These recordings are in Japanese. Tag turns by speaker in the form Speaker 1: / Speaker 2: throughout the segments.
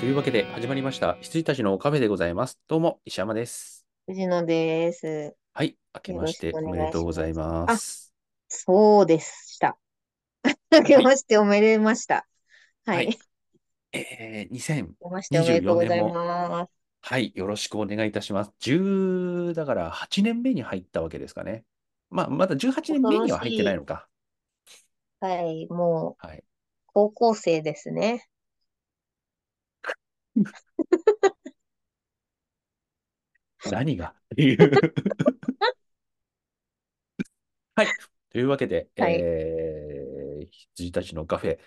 Speaker 1: というわけで始まりました羊たちのおかめでございますどうも石山です
Speaker 2: 藤野です。
Speaker 1: はい明けまして
Speaker 2: よろしく
Speaker 1: お
Speaker 2: お
Speaker 1: めで
Speaker 2: 願いします
Speaker 1: とうございます
Speaker 2: そうでした。明けましておめでました。は
Speaker 1: はい
Speaker 2: い。明
Speaker 1: えー、2000
Speaker 2: けましておめでとうございます。
Speaker 1: はいよろしくお願いいたします10だから8年目に入ったわけですかねまあまだ18年目には入ってないのか
Speaker 2: はい。もう、
Speaker 1: はい
Speaker 2: 高校生ですね。
Speaker 1: 何が っていう。はい。というわけで、
Speaker 2: はい
Speaker 1: えー羊たちのカフェ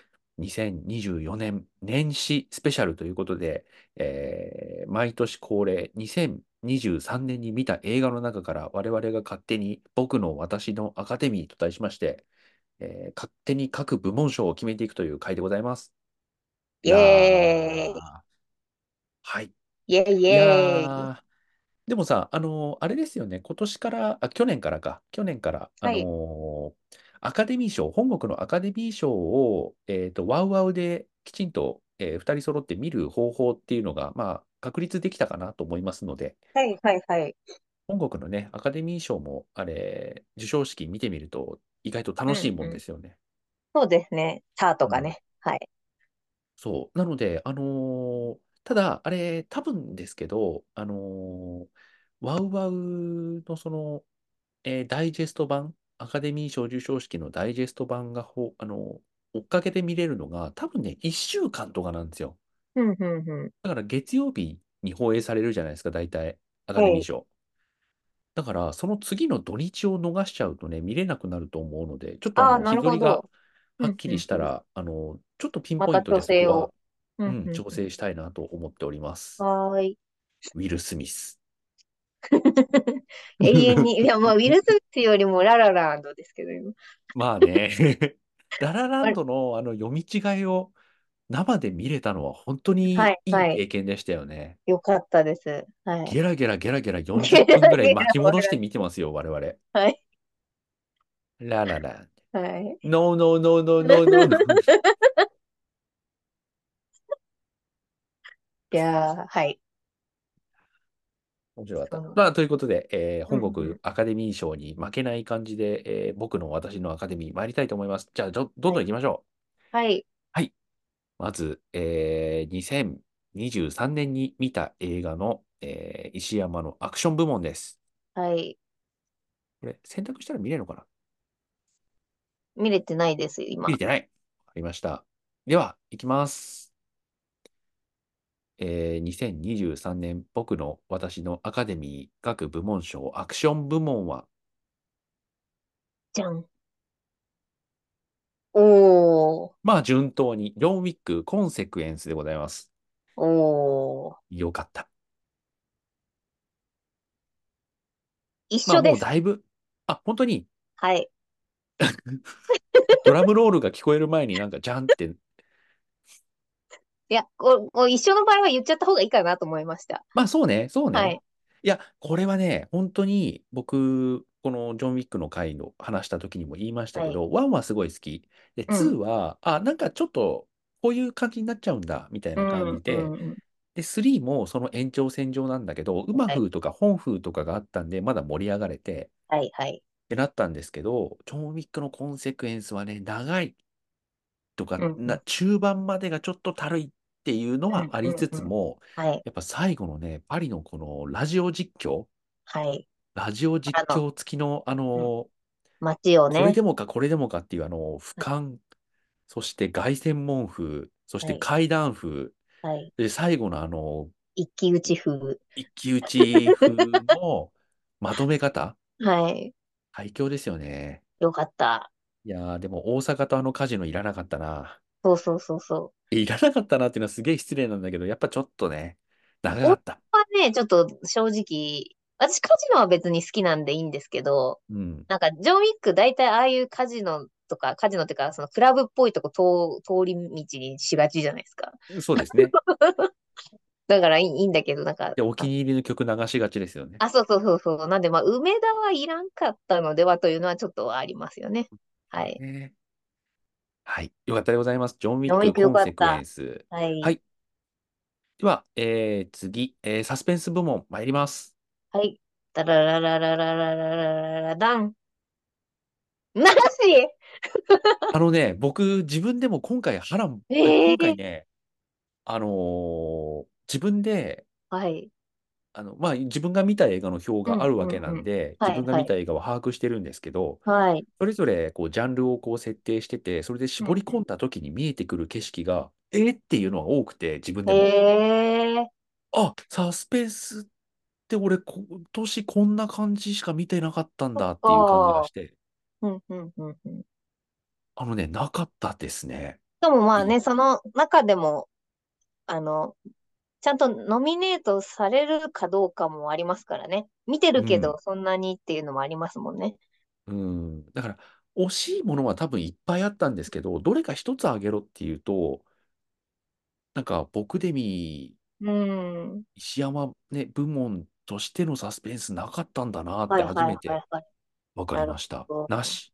Speaker 1: 2024年年始スペシャルということで、えー毎年恒例2023年に見た映画の中から我々が勝手に僕の私のアカデミーと題しまして、えー勝手に各部門賞を決めていくという回でございます。
Speaker 2: イエーイ
Speaker 1: いやーはい。
Speaker 2: イェイイ
Speaker 1: い
Speaker 2: ェイ。
Speaker 1: やーでもさ、あのーあれですよね、今年から、あ、去年からか、去年から、あ
Speaker 2: はい
Speaker 1: のーアカデミー賞、本国のアカデミー賞を、えーと、ワウワウできちんと、え2人揃って見る方法っていうのが、まあ、確立できたかなと思いますので、
Speaker 2: はいはいはい。
Speaker 1: 本国のね、アカデミー賞も、あれ、授賞式見てみると、意外と楽しいもんですよね。
Speaker 2: そうですね。ターとかね。はい。
Speaker 1: そう。なので、あのーただ、あれ、多分ですけど、あのーワウワウのその、えーダイジェスト版、アカデミー賞授賞式のダイジェスト版がほ、あのー追っかけで見れるのが、多分ね、1週間とかなんですよ。
Speaker 2: うんうんうん。
Speaker 1: だから月曜日に放映されるじゃないですか、大体、アカデミー賞。だから、その次の土日を逃しちゃうとね、見れなくなると思うので、ちょっと
Speaker 2: あ
Speaker 1: あ
Speaker 2: あ、
Speaker 1: の、
Speaker 2: な
Speaker 1: 日
Speaker 2: るほ
Speaker 1: 取りが
Speaker 2: ど。うん
Speaker 1: はっきりしたら、あの、ちょっとピン
Speaker 2: ま
Speaker 1: ポイ
Speaker 2: た
Speaker 1: ントで
Speaker 2: 調
Speaker 1: そ
Speaker 2: 整
Speaker 1: こは
Speaker 2: を。うん
Speaker 1: うん、
Speaker 2: うん
Speaker 1: 調整したいなと思っております。
Speaker 2: はーい。
Speaker 1: ウィル・スミス。
Speaker 2: 永遠に。いや、まあ、ウィル・スミスよりもララランドですけど、今
Speaker 1: まあ ね、ララランドのあの読み違いを生で見れたのは本当に
Speaker 2: はい
Speaker 1: いい
Speaker 2: はい
Speaker 1: 経験でしたよね。
Speaker 2: よかったです。はい。
Speaker 1: ゲラゲラゲラゲラ40分ぐらい巻き戻して見てますよ、我々。
Speaker 2: はい。
Speaker 1: ラララン
Speaker 2: はい。
Speaker 1: ド。ノーノーノーノーノー ノーノー。
Speaker 2: いやー、はい。
Speaker 1: 面白かった。
Speaker 2: そう
Speaker 1: まあ、ということで、えー
Speaker 2: うん
Speaker 1: 本国アカデミー賞に負けない感じで、えー僕の私のアカデミー参りたいと思います。じゃあ、どどんどん行きましょう。
Speaker 2: はい。
Speaker 1: まず、えー2023年に見た映画の、えー石山のアクション部門です。
Speaker 2: はい。
Speaker 1: これ、選択したら見れるのかな
Speaker 2: 見れてないです、今
Speaker 1: 見れ。てない。わかりました。では、いきます。えー2023年、僕の私のアカデミー各部門賞アクション部門は、
Speaker 2: じゃん。おー、
Speaker 1: まあ、順当に、ロンウィック、コンセクエンスでございます。
Speaker 2: おー。
Speaker 1: よかった。
Speaker 2: 一
Speaker 1: まあ、
Speaker 2: 緒
Speaker 1: も
Speaker 2: で
Speaker 1: う
Speaker 2: す。
Speaker 1: だいぶ、あ、本当に、
Speaker 2: はい。
Speaker 1: ドラムロールが聞こえる前になんか、じゃんって
Speaker 2: いや、ここう一緒の場合は言っちゃった方がいいかなと思いました。
Speaker 1: まあそうね、そうね。
Speaker 2: はいい、
Speaker 1: や、これはね、本当に僕、このジョン・ウィックの回の話した時にも言いましたけど、ワンはすごい好き。で、
Speaker 2: うん
Speaker 1: ツーは、あ、なんかちょっと、こういう感じになっちゃうんだ、みたいな感じで、
Speaker 2: うんうんうん
Speaker 1: で、3もその延長線上なんだけど、馬風とか本風とかがあったんで、まだ盛り上がれて、
Speaker 2: はいは
Speaker 1: っ
Speaker 2: い。
Speaker 1: てなったんですけど、ジョン・ウィックのコンセクエンスはね、長いとか、
Speaker 2: うんうん
Speaker 1: な、中盤までがちょっとたるいっていうのはありつつも、
Speaker 2: はい。
Speaker 1: やっぱ最後のね、パリのこのラジオ実況、
Speaker 2: はい。
Speaker 1: ラジオ実況付きの、あの、
Speaker 2: 街を
Speaker 1: これ
Speaker 2: ね。
Speaker 1: でもかこれでもかっていうあの、俯瞰、そして凱旋門風、そして
Speaker 2: はい
Speaker 1: 階段風、
Speaker 2: はい。
Speaker 1: で、最後のあの、
Speaker 2: 一騎打ち風。
Speaker 1: 一騎打ち風の まとめ方、
Speaker 2: はい。
Speaker 1: 最強ですよね。
Speaker 2: よかった。
Speaker 1: いやー、でも大阪とあのカジノいらなかったな。
Speaker 2: そうそうそうそう。
Speaker 1: いらなかったなっていうのはすげえ失礼なんだけど、やっぱちょっとね、長かった。
Speaker 2: これはね、ちょっと正直、私カジノは別に好きなんでいいんですけど、
Speaker 1: うん。
Speaker 2: なんか、ジョン・ウィック、大体ああいうカジノとか、カジノっていうか、そのクラブっぽいとこ通通り道にしがちじゃないですか。
Speaker 1: そうですね。
Speaker 2: だからいいいいんだけど、なんか
Speaker 1: で、、お気に入りの曲流しがちですよね。
Speaker 2: あ、そうそうそうそう。なんで、まあ、梅田はいらんかったのではというのはちょっとありますよね。はい。
Speaker 1: ねはい。よかったでございます。ジョン・ウィ
Speaker 2: ジョンウィ
Speaker 1: ッ
Speaker 2: ッ
Speaker 1: ク・
Speaker 2: クよ
Speaker 1: コ
Speaker 2: か
Speaker 1: ン
Speaker 2: っ
Speaker 1: セク
Speaker 2: た
Speaker 1: エンス。
Speaker 2: はい。
Speaker 1: はいでは、えー次、えーサスペンス部門参ります。
Speaker 2: はい。だららららららららららだん。なし
Speaker 1: あのね、僕、自分でも今回波乱、
Speaker 2: えー
Speaker 1: 今回ね、あのー自分で、
Speaker 2: はい。
Speaker 1: あの、まあ、自分が見た映画の表があるわけなんで、
Speaker 2: うんうん
Speaker 1: 自分が見た映画は把握してるんですけど、
Speaker 2: はい。
Speaker 1: それぞれこうジャンルをこう設定してて、それで絞り込んだ時に見えてくる景色が、えーっていうのが多くて、自分でも、
Speaker 2: ええ
Speaker 1: あ、サスペンスって俺、今年こんな感じしか見てなかったんだっていう感じがして、
Speaker 2: うんうんうんうん。し
Speaker 1: あのね、なかったですね。
Speaker 2: かもまあね、その中でも、あの、ちゃんとノミネートされるかどうかもありますからね。見てるけ
Speaker 1: う
Speaker 2: ど、そんなにっていうのもありますもんね。
Speaker 1: うん。だから、惜しいものは多分いっぱいあったんですけど、どれか一つあげろっていうと、なんか僕デミ
Speaker 2: うん。
Speaker 1: 石山ね、部門としてのサスペンスなかったんだなっ
Speaker 2: は
Speaker 1: て
Speaker 2: いはい
Speaker 1: 初
Speaker 2: は
Speaker 1: め
Speaker 2: い
Speaker 1: て
Speaker 2: はい。
Speaker 1: 分かりました
Speaker 2: なるほ。ど
Speaker 1: なし。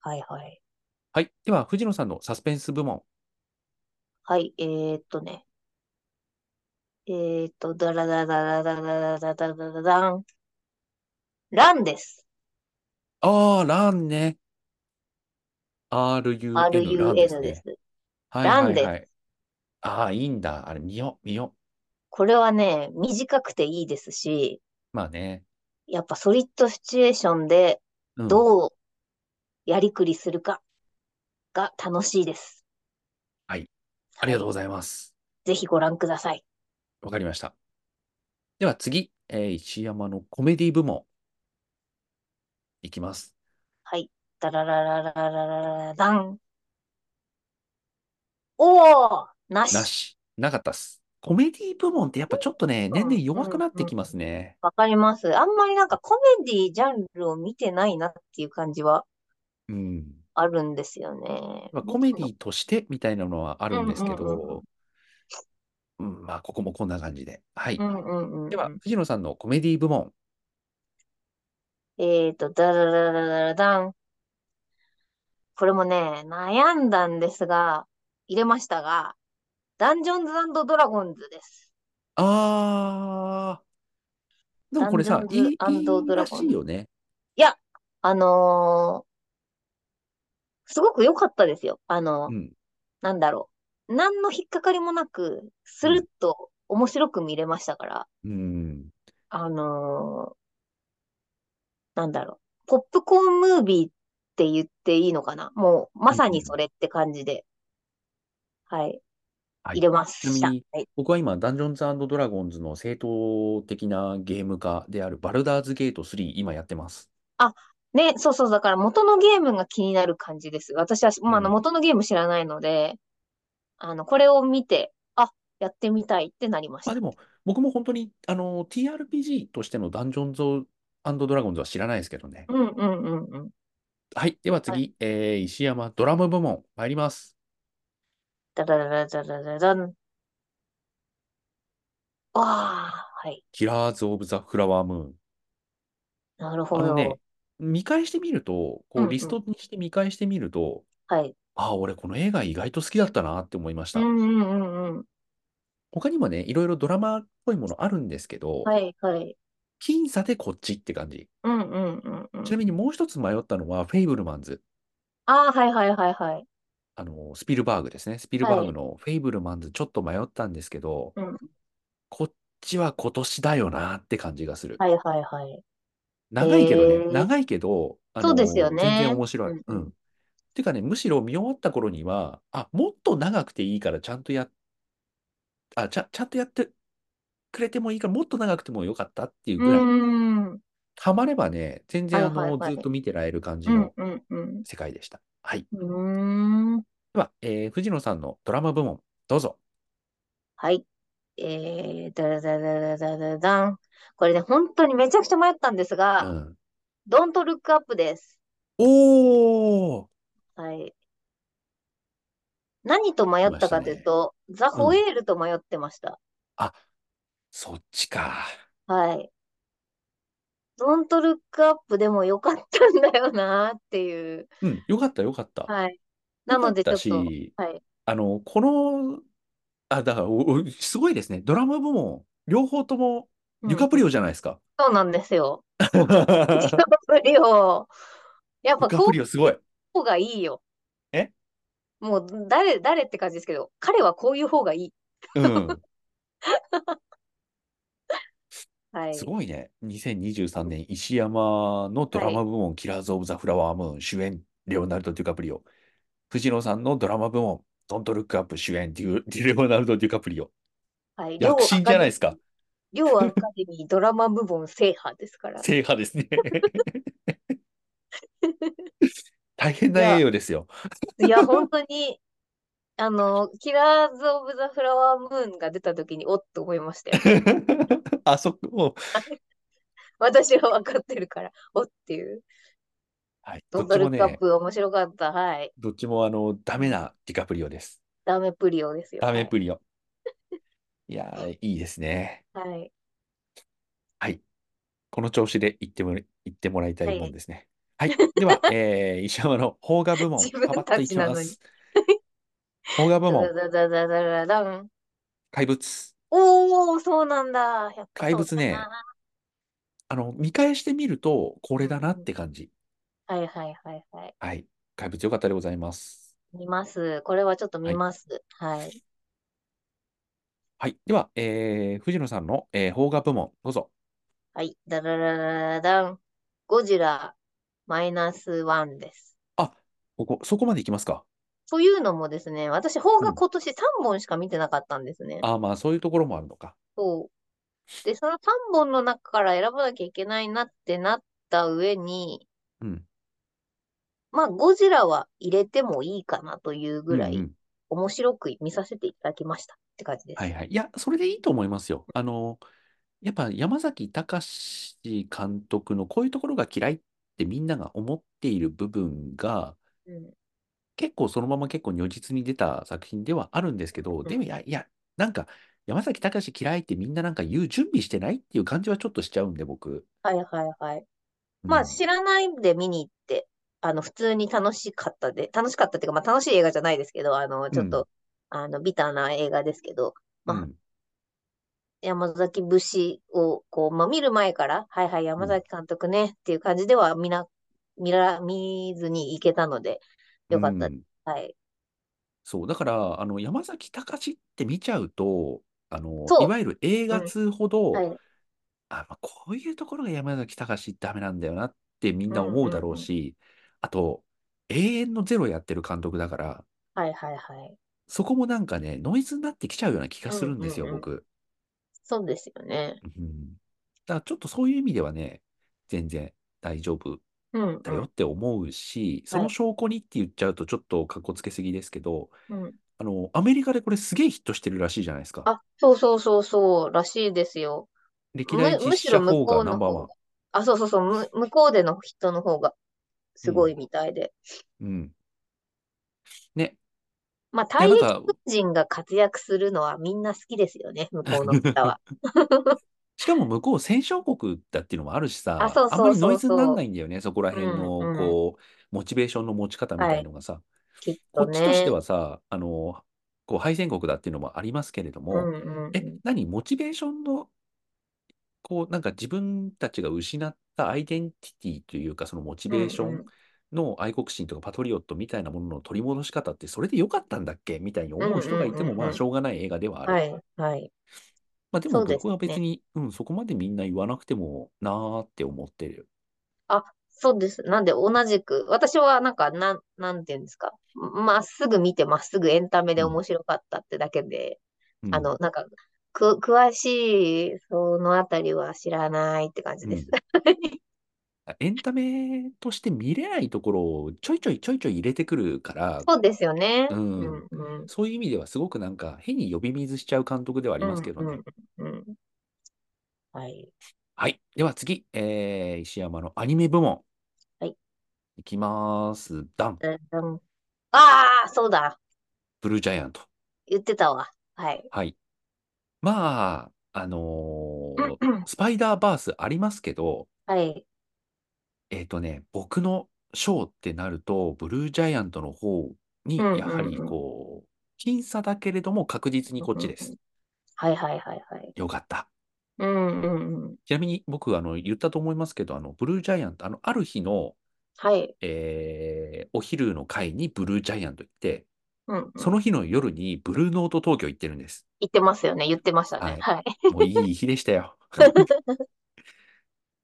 Speaker 2: はいはい。
Speaker 1: はい。では、藤野さんのサスペンス部門。
Speaker 2: はい、えーっとね。えーっと、だらだらだらだらだらだらだらだん。ランです。
Speaker 1: あー、ランね。RUN、ランです
Speaker 2: RUN で
Speaker 1: ね
Speaker 2: す。。
Speaker 1: はい
Speaker 2: ラ
Speaker 1: は
Speaker 2: ン
Speaker 1: い
Speaker 2: です
Speaker 1: はい。ああ、いいんだ。あれ、見よう、見よ
Speaker 2: これはね、短くていいですし、
Speaker 1: う。まあね。
Speaker 2: やっぱソリッドシチュエーションで
Speaker 1: うん。
Speaker 2: どうやりくりするかが楽しいです。
Speaker 1: はい。ありがとうご
Speaker 2: は
Speaker 1: ざいます。
Speaker 2: いぜひご覧ください。
Speaker 1: わかりました。では次、えー石山のコメディ部門。いきます。
Speaker 2: はい。だららららららららだん。おー、な
Speaker 1: な
Speaker 2: し。
Speaker 1: し。なかったっす。コメディ部門ってやっぱちょっとね、年々弱くなってきますね。
Speaker 2: わかります。あんまりなんかコメディジャンルを見てないなっていう感じは
Speaker 1: うん。
Speaker 2: あるんですよね。
Speaker 1: まあ、コメディとしてみたいなのはあるんですけど、うん、まあ、ここもこんな感じで。はい。
Speaker 2: うんうんうんうん。
Speaker 1: では、藤野さんのコメディ部門。
Speaker 2: えーと、だらららららだん。これもね、悩んだんですが、入れましたが、ダンジョンズドラゴンズです。
Speaker 1: あー。でもこれさ、
Speaker 2: ダンジョンズ
Speaker 1: EP
Speaker 2: ド
Speaker 1: ら
Speaker 2: ラゴン
Speaker 1: しいよね。
Speaker 2: あのーすごく良かったですよ。あの
Speaker 1: う、ん。
Speaker 2: なんだろう。何の引っかかりもなく、スルッと面白く見れましたから、
Speaker 1: うん。
Speaker 2: あのーなんだろう。ポップコーンムービーって言っていいのかなもう、まさにそれって感じで。はい。
Speaker 1: はい
Speaker 2: 入れました。
Speaker 1: ちなみに
Speaker 2: はい。
Speaker 1: 僕は今、ダンジョンズドラゴンズの正当的なゲーム化であるバルダーズゲート3、今やってます。
Speaker 2: ね、そうそう、だから元のゲームが気になる感じです。私は、まあ、あの
Speaker 1: うん
Speaker 2: 元のゲーム知らないので、あの、これを見て、あ、やってみたいってなりまし
Speaker 1: まあ
Speaker 2: た。
Speaker 1: でも、僕も本当に、あの、TRPG としてのダンジョンズドラゴンズは知らないですけどね。
Speaker 2: うんうんうんうん。
Speaker 1: はい。では次、
Speaker 2: は
Speaker 1: えー石山ドラム部門、参ります。
Speaker 2: だだだだだだだん。ああ、はい。
Speaker 1: キラーズ・オブ・ザ・フラワームーン。
Speaker 2: なる
Speaker 1: あ
Speaker 2: ほ
Speaker 1: の
Speaker 2: ど。
Speaker 1: ね、見返してみると、
Speaker 2: うん
Speaker 1: こ
Speaker 2: う
Speaker 1: う、
Speaker 2: ん
Speaker 1: リストにして見返してみると、
Speaker 2: はい。
Speaker 1: ああ、俺この映画意外と好きだったなって思いまし
Speaker 2: う
Speaker 1: た。
Speaker 2: んうんうんうん。
Speaker 1: 他にもね、いろいろドラマっぽいものあるんですけど、
Speaker 2: はいはい。
Speaker 1: 僅差でこっちって感じ。
Speaker 2: うんうんうんう。
Speaker 1: ちなんみにもう一つ迷ったのは、フェイブルマンズ。
Speaker 2: ああ、はいはいはいはい。
Speaker 1: あの、スピルバーグですね。スピルバーグのフェイブルマンズ、ちょっと迷ったんですけど、
Speaker 2: うん
Speaker 1: こっちは今年だよなって感じがする。
Speaker 2: はいはいはい。
Speaker 1: 長いけど
Speaker 2: へ
Speaker 1: ね、
Speaker 2: ー
Speaker 1: 長いけど、あ
Speaker 2: そうですよ
Speaker 1: の、全
Speaker 2: ね
Speaker 1: 然面白い。
Speaker 2: う
Speaker 1: うん
Speaker 2: うん
Speaker 1: ん。てかね、むしろ見終わった頃には、あ、もっと長くていいから、ちゃんとやっ、あ、ちゃ、ちゃんとやってくれてもいいから、もっと長くてもよかったっていう
Speaker 2: う
Speaker 1: ぐらい。
Speaker 2: ん。うん
Speaker 1: ハマればね、全然あ
Speaker 2: はいはい
Speaker 1: の、
Speaker 2: はい
Speaker 1: ずっと見てられる感じ
Speaker 2: う
Speaker 1: の
Speaker 2: んうん。
Speaker 1: 世界でした。はい。
Speaker 2: うーん。
Speaker 1: では、えー藤野さんのドラマ部門、どうぞ。
Speaker 2: はい。えー、だらだらだらだらだらだん。これね、本当にめちゃくちゃ迷ったんです
Speaker 1: う
Speaker 2: が、
Speaker 1: ん。
Speaker 2: ドントルックアップです。
Speaker 1: おー
Speaker 2: はい。何と迷ったかというと、ザ・
Speaker 1: ね
Speaker 2: ホエールと迷ってました。
Speaker 1: そっちか。
Speaker 2: はい。ドントルックアップでもよかったんだよなっていう。
Speaker 1: うん、よかった、よかった。
Speaker 2: はい。なのでちょっと、
Speaker 1: よかったし
Speaker 2: はい。
Speaker 1: あの、このあ、だからお、おすごいですね。ドラマ部門、両方とも
Speaker 2: う
Speaker 1: デュカ
Speaker 2: ん。
Speaker 1: プリオじゃないですか。
Speaker 2: そうなんですよ。デュ
Speaker 1: デ
Speaker 2: カプリオ。やっ
Speaker 1: ュ
Speaker 2: ぱ
Speaker 1: カ
Speaker 2: こ
Speaker 1: プ
Speaker 2: うい
Speaker 1: リオすごい。
Speaker 2: う方がいいよ。
Speaker 1: え
Speaker 2: もう誰、誰って感じですけど、彼はこういう方がいい。
Speaker 1: うん。
Speaker 2: は
Speaker 1: す
Speaker 2: い。
Speaker 1: ごいね。2023年、石山のド
Speaker 2: は
Speaker 1: ラ
Speaker 2: い。
Speaker 1: マ部門、キラーズ・オブ・ザ・フラワームーン、主演、レオナルド・デュカプリオ。藤野さんのドラマ部門、ドント・ルック・アップ、主演、デュ、ディレオナルド・デュカプリオ。
Speaker 2: はい。
Speaker 1: 躍
Speaker 2: 両ア
Speaker 1: 進じ
Speaker 2: カ
Speaker 1: ゃな
Speaker 2: デ
Speaker 1: いですか。
Speaker 2: ミー、両アカデミードラマ部門制覇です から。
Speaker 1: 制覇です ね。大変
Speaker 2: い
Speaker 1: な栄
Speaker 2: や、
Speaker 1: 誉ですよ。
Speaker 2: いや、本当に、あの、キラーズ・オブ・ザ・フラワームーンが出た時に、おっと思いましたよ。
Speaker 1: あそこも、
Speaker 2: 私は分かってるから、おっていう。
Speaker 1: はい、ど
Speaker 2: ドン
Speaker 1: っ
Speaker 2: ト
Speaker 1: ち
Speaker 2: ル
Speaker 1: も
Speaker 2: ックアッ
Speaker 1: ね、
Speaker 2: プ面白かった。はい。
Speaker 1: どっちもあの、ダメなディカプリオです。
Speaker 2: ダメプリオですよ。
Speaker 1: ダ
Speaker 2: は
Speaker 1: メ
Speaker 2: い。
Speaker 1: プリオ。いやー、いいですね。
Speaker 2: はい。
Speaker 1: はい。この調子で行ってもら、行ってもらいた
Speaker 2: はい
Speaker 1: もん
Speaker 2: い。
Speaker 1: ですね。はい。では、えー、 石山の邦画部門、
Speaker 2: 自
Speaker 1: パパ
Speaker 2: 分
Speaker 1: ッ
Speaker 2: た
Speaker 1: とい
Speaker 2: ち
Speaker 1: き
Speaker 2: な
Speaker 1: ま
Speaker 2: のに。
Speaker 1: す。邦画部
Speaker 2: ダダ
Speaker 1: 門、
Speaker 2: ダダダダダダン。
Speaker 1: 怪物。
Speaker 2: おー、そうなんだ。やっぱ
Speaker 1: 怪
Speaker 2: そう
Speaker 1: 物
Speaker 2: だ
Speaker 1: ね、
Speaker 2: な。
Speaker 1: あの、見返してみると、こ
Speaker 2: う
Speaker 1: れだなん
Speaker 2: う
Speaker 1: っ
Speaker 2: ん。
Speaker 1: て感じ。
Speaker 2: はいはいはいはい。
Speaker 1: はい。怪物よかったでございます。
Speaker 2: 見ます。これはちょっと見
Speaker 1: はい。
Speaker 2: ます。はい。
Speaker 1: はい。では、えー、藤野さんの、えー、邦画部門、どうぞ。
Speaker 2: はい。ダダダダダダン。ゴジラマイナスワンです。
Speaker 1: あ、ここ、そこまで行きますか。
Speaker 2: というのもですね、私、邦
Speaker 1: う
Speaker 2: 画
Speaker 1: ん。
Speaker 2: 今年3本しか見てなかったんですね。
Speaker 1: ああ、まあ、そういうところもあるのか。
Speaker 2: そう。で、その3本の中から選ばなきゃいけないなってなった上に、
Speaker 1: うん。
Speaker 2: まあ、ゴジラは入れてもいいかなというぐ
Speaker 1: うん
Speaker 2: ら
Speaker 1: う
Speaker 2: い、
Speaker 1: ん。
Speaker 2: 面白く見させていただきましたって感じで
Speaker 1: はい
Speaker 2: す。
Speaker 1: はい。いや、それでいいと思いますよ。あの、やっぱ山崎隆監督のこういうところが嫌いってみんなが思っている部分が、
Speaker 2: うん。
Speaker 1: 結構そのまま結構如実に出た作品ではあるんですけど、
Speaker 2: う
Speaker 1: で
Speaker 2: ん。
Speaker 1: もいや、いや、なんか山崎隆嫌いってみんななんか言う準備してないっていう感じはちょっとしちゃうんで、僕。
Speaker 2: はいはいはい。
Speaker 1: う
Speaker 2: まあ、
Speaker 1: ん。
Speaker 2: 知らないで見に行って、あの、普通に楽しかったで、楽しかったっていうか、まあ、楽しい映画じゃないですけど、あの、
Speaker 1: う
Speaker 2: ちょっ
Speaker 1: ん。
Speaker 2: と、あの、ビターな映画ですけど、
Speaker 1: う
Speaker 2: まあ、
Speaker 1: ん。
Speaker 2: 山崎節を、こう、まあ、見る前から、はいはい、
Speaker 1: う
Speaker 2: 山
Speaker 1: ん。
Speaker 2: 崎監督ね、っていう感じでは、みな、見ら、見ずに行けたので、
Speaker 1: う
Speaker 2: よかった。
Speaker 1: ん。
Speaker 2: はい。
Speaker 1: そう、だから、あの、山崎隆って見ちゃうと、あの、い
Speaker 2: そ
Speaker 1: わゆる映
Speaker 2: う。
Speaker 1: 画
Speaker 2: うん。
Speaker 1: 通ほど、
Speaker 2: はい。
Speaker 1: あ、まあ、こういうところが山崎隆ダメなんだよなってみん
Speaker 2: う
Speaker 1: なん思うだ
Speaker 2: う
Speaker 1: ろ
Speaker 2: ん
Speaker 1: う
Speaker 2: うん。
Speaker 1: し、あと、永遠のゼロやってる監督だから、
Speaker 2: はいはいはい。
Speaker 1: そこもなんかね、ノイズになってきちゃうような気が
Speaker 2: う
Speaker 1: す
Speaker 2: ん
Speaker 1: るん
Speaker 2: う
Speaker 1: ですよ、
Speaker 2: んうん。
Speaker 1: 僕。
Speaker 2: そうですよね。
Speaker 1: うん。だからちょっとそういう意味ではね、全然大丈夫
Speaker 2: うん
Speaker 1: だ
Speaker 2: う
Speaker 1: よ
Speaker 2: ん。
Speaker 1: って思うし、そ
Speaker 2: は
Speaker 1: の
Speaker 2: い。
Speaker 1: 証拠にって言っちゃうとちょっとかっこつけすぎですけど、
Speaker 2: うん。
Speaker 1: あの、アメリカでこれすげえヒットしてるらしいじゃないですか。
Speaker 2: あ、そうそうそうそう、らしいですよ。
Speaker 1: 歴代
Speaker 2: む、
Speaker 1: 実
Speaker 2: むし
Speaker 1: 写
Speaker 2: ろ邦
Speaker 1: 邦画
Speaker 2: こう
Speaker 1: ナ
Speaker 2: の
Speaker 1: ンバー
Speaker 2: 方
Speaker 1: ワン。
Speaker 2: が。あ、そうそうそう、む、向こうでの人の方が
Speaker 1: う
Speaker 2: すごい
Speaker 1: ん。
Speaker 2: みたいで。
Speaker 1: うん。ね。
Speaker 2: まあ、
Speaker 1: いや、
Speaker 2: 退
Speaker 1: なん
Speaker 2: 役
Speaker 1: か、
Speaker 2: 軍人が活躍するのはみんな好きですよね、向こうの方 は。
Speaker 1: しかも向こう戦勝国だっていうのもあるしさ、
Speaker 2: あ、そう
Speaker 1: あんま
Speaker 2: そう
Speaker 1: りノ
Speaker 2: そ
Speaker 1: イ
Speaker 2: う
Speaker 1: ズになら
Speaker 2: そ
Speaker 1: ないんだよね。そこら
Speaker 2: う。
Speaker 1: 辺
Speaker 2: うん
Speaker 1: の、
Speaker 2: うん。
Speaker 1: こう、モチベーションの持ち方み
Speaker 2: は
Speaker 1: たい
Speaker 2: い、
Speaker 1: のがさ、
Speaker 2: きっ
Speaker 1: ことっちとして
Speaker 2: ね。
Speaker 1: はさ、あの、こう、敗戦国だっていうのもありますけれど
Speaker 2: う
Speaker 1: も、
Speaker 2: んうん
Speaker 1: え、
Speaker 2: うん。
Speaker 1: 何モチベーションの、こう、なんか自分たちが失ったアイデンティティというか、そのモチ
Speaker 2: う
Speaker 1: ベー
Speaker 2: ん
Speaker 1: ショ
Speaker 2: う
Speaker 1: ン
Speaker 2: ん。
Speaker 1: の愛国心とかパトリオットみたいなものの取り戻し方ってそれで良かったんだっけみたいに
Speaker 2: うん
Speaker 1: 思う人が
Speaker 2: う
Speaker 1: い
Speaker 2: ん
Speaker 1: て
Speaker 2: う
Speaker 1: も、ま
Speaker 2: ん
Speaker 1: あ、
Speaker 2: う
Speaker 1: し
Speaker 2: ん。
Speaker 1: ょうがない映画ではある。
Speaker 2: はい、はい。
Speaker 1: まあでも
Speaker 2: そうで
Speaker 1: 僕
Speaker 2: す
Speaker 1: は別
Speaker 2: ね。
Speaker 1: に、うん、そこまでみんな言わなくてもなーって思ってる。
Speaker 2: あ、そうです。なんで同じく、私はなんか、なん、なんていうんですか。まっすぐ見て、まっすぐエンタメ
Speaker 1: う
Speaker 2: で
Speaker 1: ん、
Speaker 2: 面白かったってだけで、
Speaker 1: う
Speaker 2: あ
Speaker 1: ん、
Speaker 2: の、なんか、く、詳しい、そのあたりは知らないって感じ
Speaker 1: う
Speaker 2: です。
Speaker 1: ん。エンタメとして見れないところをちょいちょいちょいちょい入れてくるから、
Speaker 2: そうですよね。
Speaker 1: う、
Speaker 2: うんん、うん、
Speaker 1: そういう意味ではすごくなんか変に呼び水しちゃう監督ではあり
Speaker 2: う
Speaker 1: ます
Speaker 2: ん、
Speaker 1: けど
Speaker 2: うん、
Speaker 1: ね。
Speaker 2: うん。はい。
Speaker 1: はい。では次、えー、石山のアニメ部門
Speaker 2: はい。
Speaker 1: いきます。ダン、
Speaker 2: うん、ああ、そうだ。
Speaker 1: ブルージャイアント。
Speaker 2: 言ってたわ。はい。
Speaker 1: はい。まあ、あのースパイダーバースありますけど、
Speaker 2: はい。
Speaker 1: えっとね、僕の賞ってなると、ブルージャイアントの方
Speaker 2: う
Speaker 1: に、
Speaker 2: ん、
Speaker 1: やは
Speaker 2: うん、
Speaker 1: り
Speaker 2: うん。
Speaker 1: こう、僅差だけれども確実にこっちです。
Speaker 2: はいはいはいはい。
Speaker 1: よかった。
Speaker 2: うんうんうん。
Speaker 1: ちなみに僕、あの、言ったと思いますけど、あの、ブルージャイアント、あの、ある日の、
Speaker 2: はい。
Speaker 1: えーお昼の会にブルージャイアント行って、
Speaker 2: うんうん。
Speaker 1: その日の夜にブルーノート東京行ってるんです。
Speaker 2: 言ってますよね。言ってましたね。はい。
Speaker 1: もういい日でした よ。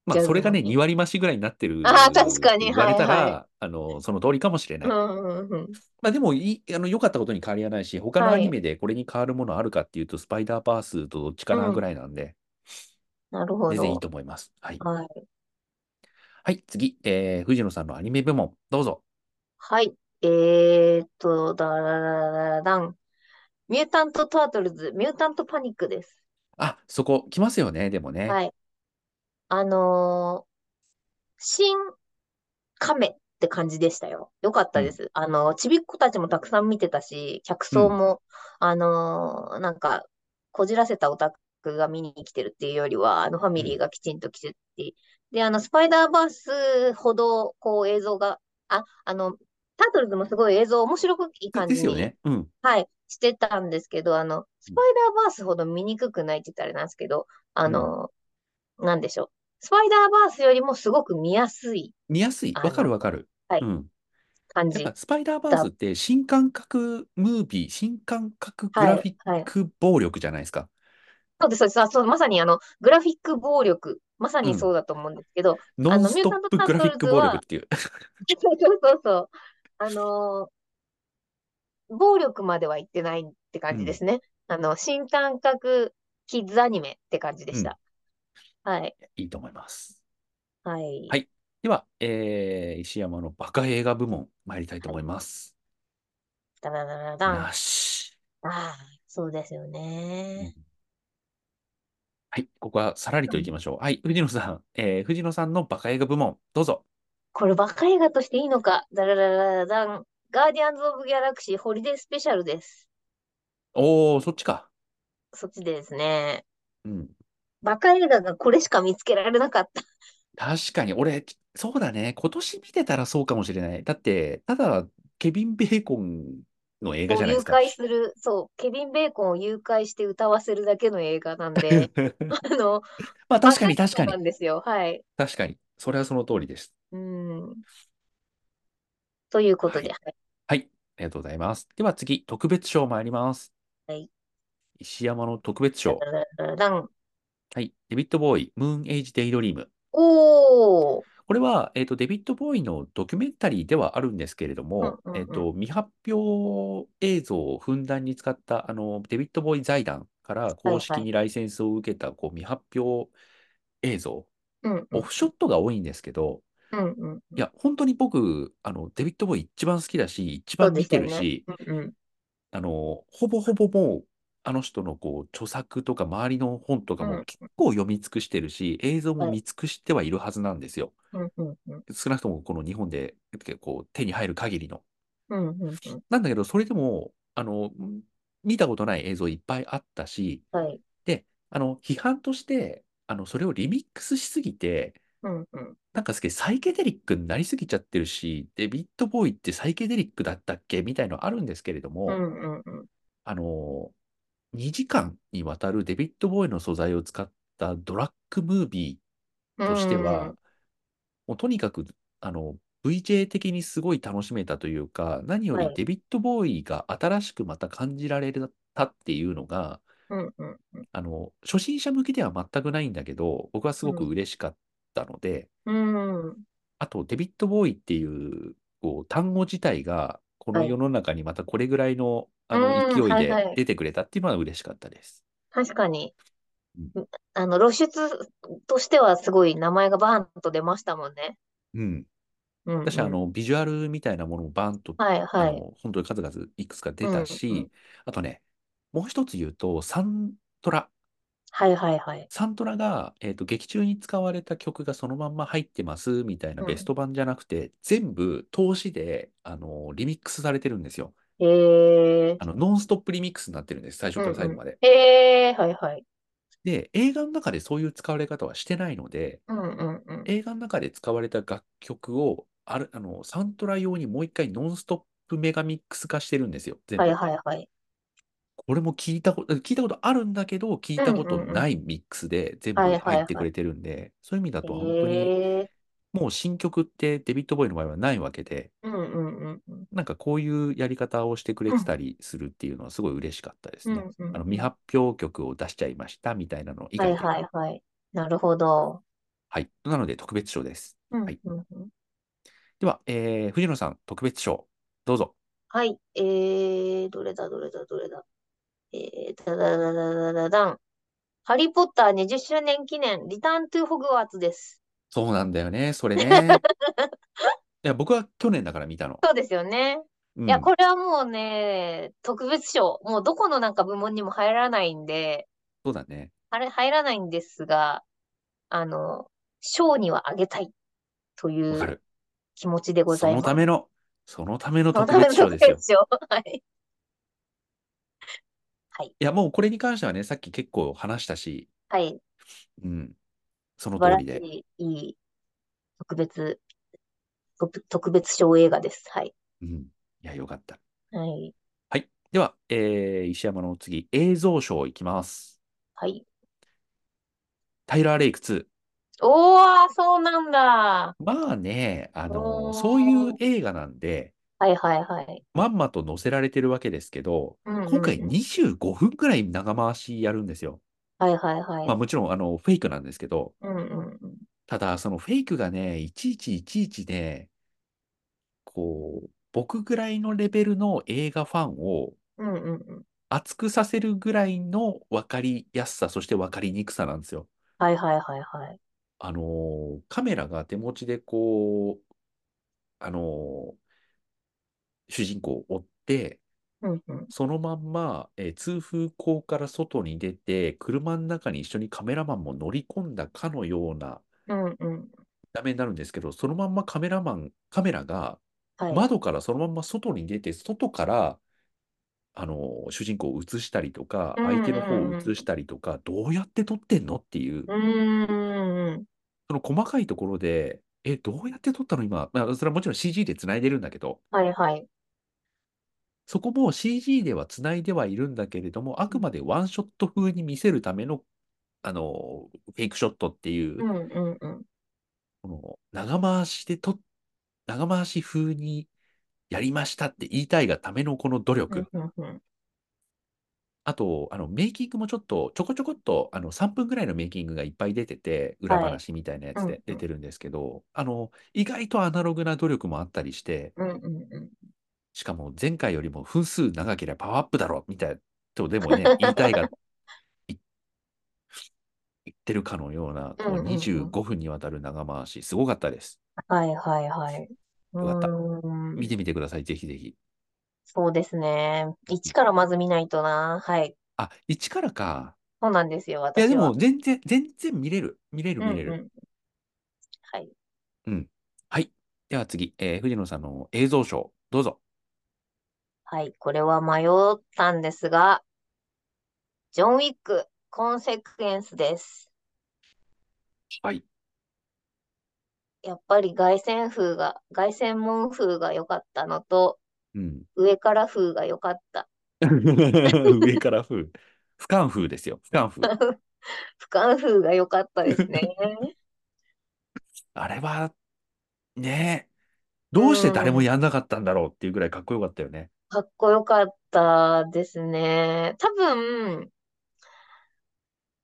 Speaker 1: まあ、それがね、2割増しぐらいになってる。
Speaker 2: あー確かに
Speaker 1: 言われたら、
Speaker 2: はいは
Speaker 1: あの、その通りかもしれな
Speaker 2: う
Speaker 1: い。
Speaker 2: んうんうん。
Speaker 1: まあでもいい、あの、良かったことに変わりはないし、他の
Speaker 2: は
Speaker 1: ア
Speaker 2: い
Speaker 1: ニメでこれに変わるものあるかっていうと、スパイダーバースとどっちかなぐらいなんで、
Speaker 2: なるほ
Speaker 1: 全然いい
Speaker 2: ど。
Speaker 1: と思います。はい。
Speaker 2: はい。
Speaker 1: はい、次、えー藤野さんのアニメ部門、どうぞ。
Speaker 2: はい。えーっと、だらららららん。ミュータント・タートルズ、ミュータント・パニックです。
Speaker 1: あ、そこ、来ますよね、でもね。
Speaker 2: はい。あのー新亀って感じでしたよ。よかったです。あの、ちびっ子たちもたくさん見てたし、客層も、あのーなんか、こじらせたオタクが見に来てるっていうよりは、あの、ファミリーがきちんと来てるっていう。で、あの、スパイダーバースほど、こう、映像が、あ、あの、タートルズもすごい映像面白くいい感
Speaker 1: で
Speaker 2: じ
Speaker 1: すよ
Speaker 2: に
Speaker 1: ね。うん。
Speaker 2: はい、してたんですけど、あの、スパイダーバースほど見にくくないって言ったらあれなんですけど、あの、なんでしょう。スパイダーバースよりもすごく見やすい
Speaker 1: 見やすい。
Speaker 2: あの
Speaker 1: わかるわかる。
Speaker 2: はい
Speaker 1: うん。や
Speaker 2: 感
Speaker 1: っ
Speaker 2: じ。
Speaker 1: ぱ、スパイダーバースって、新感覚ムービー、新感覚グラフィッ
Speaker 2: はい、はい。
Speaker 1: ク暴力じゃないですか。
Speaker 2: そうです、そうです。あそう、まさにあの、グラフィック暴力、まさにそうだと思うんですけど、
Speaker 1: ノンストップグラフィック暴力っていう。
Speaker 2: そうそうそうそう。あのー暴力まではいってないって感じですね。あの、新感覚キッズアニメって感じでした。はい、
Speaker 1: いいと思います。
Speaker 2: はい。
Speaker 1: はいでは、えー、石山のバカ映画部門、参りたいと思います。
Speaker 2: ダダダダダン。あ
Speaker 1: なし。
Speaker 2: あ、そうですよね。
Speaker 1: はい、ここはさらりといきましょう。はい、藤野さん、えー、藤野さんのバカ映画部門、どうぞ。
Speaker 2: これバカ映画としていいのか。ダララララダン。ガーディアンズ・オブ・ギャラクシーホリデースペシャルです。
Speaker 1: おー、そっちか。
Speaker 2: そっちでですね。
Speaker 1: うん。
Speaker 2: バカ映画がこれしか見つけられなかった。
Speaker 1: 確かに、俺、そうだね。今年見てたらそうかもしれない。だって、ただ、ケビン・ベーコンの映画じ
Speaker 2: こ
Speaker 1: ゃな
Speaker 2: う
Speaker 1: い
Speaker 2: 誘
Speaker 1: ですか。
Speaker 2: 拐する、そう、ケビン・ベーコンを誘拐して歌わせるだけの映画な んで、あの、
Speaker 1: まあ、確かに、
Speaker 2: バカ
Speaker 1: 確か
Speaker 2: 映 画な
Speaker 1: に、
Speaker 2: んですよ。はい。
Speaker 1: 確かに。それはその通りです。
Speaker 2: うん。ということで、
Speaker 1: はい、ありがとうございます。では次、特別賞参ります。
Speaker 2: はい。
Speaker 1: 石山の特別賞
Speaker 2: ダ。ララララダン。
Speaker 1: はい、デビッド・ボーイ、ムーン・エイジ・デイ・ドリーム。
Speaker 2: おー。
Speaker 1: これは、えっと、デビッド・ボーイのドキュメンタリーではあるんですけれども、
Speaker 2: うんうんうん
Speaker 1: えっと、未発表映像をふんだんに使った、あの、デビッド・ボーイ財団から公式にライセンスを受けた、こう、未発表映像、
Speaker 2: うんう
Speaker 1: オ
Speaker 2: ん。
Speaker 1: フショットが多いんですけど、
Speaker 2: うんうん。
Speaker 1: いや、本当に僕、あの、デビッド・ボーイ一番好きだし、一
Speaker 2: そう
Speaker 1: 番
Speaker 2: で
Speaker 1: 見
Speaker 2: す
Speaker 1: て
Speaker 2: よ
Speaker 1: る
Speaker 2: ね。
Speaker 1: し、
Speaker 2: うんうん。
Speaker 1: あの、ほぼほぼもう、あの人のこう著作とか周りの本とか
Speaker 2: う
Speaker 1: も
Speaker 2: ん
Speaker 1: 結構読み尽くしてるし、映像も
Speaker 2: はい
Speaker 1: 見尽くしてはいるはずなんですよ。
Speaker 2: うんうんうん。
Speaker 1: 少なくともこの日本で結構手に入る限りの。
Speaker 2: うんうんうん。
Speaker 1: なんだけど、それでも、あの、ん見たことない映像いっぱいあったし、
Speaker 2: はい。
Speaker 1: で、あの、批判として、あの、それをリミックスしすぎて、
Speaker 2: うんうん。
Speaker 1: なんかすげえサイケデリックになりすぎちゃってるし、デビッド・ボーイってサイケデリックだったっけみたいのあるんですけれど
Speaker 2: う
Speaker 1: も、
Speaker 2: んうんうん。
Speaker 1: あの、2時間にわたるデビッド・ボーイの素材を使ったドラッグムービーとしては、もうとにかく、あの、VJ 的にすごい楽しめたというか、何よ
Speaker 2: は
Speaker 1: り
Speaker 2: い
Speaker 1: デビッド・ボーイが新しくまた感じられたっていうのが、
Speaker 2: うんうん
Speaker 1: あの、初心者向きでは全くないんだけど、僕はすごく嬉しかったので、
Speaker 2: うん。うん。
Speaker 1: あと、デビッド・ボーイっていう、こう、単語自体が、この世の中にまたこれぐらいの、あ
Speaker 2: うん
Speaker 1: の、勢い
Speaker 2: はいは
Speaker 1: で
Speaker 2: い
Speaker 1: 出てくれたっていうのは嬉しかったです。
Speaker 2: 確かに。あの、露出としてはすごい名前がバーンと出ましたもんね。
Speaker 1: うん。
Speaker 2: うん、うん。
Speaker 1: 私はあの、ビジュアルみたいなものもバーンと、
Speaker 2: はい
Speaker 1: あ
Speaker 2: はい。
Speaker 1: の、本当に数々いくつか出た
Speaker 2: うんうん
Speaker 1: し、あとね、もう一つ言うと、サントラ。
Speaker 2: はいはいはい。
Speaker 1: サントラが、えっと、劇中に使われた曲がそのまんま入ってますみたいな
Speaker 2: うん
Speaker 1: ベスト版じゃなくて、全部通しで、あの、リミックスされてるんですよ。
Speaker 2: えー。
Speaker 1: あの、ノンストップリミックスになってるんです。最初から最後まで。
Speaker 2: えー、はいはい。
Speaker 1: で、映画の中でそういう使われ方はしてないので、
Speaker 2: うんうんうん。
Speaker 1: 映画の中で使われた楽曲を、ある、あの、サントラ用にもう一回ノンストップメガミックス化してるんですよ、全
Speaker 2: はい
Speaker 1: 部。
Speaker 2: はいはい。
Speaker 1: これも聞いたこと、聞いたことあるんだけど、聞い
Speaker 2: うん
Speaker 1: た
Speaker 2: う
Speaker 1: こと
Speaker 2: んう。
Speaker 1: なんいミックスで全
Speaker 2: はい
Speaker 1: 部
Speaker 2: は
Speaker 1: 入っ
Speaker 2: い
Speaker 1: てく
Speaker 2: は
Speaker 1: れてるんで、そういう意味だ
Speaker 2: い。
Speaker 1: と本当に、
Speaker 2: ええ
Speaker 1: もう新曲ってデビッド・ボーイの場合はないわけで、
Speaker 2: うんうんうんうん。
Speaker 1: なんかこういうやり方をしてくれ
Speaker 2: う
Speaker 1: て
Speaker 2: ん
Speaker 1: たりするっていうのはすごい嬉しかったで
Speaker 2: う
Speaker 1: すね。
Speaker 2: んうん
Speaker 1: あの
Speaker 2: う
Speaker 1: 未
Speaker 2: ん。
Speaker 1: 発表曲を出しちゃいましたみたいなの以
Speaker 2: はい
Speaker 1: 外で。
Speaker 2: はいはい。なるほど。
Speaker 1: はい。なので特別賞です。
Speaker 2: う
Speaker 1: は
Speaker 2: ん
Speaker 1: い。
Speaker 2: うんうん。
Speaker 1: では、えー、藤野さん、特別賞、どうぞ。
Speaker 2: はい。えー、どれだどれだどれだ。えー、だだだだだだだん。ハリーポッター20周年記念、リターントゥホグワーツです。
Speaker 1: そうなんだよね、それ ね。いや、僕は去年だから見たの。
Speaker 2: そうですよね。
Speaker 1: う
Speaker 2: いや、
Speaker 1: ん。
Speaker 2: これはもうね、特別賞。もうどこのなんか部門にも入らないんで、
Speaker 1: そうだね。
Speaker 2: あれ入らないんですが、あの、賞にはあげたいとい
Speaker 1: わか
Speaker 2: う
Speaker 1: る。
Speaker 2: 気持ちでござ
Speaker 1: そ
Speaker 2: い
Speaker 1: の
Speaker 2: ま
Speaker 1: た
Speaker 2: す。
Speaker 1: めの、そのための
Speaker 2: その
Speaker 1: 特
Speaker 2: ため
Speaker 1: 別
Speaker 2: の
Speaker 1: 賞で
Speaker 2: 特
Speaker 1: すよ。
Speaker 2: 別賞。はい。はい。
Speaker 1: いや、もうこれに関してはね、さっき結構話したし、
Speaker 2: はい。
Speaker 1: うん、その
Speaker 2: 素晴
Speaker 1: 通
Speaker 2: ら
Speaker 1: りで。
Speaker 2: しい、いい特別、特特別賞映画です。はい。
Speaker 1: うん。いや、よかった。
Speaker 2: はい。
Speaker 1: はい。では、えー、石山の次、映像賞いきます。
Speaker 2: はい。
Speaker 1: タイラー・レイク2。
Speaker 2: おー、そうなんだ。
Speaker 1: まあね、あのそういう
Speaker 2: おー。
Speaker 1: 映画なんで、
Speaker 2: はいはいはい。
Speaker 1: まんまと載せられてるわけですけど、
Speaker 2: うん
Speaker 1: 今
Speaker 2: うん
Speaker 1: 回
Speaker 2: うん。
Speaker 1: 25分くらい長回しやるんですよ。
Speaker 2: はいはいは
Speaker 1: まあ
Speaker 2: い。
Speaker 1: もちろん、あの、フェイクなんですけど、
Speaker 2: うんうんうん。
Speaker 1: ただ、そのフェイクがね、いちいちいちいちね、こう、僕ぐらいのレベルの映画ファンを
Speaker 2: うんうんうん。
Speaker 1: 熱くさせるぐらいの分かりやすさ、そして分かりにくさなんですよ。
Speaker 2: はいはいはいはい。
Speaker 1: あのーカメラが手持ちでこう、あのー主人公を追って、
Speaker 2: うんうん。
Speaker 1: そのまんま、えー通風口から外に出て、車の中に一緒にカメラマンも乗り込んだかのような
Speaker 2: うんうん。
Speaker 1: 画面になるんですけど、そのまんまカメラマン、カメラが
Speaker 2: はい。
Speaker 1: 窓からそのまんま外に出て、外から、あのー主人公を映したりとか、
Speaker 2: う
Speaker 1: 相
Speaker 2: ん
Speaker 1: 手の方を
Speaker 2: うん
Speaker 1: 映したりとか、どうやって撮ってんのっていう、
Speaker 2: うん。うーん。
Speaker 1: その細かいところで、え、どうやって撮ったの今、まあ、それはもちろん CG で繋いでるんだけど、
Speaker 2: はいはい。
Speaker 1: そこも CG では繋いではいるんだけれども、あ
Speaker 2: う
Speaker 1: く
Speaker 2: ん
Speaker 1: までワンショット風に見せるための、あの、フェイクショットっていうう、
Speaker 2: んうんうん。
Speaker 1: この長回しでと、長回し風にやりましたって言いたいがためのこの努
Speaker 2: うん
Speaker 1: 力。
Speaker 2: うんうん。
Speaker 1: あと、あの、メイキングもちょっと、ちょこちょこっと、あの、3分ぐらいのメイキングがいっぱい出てて、裏
Speaker 2: はい。
Speaker 1: 話みたいなや
Speaker 2: う
Speaker 1: つ
Speaker 2: ん
Speaker 1: で
Speaker 2: う
Speaker 1: 出
Speaker 2: ん。
Speaker 1: てるんですけど、あの、意外とアナログな努力もあったりして、
Speaker 2: うんうんうん。
Speaker 1: しかも前回よりも分数長ければパワーアップだろ、みたいな、とでもね、言いたいが、い言ってるかのような、
Speaker 2: う
Speaker 1: こうん
Speaker 2: うん
Speaker 1: 25
Speaker 2: うん。
Speaker 1: 分にわたる長回し、すごかったです。
Speaker 2: はいはいはい。う
Speaker 1: よかった。
Speaker 2: ー
Speaker 1: 見
Speaker 2: ん。
Speaker 1: てみてください、ぜひぜひ。
Speaker 2: そうですね。
Speaker 1: う
Speaker 2: 一
Speaker 1: ん
Speaker 2: からまず見ないとな。はい。
Speaker 1: あ、1からか。
Speaker 2: そうなんですよ、
Speaker 1: いや、で
Speaker 2: 私は。
Speaker 1: も全然、全然見れる。見れる、
Speaker 2: う
Speaker 1: 見
Speaker 2: ん
Speaker 1: れ
Speaker 2: う
Speaker 1: る。
Speaker 2: ん。はい。
Speaker 1: うん。はい。では次、えー藤野さんの映像賞、どうぞ。
Speaker 2: はい。これは迷ったんですが、ジョン・ウィック、コンセクエンスです。
Speaker 1: はい。
Speaker 2: やっぱり凱旋風が、凱旋門風が良かったのと、
Speaker 1: うん。
Speaker 2: 上から風が良かった。
Speaker 1: 上から風。俯瞰風ですよ。俯瞰風。
Speaker 2: 俯瞰風が良かったです ね。
Speaker 1: あれは、ねえ、
Speaker 2: う
Speaker 1: どうして誰も
Speaker 2: ん。
Speaker 1: やんなかったんだろうっていうぐらいかっこよかったよね。
Speaker 2: かっこよかったですね。多分、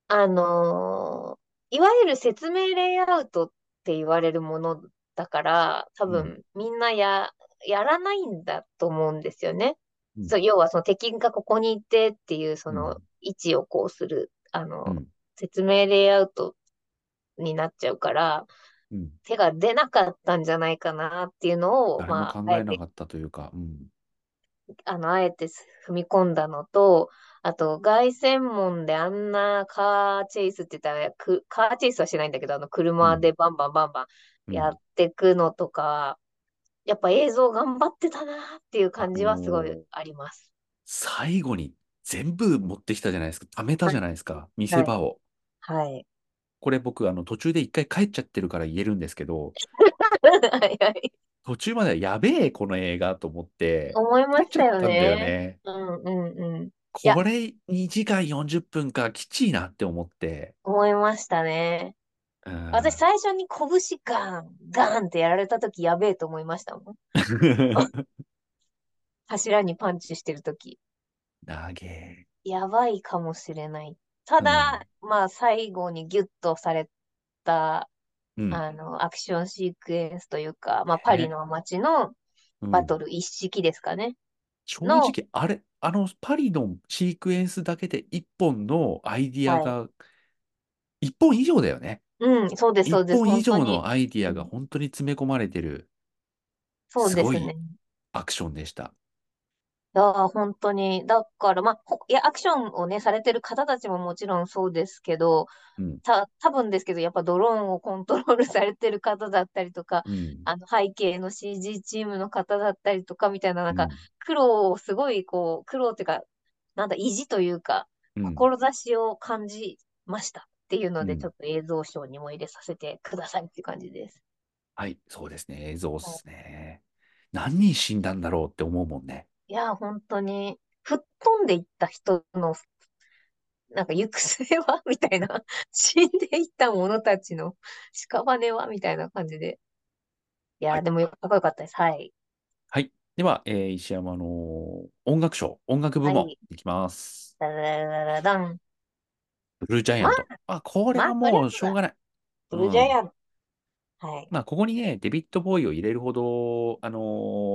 Speaker 2: あのーいわゆる説明レイアウトって言われるものだから、多
Speaker 1: うん。
Speaker 2: 分みんなや、やらないんだと思うんですよね。
Speaker 1: うん。
Speaker 2: そう、要はその敵がここにいてっていうそうの
Speaker 1: ん。
Speaker 2: 位置をこうする、あ
Speaker 1: う
Speaker 2: の、
Speaker 1: ん。
Speaker 2: 説明レイアウトになっちゃうから、
Speaker 1: うん。
Speaker 2: 手が出なかったんじゃないかなっていうのを、
Speaker 1: 誰も
Speaker 2: ま
Speaker 1: 考
Speaker 2: あ、あえ
Speaker 1: えな
Speaker 2: て、
Speaker 1: かったというか、うん。
Speaker 2: あの、あえて踏み込んだのと、あと、凱旋門であんなカーチェイスって言ったら、くカーチェイスはしないんだけど、あの、
Speaker 1: う
Speaker 2: 車
Speaker 1: ん。
Speaker 2: でバンバンバンバン
Speaker 1: う
Speaker 2: や
Speaker 1: ん。
Speaker 2: ってくのとか、やっぱ映像頑張ってたなっていう
Speaker 1: あ
Speaker 2: 感じはすごい
Speaker 1: のー
Speaker 2: あります。
Speaker 1: 最後に全部持ってきたじゃないですか。貯めた
Speaker 2: は
Speaker 1: じゃ
Speaker 2: い。
Speaker 1: ないですか。見せ
Speaker 2: はい。
Speaker 1: 場を。
Speaker 2: はい。
Speaker 1: これ僕、あの、途中で一回帰っちゃってるから言えるんですけど、
Speaker 2: はいはい。
Speaker 1: 途中まではやべえ、この映画と思って、
Speaker 2: 思いま
Speaker 1: 帰っ
Speaker 2: し
Speaker 1: ちゃ
Speaker 2: た
Speaker 1: っ
Speaker 2: よ
Speaker 1: たんだよ
Speaker 2: ね。
Speaker 1: ね。
Speaker 2: うんうんうん。いや、
Speaker 1: これ2時間40分か、きちいなって思って、
Speaker 2: 思いましたね。
Speaker 1: う
Speaker 2: 私
Speaker 1: ん。
Speaker 2: 最初に拳ガン、ガンってやられた時やべえと思いましたもん。柱にパンチしてる時。
Speaker 1: 長え。
Speaker 2: やばいかもしれない。た
Speaker 1: うん。
Speaker 2: だ、まあ最後にギュッとされた、
Speaker 1: うん。
Speaker 2: あの、アクションシークエンスというか、まあパリ
Speaker 1: ね。
Speaker 2: の街の
Speaker 1: う
Speaker 2: バ
Speaker 1: ん。
Speaker 2: トル一式ですかね。
Speaker 1: 正
Speaker 2: の、
Speaker 1: 直、あれ、あの、パリのシークエンスだけで1本のアイディア
Speaker 2: はい。
Speaker 1: が、1本以上だよね。
Speaker 2: うん、そうです、
Speaker 1: 1
Speaker 2: そうです、
Speaker 1: 本以
Speaker 2: 本当
Speaker 1: 上
Speaker 2: に。
Speaker 1: のアイディ
Speaker 2: う
Speaker 1: アが
Speaker 2: ん、
Speaker 1: 本当に詰め込まれてる、
Speaker 2: そう
Speaker 1: す
Speaker 2: で
Speaker 1: ご
Speaker 2: すね。
Speaker 1: いアクションでした。
Speaker 2: いやー、本当に。だから、まあ、ほいや、アクションをね、されてる方たちももちろんそうですけど、
Speaker 1: うん。
Speaker 2: た、多分ですけど、やっぱドローンをコントロールされてる方だったりとか、
Speaker 1: うん。
Speaker 2: あの、背景の CG チームの方だったりとか、みたいな、なん
Speaker 1: う
Speaker 2: か、
Speaker 1: ん。
Speaker 2: 苦労をすごい、こう、苦労っていうか、なんだ、意地というか、
Speaker 1: うん。
Speaker 2: 志を感じましたっていう
Speaker 1: う
Speaker 2: ので、ちょ
Speaker 1: ん。
Speaker 2: っと映像賞にも入れさせてくださいっていう感じです。
Speaker 1: はい、そうですね。映像っ
Speaker 2: はい
Speaker 1: すね。何人死んだんだろうって思うもんね。
Speaker 2: いやー、本当に、吹っ飛んでいった人の、なんか行く末は みたいな。死んでいった者たちの屍はみたいな感じで。い
Speaker 1: は
Speaker 2: やー、
Speaker 1: い。
Speaker 2: でもよかっこよかったです。はい。
Speaker 1: はい。では、えー石山の音楽賞、音楽部
Speaker 2: は
Speaker 1: 門
Speaker 2: い。
Speaker 1: いきます。
Speaker 2: ダラララダン。
Speaker 1: ブルージャイ
Speaker 2: ま
Speaker 1: ア
Speaker 2: あ、
Speaker 1: ント。まあ、これ
Speaker 2: ま
Speaker 1: は
Speaker 2: あ、そりゃ
Speaker 1: もう
Speaker 2: そう
Speaker 1: しょう
Speaker 2: だ。
Speaker 1: がない。
Speaker 2: ブ
Speaker 1: う
Speaker 2: ルージャイ
Speaker 1: ん。
Speaker 2: アン。はい。
Speaker 1: まあ、ここにね、デビッド・ボーイを入れるほど、あの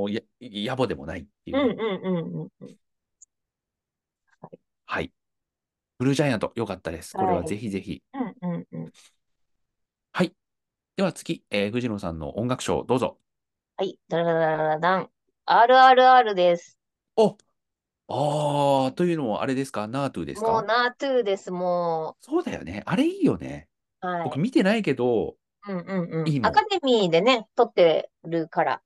Speaker 1: ーや、野暮でもないっていううんね。
Speaker 2: うんうんうん。
Speaker 1: はい。ブルージャイアント、良かったです。これ
Speaker 2: はい。
Speaker 1: は
Speaker 2: は
Speaker 1: ぜ
Speaker 2: い
Speaker 1: ひぜひ。
Speaker 2: うんうんうん。
Speaker 1: はい。では次、えー藤野さんの音楽賞、どうぞ。
Speaker 2: はい。ダララララダン。RRR です。
Speaker 1: お、あー、というのもあれですかナートゥです
Speaker 2: も
Speaker 1: か
Speaker 2: う、ナートゥーです。も
Speaker 1: そうだよね。あれいいよね。
Speaker 2: う。は
Speaker 1: 僕
Speaker 2: い。
Speaker 1: 見てないけど、
Speaker 2: うんうんうん。
Speaker 1: いい
Speaker 2: アカ
Speaker 1: も
Speaker 2: デミーでね、撮ってるから、
Speaker 1: ん。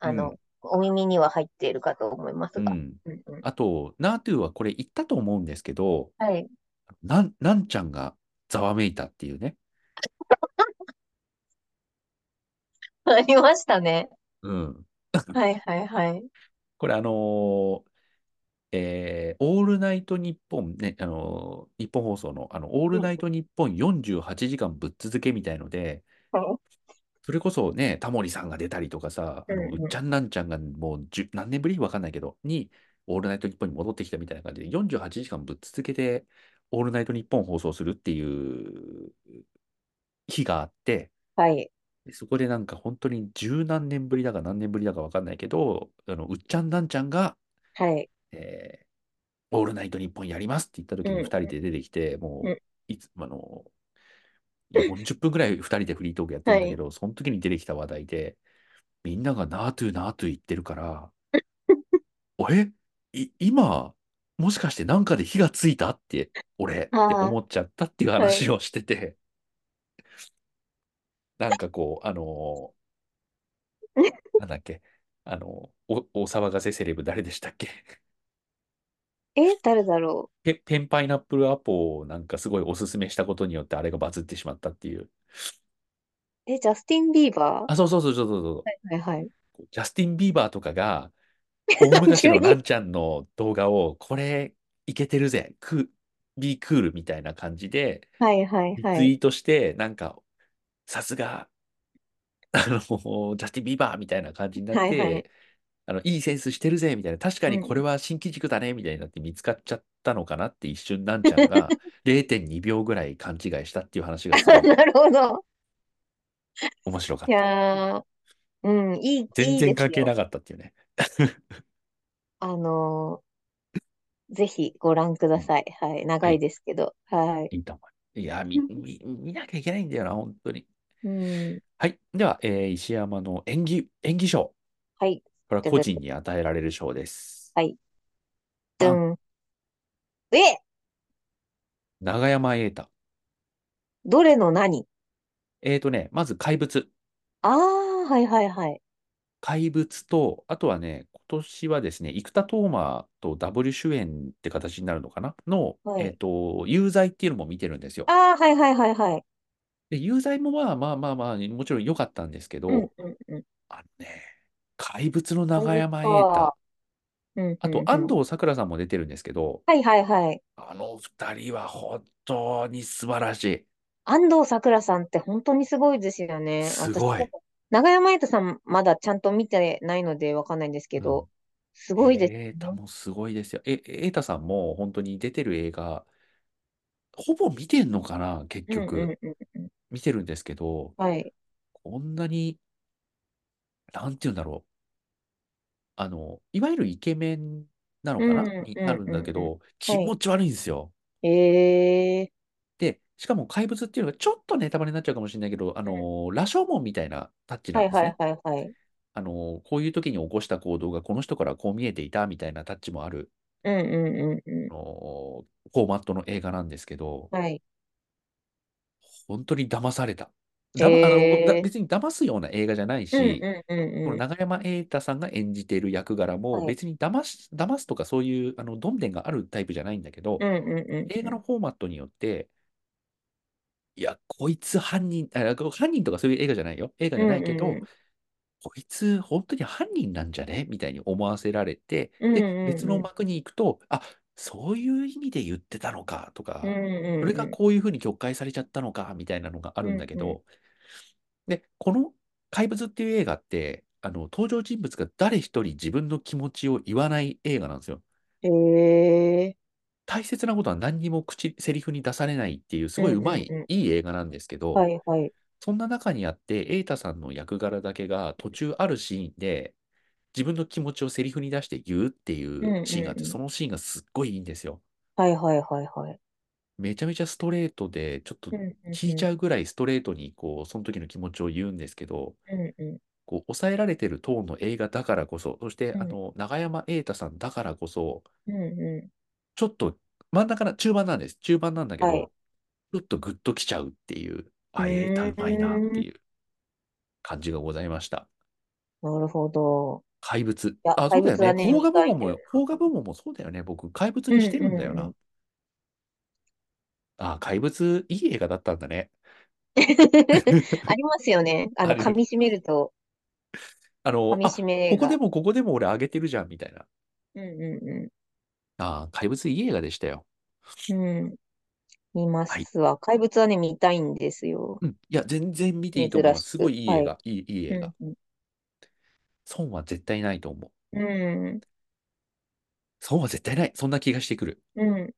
Speaker 2: あ
Speaker 1: うん。
Speaker 2: の、お耳には入っているかと思いま
Speaker 1: う
Speaker 2: すが。
Speaker 1: ん。
Speaker 2: うんうん。
Speaker 1: あと、ナートゥはこれ言ったと思うんですけど、
Speaker 2: はい。
Speaker 1: なん、なんちゃんがざわめいたっていうね。
Speaker 2: ありましたね。
Speaker 1: うん。
Speaker 2: はいはいはい。
Speaker 1: これあのーえーオールナイトニッポンね、あのー日本放送の、あの、オー
Speaker 2: う
Speaker 1: ル
Speaker 2: ん。
Speaker 1: ナイトニッポン48時間ぶっ続けみたいので、
Speaker 2: はい
Speaker 1: それこそね、タモリさんが出たりとかさ、あ
Speaker 2: う
Speaker 1: の、うっ
Speaker 2: んう
Speaker 1: ち
Speaker 2: ん。
Speaker 1: ゃんなんちゃんがもう10何年ぶりわかんないけど、に、オールナイトニッポンに戻ってきたみたいな感じで、48時間ぶっ続けて、オールナイトニッポン放送するっていう日があって、
Speaker 2: はい。
Speaker 1: でそこでなんか本当に十何年ぶりだか何年ぶりだかわかんないけど、あの、うっちゃんなんちゃんが、
Speaker 2: はい。
Speaker 1: えーオールナイトニッポンやりますって言った
Speaker 2: う
Speaker 1: 時に2人
Speaker 2: ん
Speaker 1: で出てきて、
Speaker 2: う
Speaker 1: も
Speaker 2: ん。
Speaker 1: う、いつ、あの、40分ぐらい2人でフリートークやってる
Speaker 2: は
Speaker 1: んだけ
Speaker 2: い。
Speaker 1: ど、その時に出てきた話題で、みんながナートゥーナートゥー言ってるから、 え、い、今、もしかしてなんかで火がついたって、俺って
Speaker 2: あ
Speaker 1: 思っちゃったっていう
Speaker 2: あ、はい。
Speaker 1: 話をしてて、なんかこう、あの なんだっけ、あのお、お騒がせセレブ誰でしたっけ
Speaker 2: え、誰だろ
Speaker 1: ペ、ペンパイナップルアポをなんかすごいおすすめしたことによってあれがバズってしまったっていう。
Speaker 2: う。え、ジャスティン・ビーバ
Speaker 1: あ、そうそうそうそうそうそう。
Speaker 2: ーはいはいはい。
Speaker 1: ジャスティン・ビーバーとか が、大昔
Speaker 2: 急
Speaker 1: のなん
Speaker 2: に。
Speaker 1: ちゃんの動画を、これ、いけてるぜ、ク、ビークールみたいな感じで、
Speaker 2: はいはい
Speaker 1: リ
Speaker 2: は
Speaker 1: ツイ
Speaker 2: い。
Speaker 1: ートして、なんか、さすが、あの、ジャスティン・ビーバーみたいな感じになっ
Speaker 2: はいはい。
Speaker 1: て、あの、いいセンスしてるぜ、みたいな、確か
Speaker 2: う
Speaker 1: にこ
Speaker 2: ん。
Speaker 1: れは新機軸だね、みたいになって見つかっちゃったのかなって一瞬、なんちゃん が0.2秒ぐらい勘違いしたっていう話がすごい
Speaker 2: なるほど。
Speaker 1: 面白かっ
Speaker 2: い
Speaker 1: た。
Speaker 2: やー、うん、いい、
Speaker 1: 全
Speaker 2: いい
Speaker 1: 然
Speaker 2: です
Speaker 1: 関係な
Speaker 2: よ。
Speaker 1: かったっていうね。
Speaker 2: あのーぜひご覧く
Speaker 1: う
Speaker 2: だ
Speaker 1: ん
Speaker 2: さい。はい。
Speaker 1: は
Speaker 2: 長い
Speaker 1: い
Speaker 2: ですけど。はい。
Speaker 1: いいと思う。いや、み、み、見なきゃいけないんだよな、本当に。
Speaker 2: うん。
Speaker 1: はい。では、えー石山の演技、演技賞。
Speaker 2: はい。
Speaker 1: これは
Speaker 2: だ
Speaker 1: 個
Speaker 2: だ
Speaker 1: 人に与えられる賞です。
Speaker 2: はい。
Speaker 1: あ
Speaker 2: ド
Speaker 1: ん、
Speaker 2: ゥン。え、
Speaker 1: 永山瑛太。
Speaker 2: どれの何
Speaker 1: えーとね、まず怪物。
Speaker 2: ああー、はいはいはい。
Speaker 1: 怪物と、あとはね、今年はですね、生田斗真とダブル主演って形になるのかなの、
Speaker 2: は
Speaker 1: えっ
Speaker 2: い。
Speaker 1: と、有罪っていうのも見てるんですよ。
Speaker 2: ああ、はいはいはいはい。
Speaker 1: で、有罪もまあまあまあまあ、もちろん良かったんですけ
Speaker 2: うん
Speaker 1: ど、
Speaker 2: うんうん。
Speaker 1: あのね、怪物の
Speaker 2: 怪
Speaker 1: 永
Speaker 2: 物
Speaker 1: 山瑛
Speaker 2: か。
Speaker 1: 太。
Speaker 2: うん
Speaker 1: あ
Speaker 2: う
Speaker 1: と、
Speaker 2: んう
Speaker 1: 安
Speaker 2: ん。
Speaker 1: 藤サクラさんも出てるんですけど、
Speaker 2: はいはいはい。
Speaker 1: あの二人は本当に素晴らしい。
Speaker 2: 安藤サクラさんって本当にすごいですよね。
Speaker 1: す
Speaker 2: 私、
Speaker 1: ご
Speaker 2: ちょっ
Speaker 1: い。
Speaker 2: と、永山瑛太さんまだちゃんと見てないのでわかんないんですけ
Speaker 1: うん
Speaker 2: ど、すごいです
Speaker 1: えー、た
Speaker 2: ね。
Speaker 1: もすごいですよ。え、瑛太さんも本当に出てる映画、ほぼ見てんのかな、結
Speaker 2: うん
Speaker 1: 局。
Speaker 2: うんうんうん。
Speaker 1: 見てるんですけど、
Speaker 2: はい。
Speaker 1: こんなに、なんて言うんだろう。あの、いわゆるイケメンなの
Speaker 2: う
Speaker 1: か
Speaker 2: ん
Speaker 1: な
Speaker 2: うん
Speaker 1: にな
Speaker 2: う
Speaker 1: るんだ
Speaker 2: ん
Speaker 1: け
Speaker 2: うん。
Speaker 1: ど、気
Speaker 2: は
Speaker 1: 持ち悪いんですよ。
Speaker 2: い。ええ
Speaker 1: で、しかも怪物っていうのがちょっとネタバレになっちゃうかもしれないけど、あの
Speaker 2: ー。
Speaker 1: ー、羅生門みたいなタッチ
Speaker 2: うん
Speaker 1: な
Speaker 2: は
Speaker 1: ん
Speaker 2: い
Speaker 1: です
Speaker 2: はい
Speaker 1: ね。
Speaker 2: はいはい。
Speaker 1: あのー、こういう時に起こした行動がこの人からこう見えていたみたいなタッチもある、
Speaker 2: うんうんうんう
Speaker 1: あのー、フォーマットの映画なんですけど、
Speaker 2: ん。はい。
Speaker 1: 本当に騙された。だま、あの、だ、
Speaker 2: ええ
Speaker 1: 別に騙すような映画じゃない
Speaker 2: ー。うん
Speaker 1: し、
Speaker 2: うんう
Speaker 1: こ
Speaker 2: ん
Speaker 1: の
Speaker 2: うん。
Speaker 1: 永山瑛太さんが演じている役柄も
Speaker 2: はい。
Speaker 1: 別に騙し、騙すとかそういうあのどんでんがあるタイプじゃないんだけ
Speaker 2: う
Speaker 1: ど、
Speaker 2: んうんうん
Speaker 1: 映
Speaker 2: う
Speaker 1: 画
Speaker 2: ん。
Speaker 1: のフォーマットによって、いや、こいつ犯人、あ、こ犯人とかそういう映画じゃないよ。映画
Speaker 2: う
Speaker 1: じゃ
Speaker 2: ん
Speaker 1: ないけど、
Speaker 2: う
Speaker 1: こいつ本当に犯人なんじゃねみたいに思わせられて、
Speaker 2: んうん。
Speaker 1: で、
Speaker 2: うん
Speaker 1: 別
Speaker 2: うん
Speaker 1: の
Speaker 2: うん。
Speaker 1: 幕に行くと、あ、そういう意味で言ってたのかと
Speaker 2: うん
Speaker 1: か、それが
Speaker 2: う
Speaker 1: こういうふうに曲解されちゃったのかみたいなのがあ
Speaker 2: ん
Speaker 1: るん
Speaker 2: う
Speaker 1: だ
Speaker 2: ん。
Speaker 1: け
Speaker 2: うんうん。
Speaker 1: ど、で、この怪物っていう映画って、あの登場人物が誰一人自分の気持ちを言わない映画なんですよ。
Speaker 2: ええ
Speaker 1: 大切なことは何にも口、セリフに出されないっていう、す
Speaker 2: ー。う
Speaker 1: ごい
Speaker 2: ん
Speaker 1: うま
Speaker 2: うん
Speaker 1: い、
Speaker 2: うん。
Speaker 1: いい映画なんですけど、
Speaker 2: はいはい。
Speaker 1: そんな中にあって、瑛太さんの役柄だけが途中あるシーンで、自分の気持ちをセリフに出して言うってい
Speaker 2: うん
Speaker 1: うシーンがあっ
Speaker 2: う
Speaker 1: て、
Speaker 2: んうん。
Speaker 1: そのシーンがすっごいいいんですよ。
Speaker 2: はいはいはいはい。
Speaker 1: めちゃめちゃストレートで、ちょっと
Speaker 2: うんう
Speaker 1: 聞い
Speaker 2: ん
Speaker 1: ちゃうぐらいストレートに、こう、その時の気持ちを言うんですけど、
Speaker 2: うんうん
Speaker 1: こう抑えられてるトーンの映画だからこそ、そして
Speaker 2: う
Speaker 1: あ
Speaker 2: ん
Speaker 1: の永山瑛太さんだからこそ、
Speaker 2: うんう
Speaker 1: ちょっと真ん中な、中盤なんです。中盤なんだ
Speaker 2: ん。
Speaker 1: け
Speaker 2: はい。
Speaker 1: ど、ちょっとグッときちゃうっていう、
Speaker 2: う
Speaker 1: あ、瑛太うまいなっ
Speaker 2: ー
Speaker 1: て
Speaker 2: ん。
Speaker 1: いう感じがございました。
Speaker 2: なる ほど。
Speaker 1: 怪物。
Speaker 2: いや、
Speaker 1: あ、そ
Speaker 2: 怪
Speaker 1: うだよね。
Speaker 2: 物はね、
Speaker 1: 邦
Speaker 2: 見
Speaker 1: 画部
Speaker 2: たい
Speaker 1: 門
Speaker 2: で
Speaker 1: も、
Speaker 2: す。
Speaker 1: 邦画部門もそうだよね。僕、怪物
Speaker 2: うん
Speaker 1: にしてるんだよ
Speaker 2: うんう
Speaker 1: な。
Speaker 2: ん。
Speaker 1: あ、怪物、いい映画だったんだね。
Speaker 2: ありますよね。あ
Speaker 1: あ
Speaker 2: の、
Speaker 1: れ
Speaker 2: 噛
Speaker 1: る。
Speaker 2: み締めると、
Speaker 1: あ
Speaker 2: 噛
Speaker 1: の、
Speaker 2: み
Speaker 1: あ、
Speaker 2: 締め
Speaker 1: こ
Speaker 2: 映
Speaker 1: こで
Speaker 2: 画。
Speaker 1: もここでも俺上げてるじゃん、みたいな。
Speaker 2: うんう
Speaker 1: あ、怪物、いい映画でしたよ。
Speaker 2: んうん。うん。見ま
Speaker 1: はい。
Speaker 2: すわ。怪物はね、見たいんですよ。
Speaker 1: うん。いや、全然見ていい
Speaker 2: 珍
Speaker 1: と思いま
Speaker 2: し
Speaker 1: す。すご
Speaker 2: く。
Speaker 1: いいい
Speaker 2: は
Speaker 1: 映
Speaker 2: い。
Speaker 1: 画。いい、いいう映画。
Speaker 2: んうん。
Speaker 1: 損は絶対ないと思う。
Speaker 2: うん。
Speaker 1: 損は絶対ない。そんな気がしてくる。
Speaker 2: うん。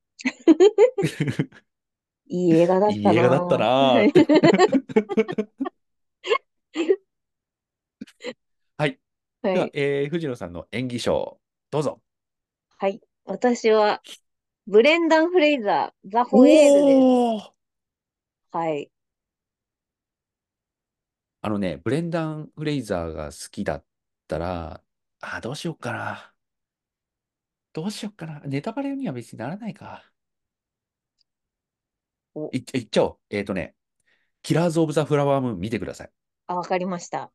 Speaker 2: いい映画だっ
Speaker 1: いい
Speaker 2: た
Speaker 1: 映画だった
Speaker 2: な
Speaker 1: な
Speaker 2: ぁ。
Speaker 1: ーってはい。
Speaker 2: は
Speaker 1: では、
Speaker 2: い。
Speaker 1: えー、藤野さんの演技賞、どうぞ。
Speaker 2: はい。私は、ブレンダン・フレイザー、ザ・ホエールです。
Speaker 1: おー
Speaker 2: はい。
Speaker 1: あのね、ブレンダン・フレイザーが好きだったら、あー、どうしようかな。どうしようかな。ネタバレには別にならないか。
Speaker 2: お、
Speaker 1: いっ、いっちゃおう。えっとね、キラーズ・オブ・ザ・フラワームーン見てください。
Speaker 2: あ、わかりました。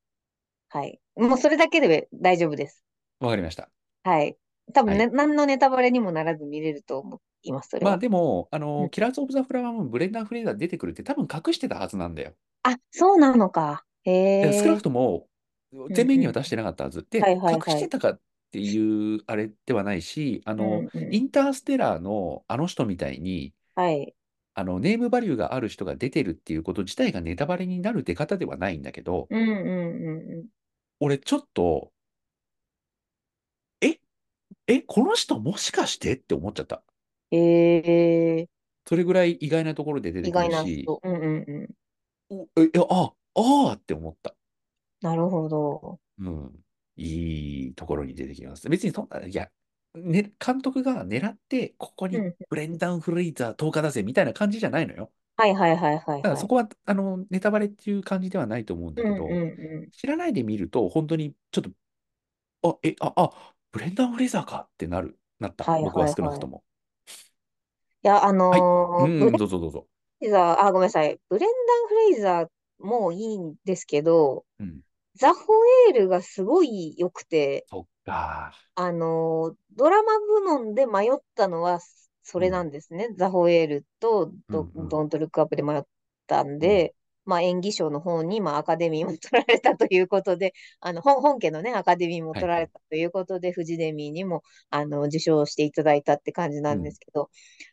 Speaker 2: はい。もうそれだけで大丈夫です。
Speaker 1: わかりました。
Speaker 2: はい。多
Speaker 1: は
Speaker 2: 分
Speaker 1: い。
Speaker 2: ね、何のネタバレにもならず見れると思います、それ
Speaker 1: まあ
Speaker 2: は。
Speaker 1: でも、あ
Speaker 2: う
Speaker 1: の
Speaker 2: ん。
Speaker 1: キラーズ・オブ・ザ・フラワームーン、ブレンダン・フレイザー出てくるって多分隠してたはずなんだよ。
Speaker 2: あ、そうなのか。へ
Speaker 1: いや少な
Speaker 2: え。
Speaker 1: くとも、
Speaker 2: うん
Speaker 1: 前面には
Speaker 2: う
Speaker 1: 出して
Speaker 2: ん。
Speaker 1: なかったはず。
Speaker 2: は
Speaker 1: で、
Speaker 2: いはい
Speaker 1: 隠し
Speaker 2: は
Speaker 1: て
Speaker 2: い。
Speaker 1: たかっていうあれではないし、あ
Speaker 2: う
Speaker 1: の、
Speaker 2: んう
Speaker 1: イ
Speaker 2: ん。
Speaker 1: ンターステラーのあの人みたいに、
Speaker 2: はい。
Speaker 1: あの、ネームバリューがある人が出てるっていうこと自体がネタバレになる出方ではないんだけど、
Speaker 2: うんうんうん
Speaker 1: 俺ちょっと、え、え、この人もしかしてって思っちゃった。
Speaker 2: うん。へえ。
Speaker 1: それぐらい意外なところで出て
Speaker 2: 意
Speaker 1: く
Speaker 2: 外
Speaker 1: る
Speaker 2: な
Speaker 1: し、
Speaker 2: 人。うんうんうん。
Speaker 1: お、え、いやあ、ああって思った。
Speaker 2: なるほど。
Speaker 1: うん。いいところに出てきます。別にそんな、いや、ね、監督が狙って、ここ
Speaker 2: う
Speaker 1: に
Speaker 2: ん。
Speaker 1: ブレンダン・フレイザー10日だぜみたいな感じじゃないのよ。
Speaker 2: はいはいはいはい
Speaker 1: だから
Speaker 2: は
Speaker 1: そ
Speaker 2: い。
Speaker 1: こは、あの、ネタバレっていう感じではないと思うん
Speaker 2: う
Speaker 1: だけ
Speaker 2: ん
Speaker 1: ど、
Speaker 2: う
Speaker 1: 知らないで見ると、本当にちょっと、あ、え、あ、あ、ブレンダン・フレイザーかってなる、なった。
Speaker 2: はい
Speaker 1: 僕は
Speaker 2: はい
Speaker 1: 少なく
Speaker 2: は
Speaker 1: と
Speaker 2: い。
Speaker 1: も。
Speaker 2: いや、
Speaker 1: は
Speaker 2: あ
Speaker 1: い。う
Speaker 2: のーブレ
Speaker 1: ん、どうぞどうぞ。
Speaker 2: ンダン・フレイザー、あ、ごめんなさい。ブレンダン・フレイザーもいいんですけど、
Speaker 1: うん。
Speaker 2: ザ・ホエールがすごい良くて、
Speaker 1: そっか。
Speaker 2: あの、ドラマ部門で迷ったのは、そうれなん
Speaker 1: ん、
Speaker 2: ですね。ザ・ホエールと
Speaker 1: う
Speaker 2: ド、
Speaker 1: ん、う
Speaker 2: ド
Speaker 1: ん、
Speaker 2: ントルックアップで迷った
Speaker 1: う
Speaker 2: ん
Speaker 1: ん。
Speaker 2: で、まあ、演技賞の方に、まあ、アカデミーも取られたということで、あの、本、本家のね、アカデミーも
Speaker 1: は
Speaker 2: 取
Speaker 1: い
Speaker 2: ら
Speaker 1: は
Speaker 2: れ
Speaker 1: い。
Speaker 2: たということで、フジデミーにも、あの、受賞していただいたって感じな
Speaker 1: うん
Speaker 2: です
Speaker 1: ん。
Speaker 2: けど、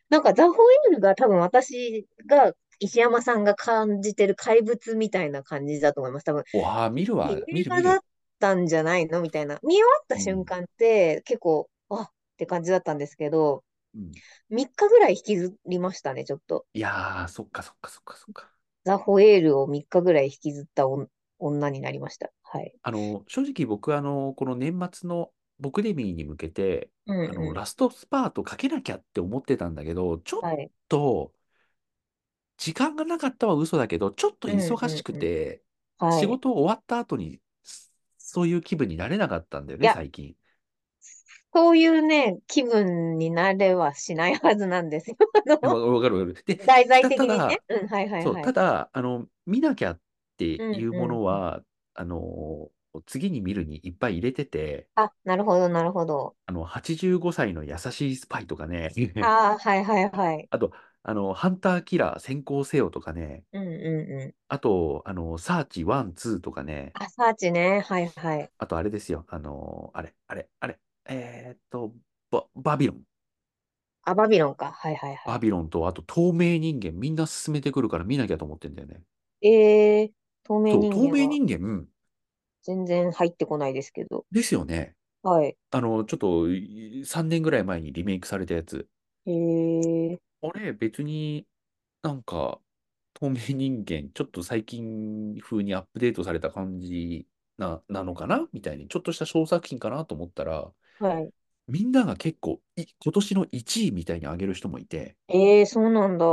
Speaker 2: なんか、ザ・ホイールが多分私が、石山さんが感じてる怪物みたいな感じだと思います。多分、
Speaker 1: おあ、見る
Speaker 2: いい
Speaker 1: わ。見
Speaker 2: 映
Speaker 1: る
Speaker 2: 画
Speaker 1: 見
Speaker 2: だっ
Speaker 1: る。
Speaker 2: たんじゃないのみたいな。見終わっ
Speaker 1: う
Speaker 2: た瞬
Speaker 1: ん。
Speaker 2: 間って、結構、あって感じだったんですけど、
Speaker 1: うん。
Speaker 2: 3日ぐらい引きずりましたね、ちょっと。
Speaker 1: いやー、そっかそっかそっかそっか。
Speaker 2: ザ・ホエールを3日ぐらい引きずったおん女になりました。はい。
Speaker 1: あの、正直僕、あの、この年末の僕デミーに向けて、
Speaker 2: う
Speaker 1: あの、
Speaker 2: んう
Speaker 1: ラストスパートかけなきゃって思ってたんだけど、ちょ
Speaker 2: ん。
Speaker 1: っ
Speaker 2: はい。
Speaker 1: と、時間がなかったは嘘だけど、ちょっと
Speaker 2: うん
Speaker 1: 忙し
Speaker 2: う
Speaker 1: く
Speaker 2: んうん。
Speaker 1: て、
Speaker 2: は
Speaker 1: 仕
Speaker 2: い。
Speaker 1: 事終わった後に、そそういう気分になれなかったんだよ
Speaker 2: い
Speaker 1: ね、
Speaker 2: や、
Speaker 1: 最近。
Speaker 2: そういうね、気分になれはしないはずなんですよ。あ
Speaker 1: いや
Speaker 2: の、
Speaker 1: わわかるわかる。で、
Speaker 2: 題材
Speaker 1: た、た
Speaker 2: 的にね。
Speaker 1: だ、
Speaker 2: うん、はいはい
Speaker 1: そう、
Speaker 2: は
Speaker 1: た
Speaker 2: い。
Speaker 1: だ、あの、見なきゃって
Speaker 2: うん
Speaker 1: いうも
Speaker 2: うん
Speaker 1: の
Speaker 2: うん。
Speaker 1: は、あの、次に見るにいっぱい入れてて、
Speaker 2: あ、なるほどなるほど。
Speaker 1: あの、85歳の優しいスパイとかね、
Speaker 2: ああ、はいはいはい。
Speaker 1: あと、あの、ハンターキラー先行せよとかね、
Speaker 2: うんうんうん。
Speaker 1: あと、あの、サーチワンツーとかね、
Speaker 2: あ、サーチね。はいはい。
Speaker 1: あとあれですよ、あの、あれ、あれ、あれ、えーっと、バ、バビロン。
Speaker 2: あ、バビロンか。はいはいは
Speaker 1: バ
Speaker 2: い。
Speaker 1: ビロンと、あと、透明人間、みんな進めてくるから見なきゃと思ってんだよね。
Speaker 2: えー、透明
Speaker 1: そう、
Speaker 2: 人
Speaker 1: 透
Speaker 2: 間
Speaker 1: 明
Speaker 2: は
Speaker 1: 人間
Speaker 2: 全然入ってこないですけど。
Speaker 1: ですよね。
Speaker 2: はい。
Speaker 1: あの、ちょっと、い3年ぐらい前にリメイクされたやつ。
Speaker 2: えー、
Speaker 1: あれ、別になんか、透明人間、ちょっと最近風にアップデートされた感じな、なのかなみたいに、ちょっとした小作品かなと思ったら、
Speaker 2: はい。
Speaker 1: みんなが結構、い今年の1位みたいに上げる人もいて、
Speaker 2: えー、そうなんだ。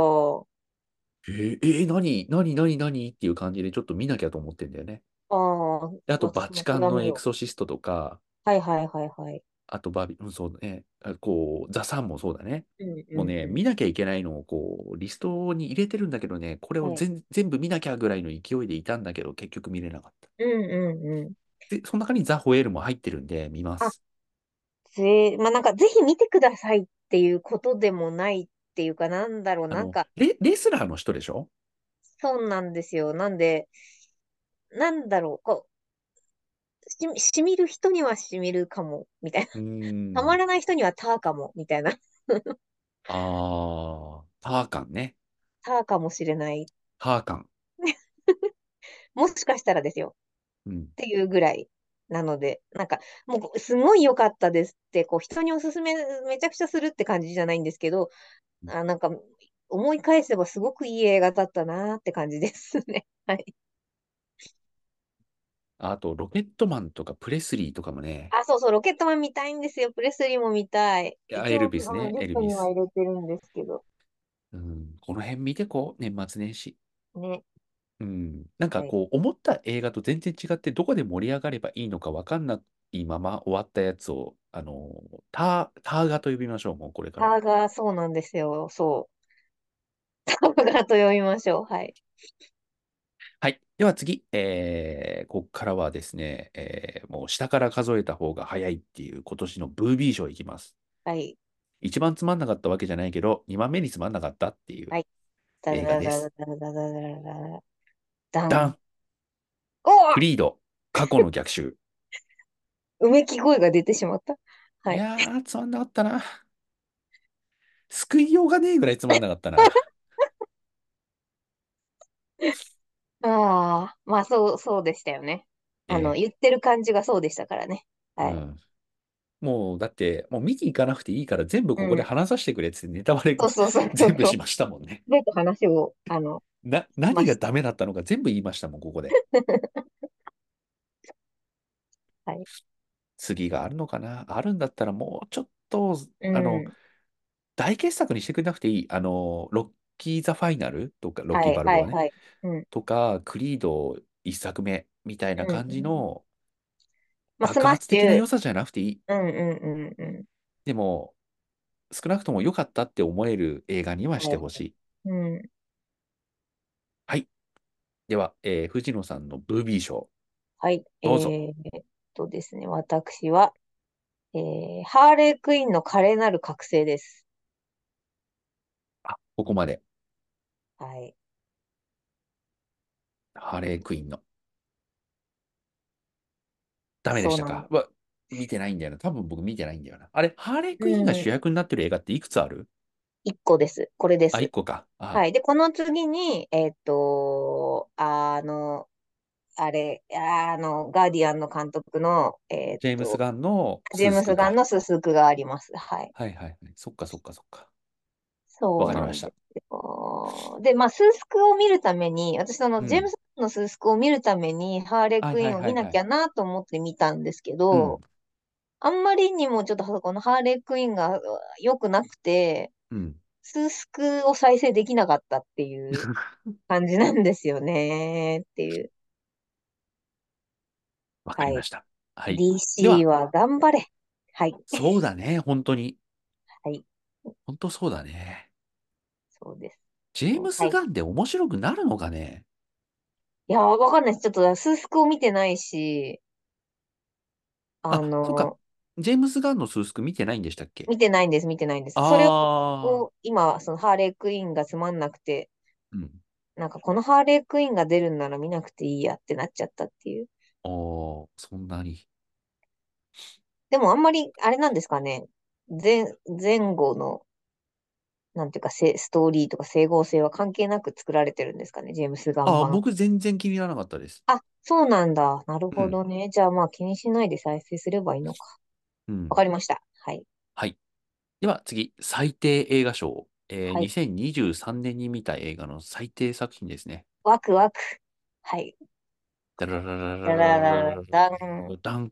Speaker 1: えー、えー、何、何、何、何っていう感じで、ちょっと見なきゃと思ってんだよね。
Speaker 2: ああ、
Speaker 1: であと、バ
Speaker 2: 私
Speaker 1: チカ
Speaker 2: また
Speaker 1: ン
Speaker 2: ダ
Speaker 1: の
Speaker 2: メ
Speaker 1: エク
Speaker 2: よ。
Speaker 1: ソシストとか、
Speaker 2: はいはいはいはい。
Speaker 1: あとバビ、うんそうね、あこう、ザ・サンもそうだね。
Speaker 2: うん
Speaker 1: もう
Speaker 2: う
Speaker 1: ね、
Speaker 2: んう
Speaker 1: 見なきゃいけないのを、こう、リストに入れてるんだけどね、これ
Speaker 2: ん。
Speaker 1: を
Speaker 2: はい。
Speaker 1: 全、全部見なきゃぐらいの勢いでいたんだけど、結局見れなかった。
Speaker 2: うんうんうん。
Speaker 1: で、その中にザ・ホエールも入ってるんで、見ま
Speaker 2: あ、
Speaker 1: す。
Speaker 2: ぜ、まあ、なんかぜひ見てくださいっていうことでもないっていうか、なんだろう、
Speaker 1: あ
Speaker 2: なん
Speaker 1: の、
Speaker 2: か、
Speaker 1: レ、レスラーの人でしょ
Speaker 2: そうなんですよ。なんで、なんだろう、こう、しみ、しみる人にはしみるかも、みたいな。
Speaker 1: うー
Speaker 2: たま
Speaker 1: ん。
Speaker 2: らない人にはターかも、みたいな。
Speaker 1: あー、ターカンね。
Speaker 2: ターかもしれない。
Speaker 1: ターカン。
Speaker 2: もしかしたらですよ。
Speaker 1: うん。
Speaker 2: っていうぐらいなので、なんか、もう、すごい良かったですって、こう、人におすすめ、めちゃくちゃするって感じじゃないんですけど、あ、なんか、思い返せばすごくいい映画だったなって感じですね。はい。
Speaker 1: あと、ロケットマンとかプレスリーとかもね、
Speaker 2: あ、そうそう、ロケットマン見たいんですよ。プレスリーも見たい。
Speaker 1: いや
Speaker 2: 一
Speaker 1: エル
Speaker 2: 応、
Speaker 1: ビス
Speaker 2: あの、
Speaker 1: ね、エ
Speaker 2: リス
Speaker 1: ル
Speaker 2: ト
Speaker 1: ビ
Speaker 2: には
Speaker 1: ス。
Speaker 2: 入れてるんですけど。
Speaker 1: うん、この辺見てこう、年末年始。
Speaker 2: ね。
Speaker 1: うん、なん
Speaker 2: は
Speaker 1: か
Speaker 2: い。
Speaker 1: こう思った映画と全然違ってどこで盛り上がればいいのか分かんないまま終わったやつをあのター、ターガと呼びましょうもうこれか
Speaker 2: タ
Speaker 1: ら。
Speaker 2: ーがそうなんですよ。そう。ターガと読みましょう。はい。
Speaker 1: はい。では次、えー、ここからはですね、えーもう下から数えた方が早いっていう今年のブービー賞いきます。
Speaker 2: はい。
Speaker 1: 一番つまんなかったわけじゃないけど2番目につまんなかったっていう
Speaker 2: はい。ダ
Speaker 1: 映画
Speaker 2: ダ
Speaker 1: で
Speaker 2: ダダ
Speaker 1: す。
Speaker 2: ダダダダダダダ
Speaker 1: ダ
Speaker 2: ン。
Speaker 1: ン、
Speaker 2: お
Speaker 1: ク
Speaker 2: ー
Speaker 1: リード、過去の逆襲。
Speaker 2: うめき声が出てしまった。
Speaker 1: い
Speaker 2: はい。
Speaker 1: やー、つまんなかったな。救いようがねえぐらいつまんなかったな。
Speaker 2: ああ、まあそう、そうでしたよね。 あの、
Speaker 1: え
Speaker 2: 言ってる感じがそうでしたからね。
Speaker 1: ー
Speaker 2: は
Speaker 1: う
Speaker 2: い。
Speaker 1: んもうだって、もう見に行かなくていいから全部
Speaker 2: う
Speaker 1: ここで
Speaker 2: ん。
Speaker 1: 話させてくれっつってネタバレ
Speaker 2: そうそうそうそう
Speaker 1: 全部
Speaker 2: そ
Speaker 1: し
Speaker 2: う。
Speaker 1: ましたもんね。
Speaker 2: 全部話を、あの、
Speaker 1: な、
Speaker 2: しま
Speaker 1: 何が
Speaker 2: し
Speaker 1: ダメだったのか全部言いましたもん、ここで。
Speaker 2: た。 はい。
Speaker 1: 次があるのかなあるんだったらもうちょっと、
Speaker 2: う
Speaker 1: あの、
Speaker 2: ん。
Speaker 1: 大傑作にしてくれなくていい。あの、ロッキー・ザ・ファイナルとか、ロッ
Speaker 2: は
Speaker 1: キー・
Speaker 2: い、
Speaker 1: バルボア
Speaker 2: はい、
Speaker 1: ね。
Speaker 2: はい。うん。
Speaker 1: とか、クリード一作目みたいな
Speaker 2: うん、
Speaker 1: 感じ
Speaker 2: うん。
Speaker 1: の
Speaker 2: まあ、ス
Speaker 1: 爆
Speaker 2: マッ
Speaker 1: 発
Speaker 2: シ
Speaker 1: 的な
Speaker 2: ュ。
Speaker 1: 良さじゃなくていい。
Speaker 2: うん、うん、うん、う
Speaker 1: でも、少なくとも良かったって思える映画には
Speaker 2: ん。
Speaker 1: し
Speaker 2: は
Speaker 1: て
Speaker 2: い。
Speaker 1: ほしい。
Speaker 2: うん。
Speaker 1: はい。では、えー藤野さんのブービー賞、
Speaker 2: はい。え
Speaker 1: どうぞ。
Speaker 2: ーっとですね、私は、えー、ハーレークイーンの華麗なる覚醒です。
Speaker 1: あ、ここまで。
Speaker 2: はい。
Speaker 1: ハレークイーンの。ダメで
Speaker 2: そ
Speaker 1: し
Speaker 2: う
Speaker 1: た
Speaker 2: なの。
Speaker 1: か。わ、見てないんだよな。多分僕見てないんだよな。あれ、ハーレークイーンが
Speaker 2: うん。
Speaker 1: 主役になってる映画っていくつある
Speaker 2: 1個です。これで
Speaker 1: あ、1
Speaker 2: す。
Speaker 1: 個か。あ
Speaker 2: はい。で、この次に、えっと、あの、あれ、あの、ガーディアンの監督の、えっ
Speaker 1: ジェームス・
Speaker 2: と、
Speaker 1: ガンの
Speaker 2: ジェ
Speaker 1: ス
Speaker 2: ー
Speaker 1: ズ
Speaker 2: ムス・
Speaker 1: ク
Speaker 2: ガン
Speaker 1: か。
Speaker 2: のススクがあります。はい。
Speaker 1: はいはいはい。そっかそっかそっか。わ
Speaker 2: そう
Speaker 1: かり
Speaker 2: な
Speaker 1: ま
Speaker 2: ん
Speaker 1: し
Speaker 2: で
Speaker 1: た。
Speaker 2: すよ。で、まあ、スースクを見るために、私、そうの、ジェーム
Speaker 1: ん。
Speaker 2: スのスースクを見るために、ハーレー
Speaker 1: はい
Speaker 2: クイ
Speaker 1: は
Speaker 2: ー
Speaker 1: い
Speaker 2: ンを
Speaker 1: は
Speaker 2: 見
Speaker 1: い
Speaker 2: な
Speaker 1: は
Speaker 2: き
Speaker 1: い。
Speaker 2: ゃなと思って見たんですけ
Speaker 1: うん。
Speaker 2: ど、あんまりにもちょっとこのハーレークイーンがうわ良くなくて、
Speaker 1: うん。
Speaker 2: スースクを再生できなかったっ ていう感じなんですよね。っていう。
Speaker 1: わか
Speaker 2: は
Speaker 1: りま
Speaker 2: い。
Speaker 1: した。はい。で
Speaker 2: DC
Speaker 1: は、
Speaker 2: は頑張れ。はい。
Speaker 1: そうだね。本当に。
Speaker 2: はい。
Speaker 1: 本当そうだね。
Speaker 2: そうです。
Speaker 1: ジェーム
Speaker 2: は
Speaker 1: ス・
Speaker 2: い。
Speaker 1: ガンで面白くなるのかね。
Speaker 2: いやー、わかんないです。ちょっと、スースクを見てないし、あ
Speaker 1: あ、そっか。
Speaker 2: の、
Speaker 1: ジェームス・ガンのスースク見てないんでしたっけ
Speaker 2: 見てないんです、見てないんです。それ
Speaker 1: ああ
Speaker 2: を、今、そのハーレークイーンがつまんなくて、
Speaker 1: ー。うん。
Speaker 2: なんかこのハーレークイーンが出るんなら見なくていいやってなっちゃったっていう。
Speaker 1: おー、そんなに。
Speaker 2: でもあんまり、あれなんですかね。前、前後の、なんていうか、せ、ストーリーとか整合性は関係なく作られてるんですかね、ジェームス・ガン
Speaker 1: あ、
Speaker 2: 版。
Speaker 1: 僕全然気にならなかったです。
Speaker 2: あ、そうなんだ。なる
Speaker 1: う
Speaker 2: ほ
Speaker 1: ん。
Speaker 2: どね。じゃあまあ気にしないで再生すればいいのか。
Speaker 1: う
Speaker 2: わ
Speaker 1: ん。
Speaker 2: かりました。はい。
Speaker 1: はい。では次、最低映画賞。えー、
Speaker 2: はい。
Speaker 1: 2023年に見た映画の最低作品ですね。
Speaker 2: ワクワク。はい。
Speaker 1: ダララララ
Speaker 2: ララ
Speaker 1: ラ
Speaker 2: ラ
Speaker 1: ラ
Speaker 2: ラ
Speaker 1: ラ
Speaker 2: ダン。
Speaker 1: ラダン。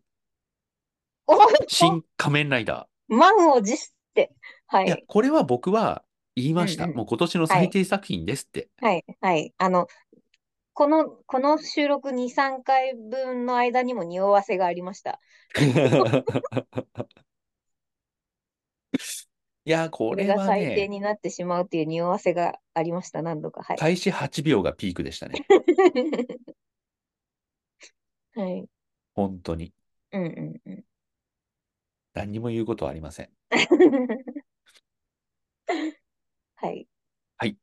Speaker 2: おお
Speaker 1: 新仮面ライダー。
Speaker 2: 満を持して。はい
Speaker 1: や、
Speaker 2: い。
Speaker 1: これは僕は言いうま
Speaker 2: ん
Speaker 1: し
Speaker 2: う
Speaker 1: た。
Speaker 2: ん。
Speaker 1: もう今年の
Speaker 2: は
Speaker 1: 最
Speaker 2: い。
Speaker 1: 低作品ですって。
Speaker 2: はい。はい。あの、この、この収録2、3回分の間にも匂わせがありました。
Speaker 1: いや、こ
Speaker 2: これ
Speaker 1: れ
Speaker 2: が
Speaker 1: は
Speaker 2: 最低
Speaker 1: ね、
Speaker 2: になってしまうという匂わせがありました。何度か。はい。
Speaker 1: 開始8秒がピークでしたね。
Speaker 2: はい。
Speaker 1: 本当に。
Speaker 2: うんうんうん。
Speaker 1: 何にも言うことはありません。
Speaker 2: はい。
Speaker 1: はいい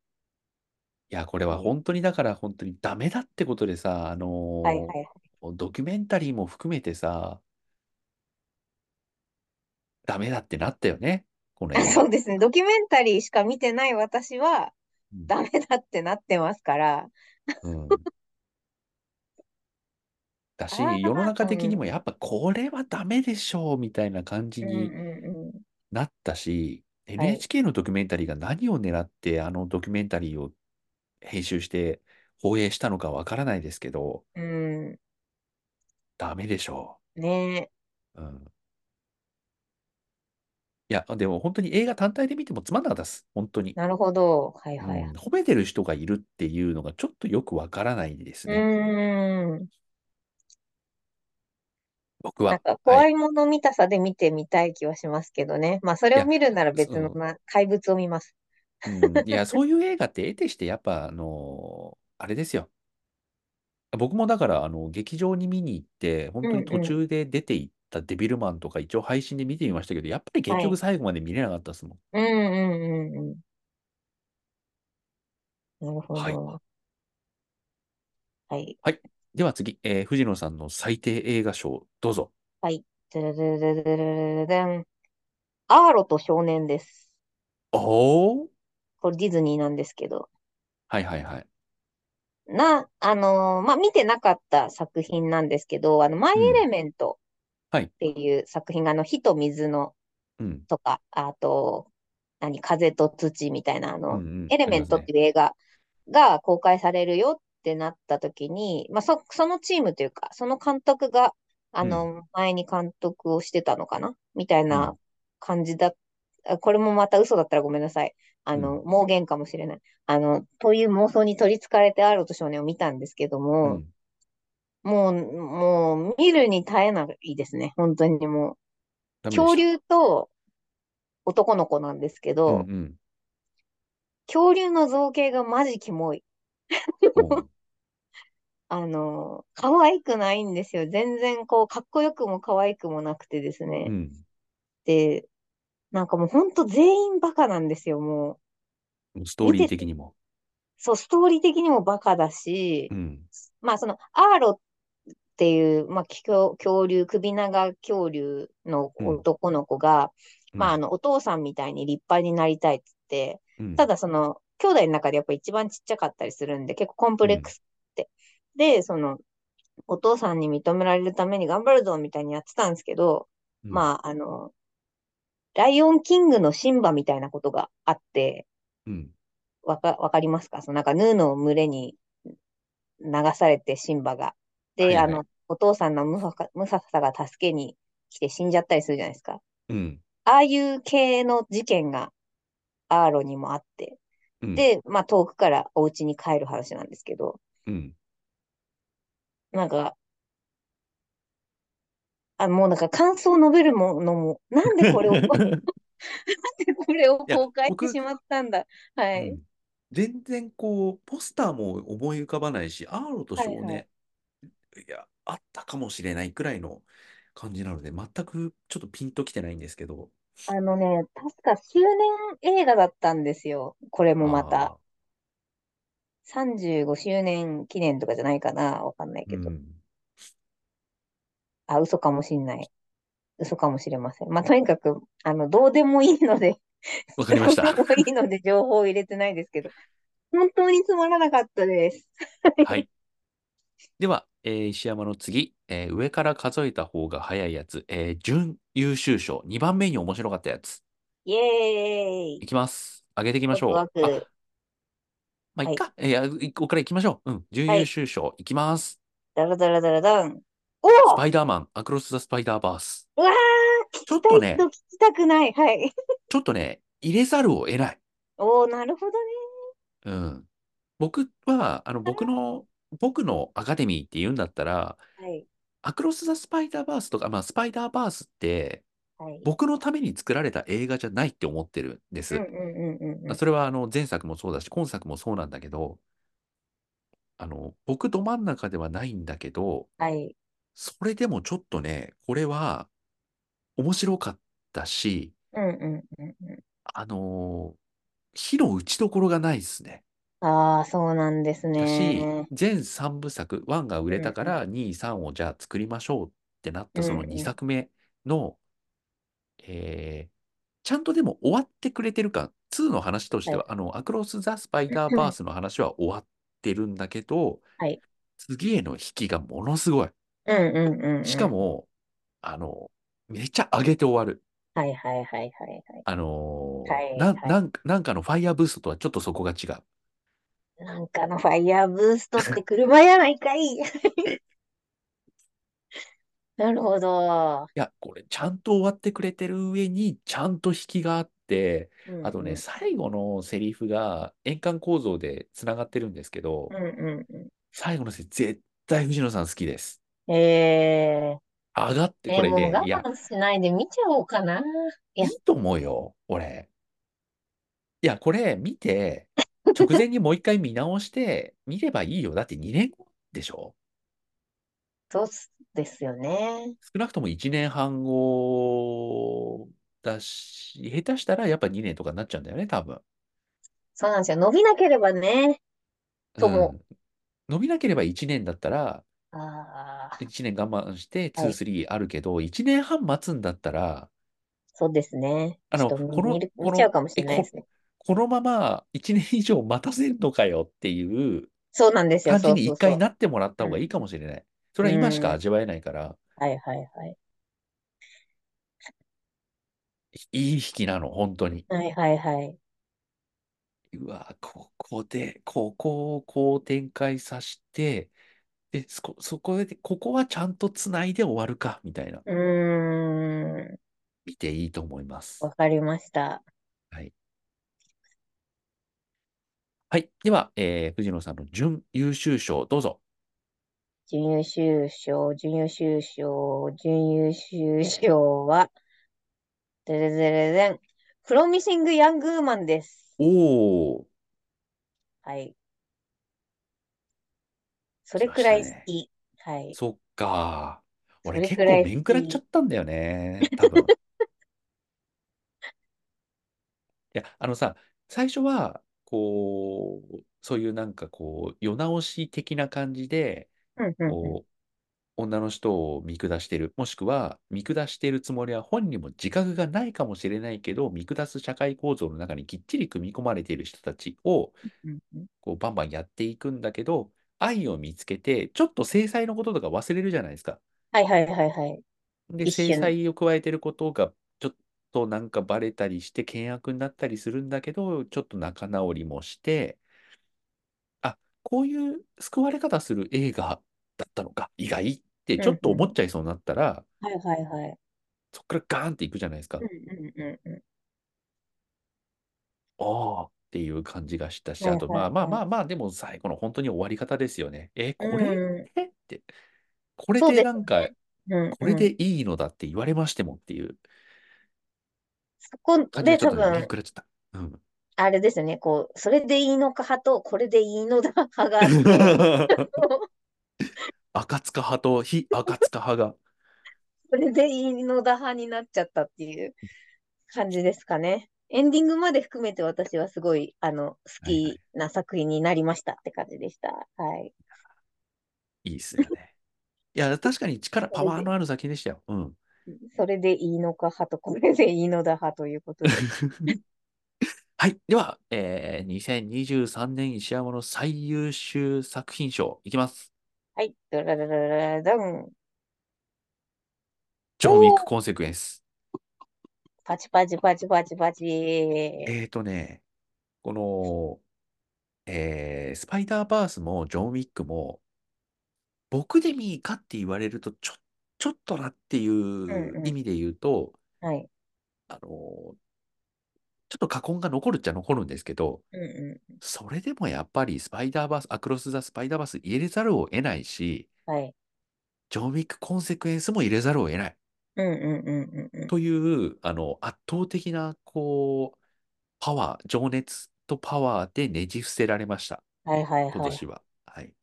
Speaker 1: や、これ
Speaker 2: は。
Speaker 1: はい本当にだから本当にダメだってことでさ、あ
Speaker 2: はい
Speaker 1: の
Speaker 2: はい。
Speaker 1: ードキュメンタリーも含めてさ、ダメだってなったよね、この映
Speaker 2: そう
Speaker 1: 画。
Speaker 2: ですね。ドキュメンタリーしか見てない私は、
Speaker 1: うん。
Speaker 2: ダメだってなってますから。
Speaker 1: うんだ
Speaker 2: あ
Speaker 1: し、世の
Speaker 2: あ、
Speaker 1: 中的
Speaker 2: う
Speaker 1: に
Speaker 2: ん。
Speaker 1: もやっぱこれはダメでしょうみたいな感じ
Speaker 2: うん
Speaker 1: に
Speaker 2: うんうん。
Speaker 1: なったし、
Speaker 2: はい。
Speaker 1: NHK のドキュメンタリーが何を狙ってあのドキュメンタリーを編集して放映したのかわからないですけど、
Speaker 2: うん。
Speaker 1: ダメでしょ
Speaker 2: ねえ。
Speaker 1: う。うん。いや、でも本当に映画単体で見てもつまんなかったです。本当に。
Speaker 2: なるほど。はいうはい。
Speaker 1: ん、褒めてる人がいるっていうのがちょっとよくわからないです
Speaker 2: う
Speaker 1: ね。
Speaker 2: ーん。
Speaker 1: 僕
Speaker 2: なん
Speaker 1: は。
Speaker 2: か
Speaker 1: は
Speaker 2: 怖
Speaker 1: い。
Speaker 2: いもの見たさで見てみたい気はしますけどね。まあそれ
Speaker 1: い
Speaker 2: を
Speaker 1: や、
Speaker 2: 見るなら別の
Speaker 1: そ
Speaker 2: な怪物を見ます。
Speaker 1: う、うん、いや、そういう映画って得てしてやっぱ、あのーあれですよ。僕もだから、あの、劇場に見に行って、
Speaker 2: う
Speaker 1: 本当に
Speaker 2: ん
Speaker 1: 途
Speaker 2: うん。
Speaker 1: 中で出ていったデビルマンとか一応配信で見てみましたけど、やっぱり結
Speaker 2: は
Speaker 1: 局
Speaker 2: い。
Speaker 1: 最後まで見れなかったですもん。
Speaker 2: うんうんうんうん。なるほ
Speaker 1: はい。
Speaker 2: ど。はい。
Speaker 1: はい。では次、えー藤野さんの最低映画賞、どうぞ。
Speaker 2: はい。ドゥルルルルルルルルン。アーロと少年です。
Speaker 1: おー
Speaker 2: これディズニーなんですけど。
Speaker 1: はいはいはい。
Speaker 2: な、あのーまあ、見てなかった作品なんですけど、あの、マイ
Speaker 1: う
Speaker 2: エレ
Speaker 1: ん。
Speaker 2: メント
Speaker 1: はい。
Speaker 2: っていう作品が、あの、火と水の
Speaker 1: うん。
Speaker 2: とか、あと、何、風と土みたいな、あ
Speaker 1: うんう
Speaker 2: の、
Speaker 1: ん。
Speaker 2: エレ
Speaker 1: あり
Speaker 2: メ
Speaker 1: ま
Speaker 2: ン
Speaker 1: す
Speaker 2: トって
Speaker 1: ね。
Speaker 2: いう映画が公開されるよってなった時に、まあ、そ、そのチームというか、その監督が、あ
Speaker 1: うん。。
Speaker 2: の、前に監督をしてたのかなみたいうなん感じだ。あこれもまた嘘だったらごめんなさい。あ
Speaker 1: うん。
Speaker 2: の、妄言かもしれない。あの、という妄想に取りつかれてアーロと少年を見たんですけど
Speaker 1: う
Speaker 2: も、
Speaker 1: ん。
Speaker 2: もう、もう、見るに耐えないですね。本当にもう。
Speaker 1: ダメで
Speaker 2: 恐
Speaker 1: した。
Speaker 2: 竜と男の子なんですけ
Speaker 1: うん
Speaker 2: ど、
Speaker 1: うん。
Speaker 2: 恐竜の造形がマジキモい。
Speaker 1: おう。
Speaker 2: あの、可愛くないんですよ。全然こう、かっこよくも可愛くもなくてです
Speaker 1: う
Speaker 2: ね。
Speaker 1: ん。
Speaker 2: で、なんかもうほんと全員バカなんですよ、もう。
Speaker 1: ストー
Speaker 2: 見
Speaker 1: リー
Speaker 2: て
Speaker 1: 的
Speaker 2: て、
Speaker 1: にも。
Speaker 2: そう、ストーリー的にもバカだし、
Speaker 1: うん。
Speaker 2: まあその、アーロっていう、まあ、恐恐竜、首長恐竜の
Speaker 1: うん。
Speaker 2: 男の子が、
Speaker 1: う
Speaker 2: まああ
Speaker 1: ん。
Speaker 2: の、お父さんみたいに立派になりたいっつって、
Speaker 1: う
Speaker 2: た
Speaker 1: ん。
Speaker 2: だその、兄弟の中でやっぱ一番ちっちゃかったりするんで、結構コンプ
Speaker 1: う
Speaker 2: レック
Speaker 1: ん。
Speaker 2: スって。で、その、お父さんに認められるために頑張るぞみたいにやってたんですけど、
Speaker 1: うん。
Speaker 2: まああの、ライオンキングのシンバみたいなことがあって、
Speaker 1: うん。
Speaker 2: わか、わかりますかそのなんかヌーの群れに流されてシンバが。
Speaker 1: は
Speaker 2: で、
Speaker 1: い
Speaker 2: あ
Speaker 1: は
Speaker 2: の、
Speaker 1: い。
Speaker 2: お父さんのムファカ、ムササが助けに来て死んじゃったりするじゃないですか。
Speaker 1: うん。
Speaker 2: ああいう系の事件がアーロにもあって。
Speaker 1: うん。
Speaker 2: で、まあ遠くからお家に帰る話なんですけど、
Speaker 1: うん。
Speaker 2: なんか、あ、もうなんか感想を述べるものも、なんでこれを、なん
Speaker 1: い
Speaker 2: で これを
Speaker 1: や、
Speaker 2: 公開して
Speaker 1: 僕、
Speaker 2: しまったんだ。は
Speaker 1: う
Speaker 2: い。
Speaker 1: ん。全然こう、ポスターも思い浮かばないし、アーロと
Speaker 2: はい
Speaker 1: 少
Speaker 2: はい。
Speaker 1: 年、いや、あったかもしれないくらいの感じなので、全くちょっとピンときてないんですけど、
Speaker 2: あのね、確か周年映画だったんですよ。これもまた。
Speaker 1: ああ、
Speaker 2: 35周年記念とかじゃないかな。わかんないうけど。
Speaker 1: ん。
Speaker 2: あ、嘘かもしんない。嘘かもしれません。まあ、とにかく、あの、どうでもいいので
Speaker 1: わか
Speaker 2: ど
Speaker 1: りまし
Speaker 2: う
Speaker 1: た。
Speaker 2: でもいいので情報を入れてないですけど、本当につまらなかったです。
Speaker 1: はい。では、えー石山の次、えー上から数えた方が早いやつ、えー準優秀賞、2番目に面白かったやつ。
Speaker 2: イエー
Speaker 1: い
Speaker 2: イ。
Speaker 1: きます。上げていきま
Speaker 2: ワ
Speaker 1: し
Speaker 2: クワ
Speaker 1: ょう。
Speaker 2: ク。
Speaker 1: あ、まあ、いっ
Speaker 2: はい。
Speaker 1: か。えー、いここからいきましょう。うん。準
Speaker 2: は
Speaker 1: 優
Speaker 2: い。
Speaker 1: 秀賞、いきます。
Speaker 2: ダラダラダラダン。お
Speaker 1: ス
Speaker 2: お
Speaker 1: パイダーマン、アクロス・ザ・スパイダーバース。
Speaker 2: うわー、聞
Speaker 1: ちょ
Speaker 2: き
Speaker 1: ったと
Speaker 2: いけど
Speaker 1: ね、
Speaker 2: 聞きたくない。はい。
Speaker 1: ちょっとね、入れざるを得ない。
Speaker 2: おお、なるほどね。
Speaker 1: うん。僕は、あの、僕の、僕のアカデミーって言うんだったら、
Speaker 2: はい。
Speaker 1: アクロス・ザ・スパイダーバースとか、まあ、スパイダーバースって、
Speaker 2: はい。
Speaker 1: 僕のために作られた映画じゃないって思ってるんで
Speaker 2: うん
Speaker 1: す。
Speaker 2: うんうんうん
Speaker 1: まあ
Speaker 2: う
Speaker 1: それは、あの、前作もそうだし、今作もそうなんだけど、あの、僕ど真ん中ではないんだけど、
Speaker 2: ん。はい。
Speaker 1: それでもちょっとね、これは面白かったし、
Speaker 2: うんうんうんう
Speaker 1: あのー非の打ちどころがないですね。
Speaker 2: ん。ああ、そうなんです
Speaker 1: だし、
Speaker 2: ね。
Speaker 1: 全3部作、1が売
Speaker 2: う
Speaker 1: れ
Speaker 2: ん
Speaker 1: たか
Speaker 2: う
Speaker 1: ら2、3をじゃあ作りましょうってなっ
Speaker 2: ん。
Speaker 1: た
Speaker 2: う
Speaker 1: その
Speaker 2: んう
Speaker 1: 2
Speaker 2: ん。
Speaker 1: 作目の、えーちゃんとでも終わってくれてる感、2の話とし
Speaker 2: は
Speaker 1: て
Speaker 2: い。
Speaker 1: は、あの、アクロス・ザ・スパイダーバースの話は終わってるんだけど、
Speaker 2: はい。
Speaker 1: 次への引きがものすごい。
Speaker 2: うんうんうん
Speaker 1: し
Speaker 2: う
Speaker 1: か
Speaker 2: ん。
Speaker 1: も、あの、めちゃ上げて終わる。
Speaker 2: はいはいはいはいはい。
Speaker 1: あの
Speaker 2: は
Speaker 1: ー
Speaker 2: い
Speaker 1: なん、
Speaker 2: は。
Speaker 1: ないん、なんかのファイアブーストとはちょっとそこが違う。
Speaker 2: なんかのファイヤーブーストって車やないかい。 なるほど。
Speaker 1: いや、これ、ちゃんと終わってくれてる上に、ちゃんと引きがあって、
Speaker 2: うん
Speaker 1: あとね、
Speaker 2: うん。
Speaker 1: 最後のセリフが、円環構造でつながってるんですけ
Speaker 2: う
Speaker 1: ど、
Speaker 2: んうん
Speaker 1: 最後のセリフ、絶対藤野さん好きです。
Speaker 2: うん。え
Speaker 1: 上がって、
Speaker 2: ー、
Speaker 1: こ
Speaker 2: え
Speaker 1: れ
Speaker 2: もう
Speaker 1: ね、い
Speaker 2: 我
Speaker 1: や、
Speaker 2: 慢しないで見ちゃおうかな。い
Speaker 1: い
Speaker 2: や、
Speaker 1: いと思うよ、俺。いや、これ、見て、直前にもう一回見直して、見ればいいよ。だって2年後でしょ
Speaker 2: そうっすですよね。
Speaker 1: 少なくとも1年半後だし、下手したらやっぱ2年とかになっちゃうんだよね、多分。
Speaker 2: そうなんですよ。伸びなければね、
Speaker 1: う
Speaker 2: とも。
Speaker 1: ん。伸びなければ1年だったら、
Speaker 2: ああ、
Speaker 1: 1年我慢して
Speaker 2: は
Speaker 1: 2、
Speaker 2: い。
Speaker 1: 3あるけど、1年半待つんだったら、
Speaker 2: そうですね。
Speaker 1: あ
Speaker 2: ち
Speaker 1: の、
Speaker 2: ょっと
Speaker 1: こ
Speaker 2: 見
Speaker 1: の、
Speaker 2: る、見
Speaker 1: こ
Speaker 2: ちゃう
Speaker 1: の、
Speaker 2: かもし
Speaker 1: え、
Speaker 2: れないで
Speaker 1: こ、
Speaker 2: すね。
Speaker 1: このまま1年以上待たせんのかよっていう
Speaker 2: そうなんですよ。
Speaker 1: 感
Speaker 2: そ
Speaker 1: じ
Speaker 2: う
Speaker 1: に
Speaker 2: そ
Speaker 1: 一
Speaker 2: う
Speaker 1: 回
Speaker 2: そ
Speaker 1: なってもらった
Speaker 2: う。
Speaker 1: 方が
Speaker 2: う
Speaker 1: いい
Speaker 2: ん。
Speaker 1: かもしれない。それは今し
Speaker 2: う
Speaker 1: か
Speaker 2: ん。
Speaker 1: 味わえないから、
Speaker 2: はいはいはい。
Speaker 1: いい引きなの、本当に。
Speaker 2: はいはいはい。
Speaker 1: うわ、ここで、ここをこう展開させて、で、そこ、そこで、ここはちゃんとつないで終わるか、みたいな、
Speaker 2: うーん。
Speaker 1: 見ていいと思います。
Speaker 2: わかりました。
Speaker 1: はい。はい。では、えー藤野さんの準優秀賞、どうぞ。
Speaker 2: 準優秀賞、準優秀賞、準優秀賞は、でれでれでん。プロミシング・ヤング・ウーマンです。
Speaker 1: おー、
Speaker 2: はい。そ
Speaker 1: 来
Speaker 2: れ
Speaker 1: ま
Speaker 2: く
Speaker 1: し
Speaker 2: ら
Speaker 1: た
Speaker 2: い好
Speaker 1: ね。
Speaker 2: き。はい。
Speaker 1: そっか。
Speaker 2: そ
Speaker 1: 俺
Speaker 2: れ
Speaker 1: 結
Speaker 2: くら
Speaker 1: 構
Speaker 2: い好
Speaker 1: 面食らっちゃ
Speaker 2: き。
Speaker 1: ったんだよね、多分。いや、あのさ、最初は、こう、そういうなんかこう、世直し的な感じで、
Speaker 2: うんうんうん。
Speaker 1: こう、女の人を見下してる、もしくは見下してるつもりは本人も自覚がないかもしれないけど、見下す社会構造の中にきっちり組み込まれている人たちを
Speaker 2: うんうん
Speaker 1: こうバンバンやっていくんだけど、愛を見つけて、ちょっと制裁のこととか忘れるじゃないですか。
Speaker 2: はいはいはいはい。
Speaker 1: で、
Speaker 2: 一
Speaker 1: 制
Speaker 2: 瞬。
Speaker 1: 裁を加えてることがちょっとなんかバレたりして、険悪になったりするんだけど、ちょっと仲直りもして、あ、こういう救われ方する映画だったのか、意外って
Speaker 2: う
Speaker 1: ちょ
Speaker 2: ん
Speaker 1: っと
Speaker 2: う
Speaker 1: 思
Speaker 2: ん。
Speaker 1: っちゃいそうになったら、
Speaker 2: はいはいはい。
Speaker 1: そっからガーンっていくじゃないですか。
Speaker 2: うんうんうんう
Speaker 1: ああっていう感じがした
Speaker 2: ん。
Speaker 1: し、
Speaker 2: は
Speaker 1: あ
Speaker 2: い
Speaker 1: とまあ
Speaker 2: はい
Speaker 1: まあ
Speaker 2: は
Speaker 1: ま
Speaker 2: い。
Speaker 1: あまあ、でも最後の本当に終わり方ですよね。え、これ
Speaker 2: うん。
Speaker 1: えって、これ
Speaker 2: そう
Speaker 1: で
Speaker 2: で
Speaker 1: なんか、
Speaker 2: すね。
Speaker 1: こ
Speaker 2: うん
Speaker 1: れ
Speaker 2: うん。
Speaker 1: でいいのだって言われましてもっていう
Speaker 2: そこ
Speaker 1: 感じで
Speaker 2: で
Speaker 1: ちょっと
Speaker 2: 多
Speaker 1: ね、面
Speaker 2: 分、
Speaker 1: 食らっちゃった。うん。
Speaker 2: あれですよね。こう、それでいいのか派と、これでいいのだ派があって、
Speaker 1: 赤塚派と非赤塚派が。
Speaker 2: これでいいのだ派になっちゃったっていう感じですかね。エンディングまで含めて私はすごい、あの、
Speaker 1: は
Speaker 2: 好
Speaker 1: いは
Speaker 2: き
Speaker 1: い。
Speaker 2: な作品になりましたって感じでした。はい。
Speaker 1: いいっすよね。いや、確かに力、
Speaker 2: そ
Speaker 1: パ
Speaker 2: れ
Speaker 1: ワー
Speaker 2: で、
Speaker 1: のある作品でしたよ。うん。
Speaker 2: それでいいのか派と、これでいいのだ派ということで。
Speaker 1: はい。では、えー、2023年石山の最優秀作品賞いきます。
Speaker 2: はい。ドラララララダン。
Speaker 1: ジョン・ウィッ
Speaker 2: お
Speaker 1: ク・
Speaker 2: ー
Speaker 1: コンセクエンス。
Speaker 2: パチパチパチパチパチ。
Speaker 1: えーとね、この、えースパイダーバースもジョン・ウィックも、僕で見いかって言われると、ちょ、ちょっとなってい
Speaker 2: うん
Speaker 1: う意
Speaker 2: う
Speaker 1: 味で言うと、
Speaker 2: ん。はい。
Speaker 1: あのーちょっと禍根が残るっちゃ残るんですけど、
Speaker 2: うんうん。
Speaker 1: それでもやっぱりスパイダーバース、アクロス・ザ・スパイダーバース入れざるを得ないし、
Speaker 2: はい。
Speaker 1: ジョン・ウィック・コンセクエンスも入れざるを得ない。
Speaker 2: うんうんうんうんうん。
Speaker 1: という、あの、圧倒的な、こう、パワー、情熱とパワーでねじ伏せられました。
Speaker 2: はいはい
Speaker 1: 今
Speaker 2: はい。
Speaker 1: 年は。はい。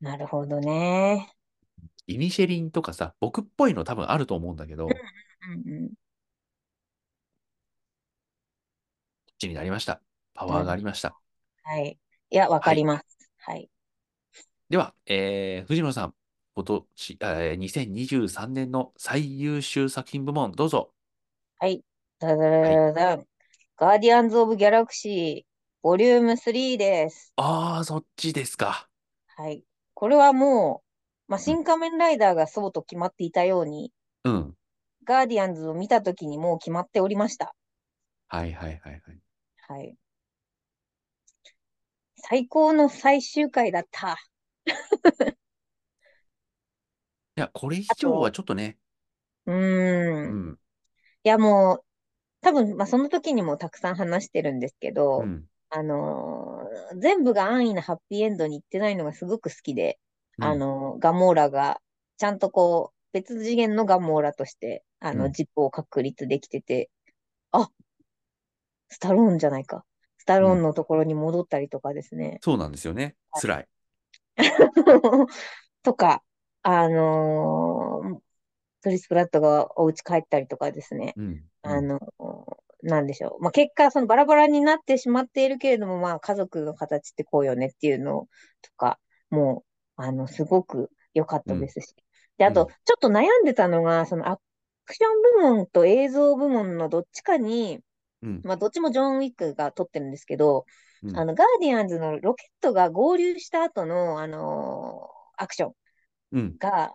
Speaker 2: なるほどね。
Speaker 1: イニシェリンとかさ、僕っぽいの多分あると思うんだけど、
Speaker 2: うんうん
Speaker 1: こっちになりました。パ
Speaker 2: な
Speaker 1: ワー
Speaker 2: る
Speaker 1: が
Speaker 2: ほ
Speaker 1: あ
Speaker 2: ど。
Speaker 1: りました。
Speaker 2: はい。いや、わ
Speaker 1: は
Speaker 2: かり
Speaker 1: い。
Speaker 2: ます。はい。
Speaker 1: では、えー、藤野さん、今年、えー、2023年の最優秀作品部門、どうぞ。
Speaker 2: はい。だだ
Speaker 1: はい。
Speaker 2: だだだ。ガーディアンズ・オブ・ギャラクシー、ボリューム3です。
Speaker 1: あー、そっちですか。
Speaker 2: はい。これはもう、まあ、
Speaker 1: うん。
Speaker 2: 新仮面ライダーがそうと決まっていたように、
Speaker 1: うん。
Speaker 2: ガーディアンズを見たときにもう決まっておりました。
Speaker 1: はいはいはいはい。
Speaker 2: はい。最高の最終回だった。
Speaker 1: いや、これ以
Speaker 2: あ
Speaker 1: 上は
Speaker 2: と、
Speaker 1: ちょっとね、
Speaker 2: う
Speaker 1: う
Speaker 2: ーん。い
Speaker 1: ん、
Speaker 2: や、もう、多分、まあ、その時にもたくさん話してるんですけ
Speaker 1: う
Speaker 2: ど、
Speaker 1: ん、
Speaker 2: あのー全部が安易なハッピーエンドに行ってないのがすごく好きで、
Speaker 1: う
Speaker 2: あ
Speaker 1: ん、
Speaker 2: のーガモーラが、ちゃんとこう、別次元のガモーラとして、あ
Speaker 1: う
Speaker 2: の、
Speaker 1: ん、
Speaker 2: 実行を確立できてて、あ、スタローンじゃないか。スタ
Speaker 1: う
Speaker 2: ローン
Speaker 1: ん。
Speaker 2: のところに戻ったりとかですね。
Speaker 1: そうなんですよね。辛い。
Speaker 2: とか、あのートリス・プラットがお家帰ったりとかですね。
Speaker 1: うん、う
Speaker 2: あ
Speaker 1: ん、
Speaker 2: の、なんでしょう。まあ、結果、そのバラバラになってしまっているけれども、まあ、家族の形ってこうよねっていうのとか、もう、あの、すごく良かっ
Speaker 1: う
Speaker 2: たで
Speaker 1: ん、
Speaker 2: すし。で、
Speaker 1: う
Speaker 2: あ
Speaker 1: ん、
Speaker 2: と、ちょっと悩んでたのが、そのアクション部門と映像部門のどっちかに、
Speaker 1: うん、
Speaker 2: まあ、どっちもジョン・ウィックが撮ってるんですけど、
Speaker 1: う
Speaker 2: あ
Speaker 1: ん、
Speaker 2: の、ガーディアンズのロケットが合流した後の、あのーアクション
Speaker 1: うん、
Speaker 2: が、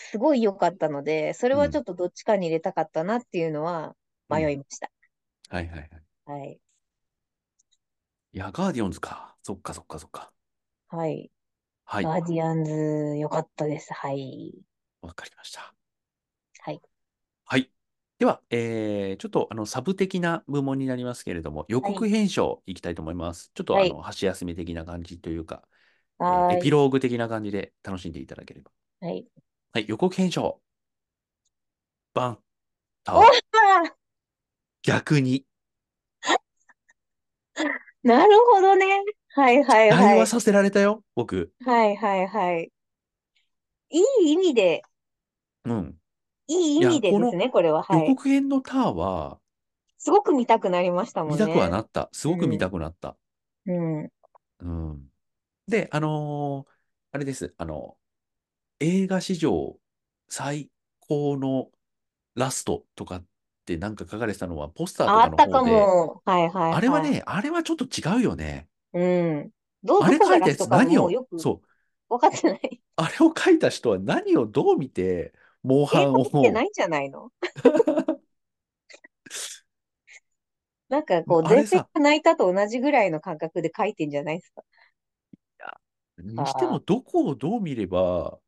Speaker 2: すごい良かったので、それ
Speaker 1: う
Speaker 2: はちょ
Speaker 1: ん、
Speaker 2: っとどっちかに入れたかったなっていうのは
Speaker 1: う
Speaker 2: 迷い
Speaker 1: ん。
Speaker 2: ました。
Speaker 1: はいはいはい。
Speaker 2: はい。
Speaker 1: いや、ガーディオンズか。そっかそっかそっか。
Speaker 2: はい。
Speaker 1: はい。
Speaker 2: ガーディアンズ、良かったです。はい。
Speaker 1: わかりました。
Speaker 2: はい。
Speaker 1: はい。では、えー、ちょっとあのサブ的な部門になりますけれども、予
Speaker 2: は
Speaker 1: 告
Speaker 2: い。
Speaker 1: 編集いきたいと思います。ちょっと
Speaker 2: は
Speaker 1: あ
Speaker 2: い。
Speaker 1: の箸休め的な感じというか、えー
Speaker 2: は
Speaker 1: エ
Speaker 2: ー
Speaker 1: ピ
Speaker 2: い。
Speaker 1: ローグ的な感じで楽しんでいただければ。
Speaker 2: はい。
Speaker 1: はい、予告編集、バン、
Speaker 2: お
Speaker 1: 倒、
Speaker 2: ー
Speaker 1: 逆に、
Speaker 2: なるほどね。はい
Speaker 1: 期
Speaker 2: はい
Speaker 1: 待
Speaker 2: は。
Speaker 1: はいさせられたよ、僕。
Speaker 2: はいはいはい。いい意味で、
Speaker 1: うん。
Speaker 2: いい
Speaker 1: い
Speaker 2: 意
Speaker 1: や、
Speaker 2: 味で
Speaker 1: こ
Speaker 2: です
Speaker 1: の
Speaker 2: ね、これは。
Speaker 1: 予
Speaker 2: はい。
Speaker 1: 告編のターは、
Speaker 2: すごく見たくなりましたも
Speaker 1: 見
Speaker 2: ん
Speaker 1: たくは
Speaker 2: ね。
Speaker 1: なった。すごく見たくなった。
Speaker 2: うん。
Speaker 1: うん。で、あのーあれです。あの、映画史上最高のラストとかってなんか書かれてたのはポスターと
Speaker 2: あ
Speaker 1: か
Speaker 2: っ
Speaker 1: の
Speaker 2: たか
Speaker 1: 方で、
Speaker 2: も。はいはい
Speaker 1: あれは
Speaker 2: はい。
Speaker 1: ね、あれはちょっと違うよね。
Speaker 2: うん。どう、
Speaker 1: あ
Speaker 2: ど
Speaker 1: れ
Speaker 2: こ
Speaker 1: 書
Speaker 2: が
Speaker 1: いた
Speaker 2: ラ
Speaker 1: や
Speaker 2: スト
Speaker 1: つ
Speaker 2: か
Speaker 1: 何
Speaker 2: もう
Speaker 1: を、
Speaker 2: よく
Speaker 1: そう、
Speaker 2: 分かってない。
Speaker 1: あれを書いた人は何をどう見て、モン
Speaker 2: 映
Speaker 1: ハン
Speaker 2: 画見てな
Speaker 1: を、
Speaker 2: いんじゃないの なんかこう、
Speaker 1: あ
Speaker 2: 前
Speaker 1: れ
Speaker 2: 編
Speaker 1: さ、
Speaker 2: が泣いたと同じぐらいの感覚で書いてんじゃないですか。
Speaker 1: いやにして
Speaker 2: あ
Speaker 1: も
Speaker 2: あ、
Speaker 1: どこをどう見れば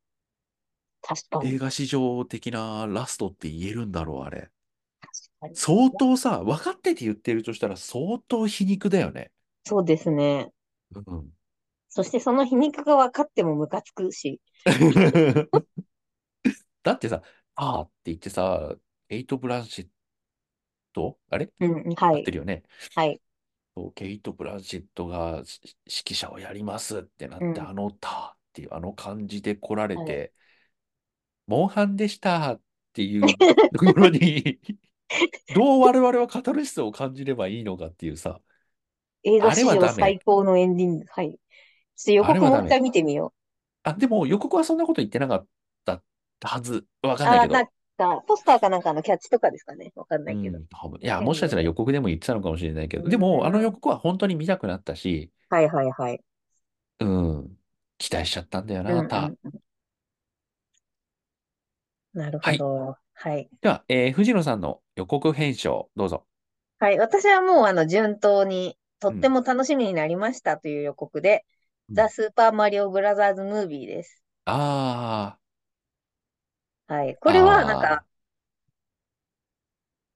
Speaker 2: 確か
Speaker 1: 映
Speaker 2: に。
Speaker 1: 画史上的なラストって言えるんだろう、あれ。
Speaker 2: 確かに。
Speaker 1: 相当さ、分かってて言ってるとしたら相当皮肉だよね。
Speaker 2: そうですね。
Speaker 1: うん。
Speaker 2: そしてその皮肉が分かってもムカつくし。
Speaker 1: だってさ、あーって言ってさ、ケイト・ブランシェットあれ
Speaker 2: うん、は
Speaker 1: 合って
Speaker 2: い。
Speaker 1: るよね。
Speaker 2: はい。
Speaker 1: そうケイト・ブランシェットがし指揮者をやりますってなっ
Speaker 2: う
Speaker 1: て、
Speaker 2: ん。
Speaker 1: あのたっていうあの感じで来られ
Speaker 2: はい。
Speaker 1: て、モンハンでしたって いうところにどう我々はカタルシスを感じればいいのかっていうさ、
Speaker 2: 映画
Speaker 1: あれ
Speaker 2: 史
Speaker 1: は
Speaker 2: 上
Speaker 1: ダメ。
Speaker 2: 最高のエンディング。はい。ちょっと予
Speaker 1: あれ
Speaker 2: 告
Speaker 1: は
Speaker 2: も
Speaker 1: ダ
Speaker 2: う一回
Speaker 1: メ。
Speaker 2: 見てみよ
Speaker 1: あ、でも予告はそんなこと言ってなかったはず。わ
Speaker 2: う。
Speaker 1: かんない
Speaker 2: ああ、
Speaker 1: け
Speaker 2: なん
Speaker 1: ど。
Speaker 2: か、ポスターかなんかのキャッチとかですかね。わかんな
Speaker 1: う
Speaker 2: いけど。
Speaker 1: ん、多分。いや、
Speaker 2: で
Speaker 1: もしかした
Speaker 2: も、
Speaker 1: ら予告でも言ってたのかもしれないけ
Speaker 2: う
Speaker 1: ど、でも、あの
Speaker 2: ー
Speaker 1: 予
Speaker 2: ん。
Speaker 1: 告は本当に見たくなったし、
Speaker 2: はいはいはい。
Speaker 1: うん、期待しちゃったんだよ
Speaker 2: う
Speaker 1: な、
Speaker 2: ん
Speaker 1: た。
Speaker 2: うん。なる
Speaker 1: は
Speaker 2: ほ
Speaker 1: い。
Speaker 2: ど。はい。
Speaker 1: では、えー藤野さんの予告編集をどうぞ。
Speaker 2: はい。私はもう、あの、順当に、と
Speaker 1: う
Speaker 2: って
Speaker 1: ん。
Speaker 2: も楽しみになりましたという予告で、
Speaker 1: う
Speaker 2: ザ・
Speaker 1: ん。
Speaker 2: スーパーマリオブラザーズ・ムービーです。
Speaker 1: あ
Speaker 2: はい。これは、なん
Speaker 1: あ、あ
Speaker 2: か、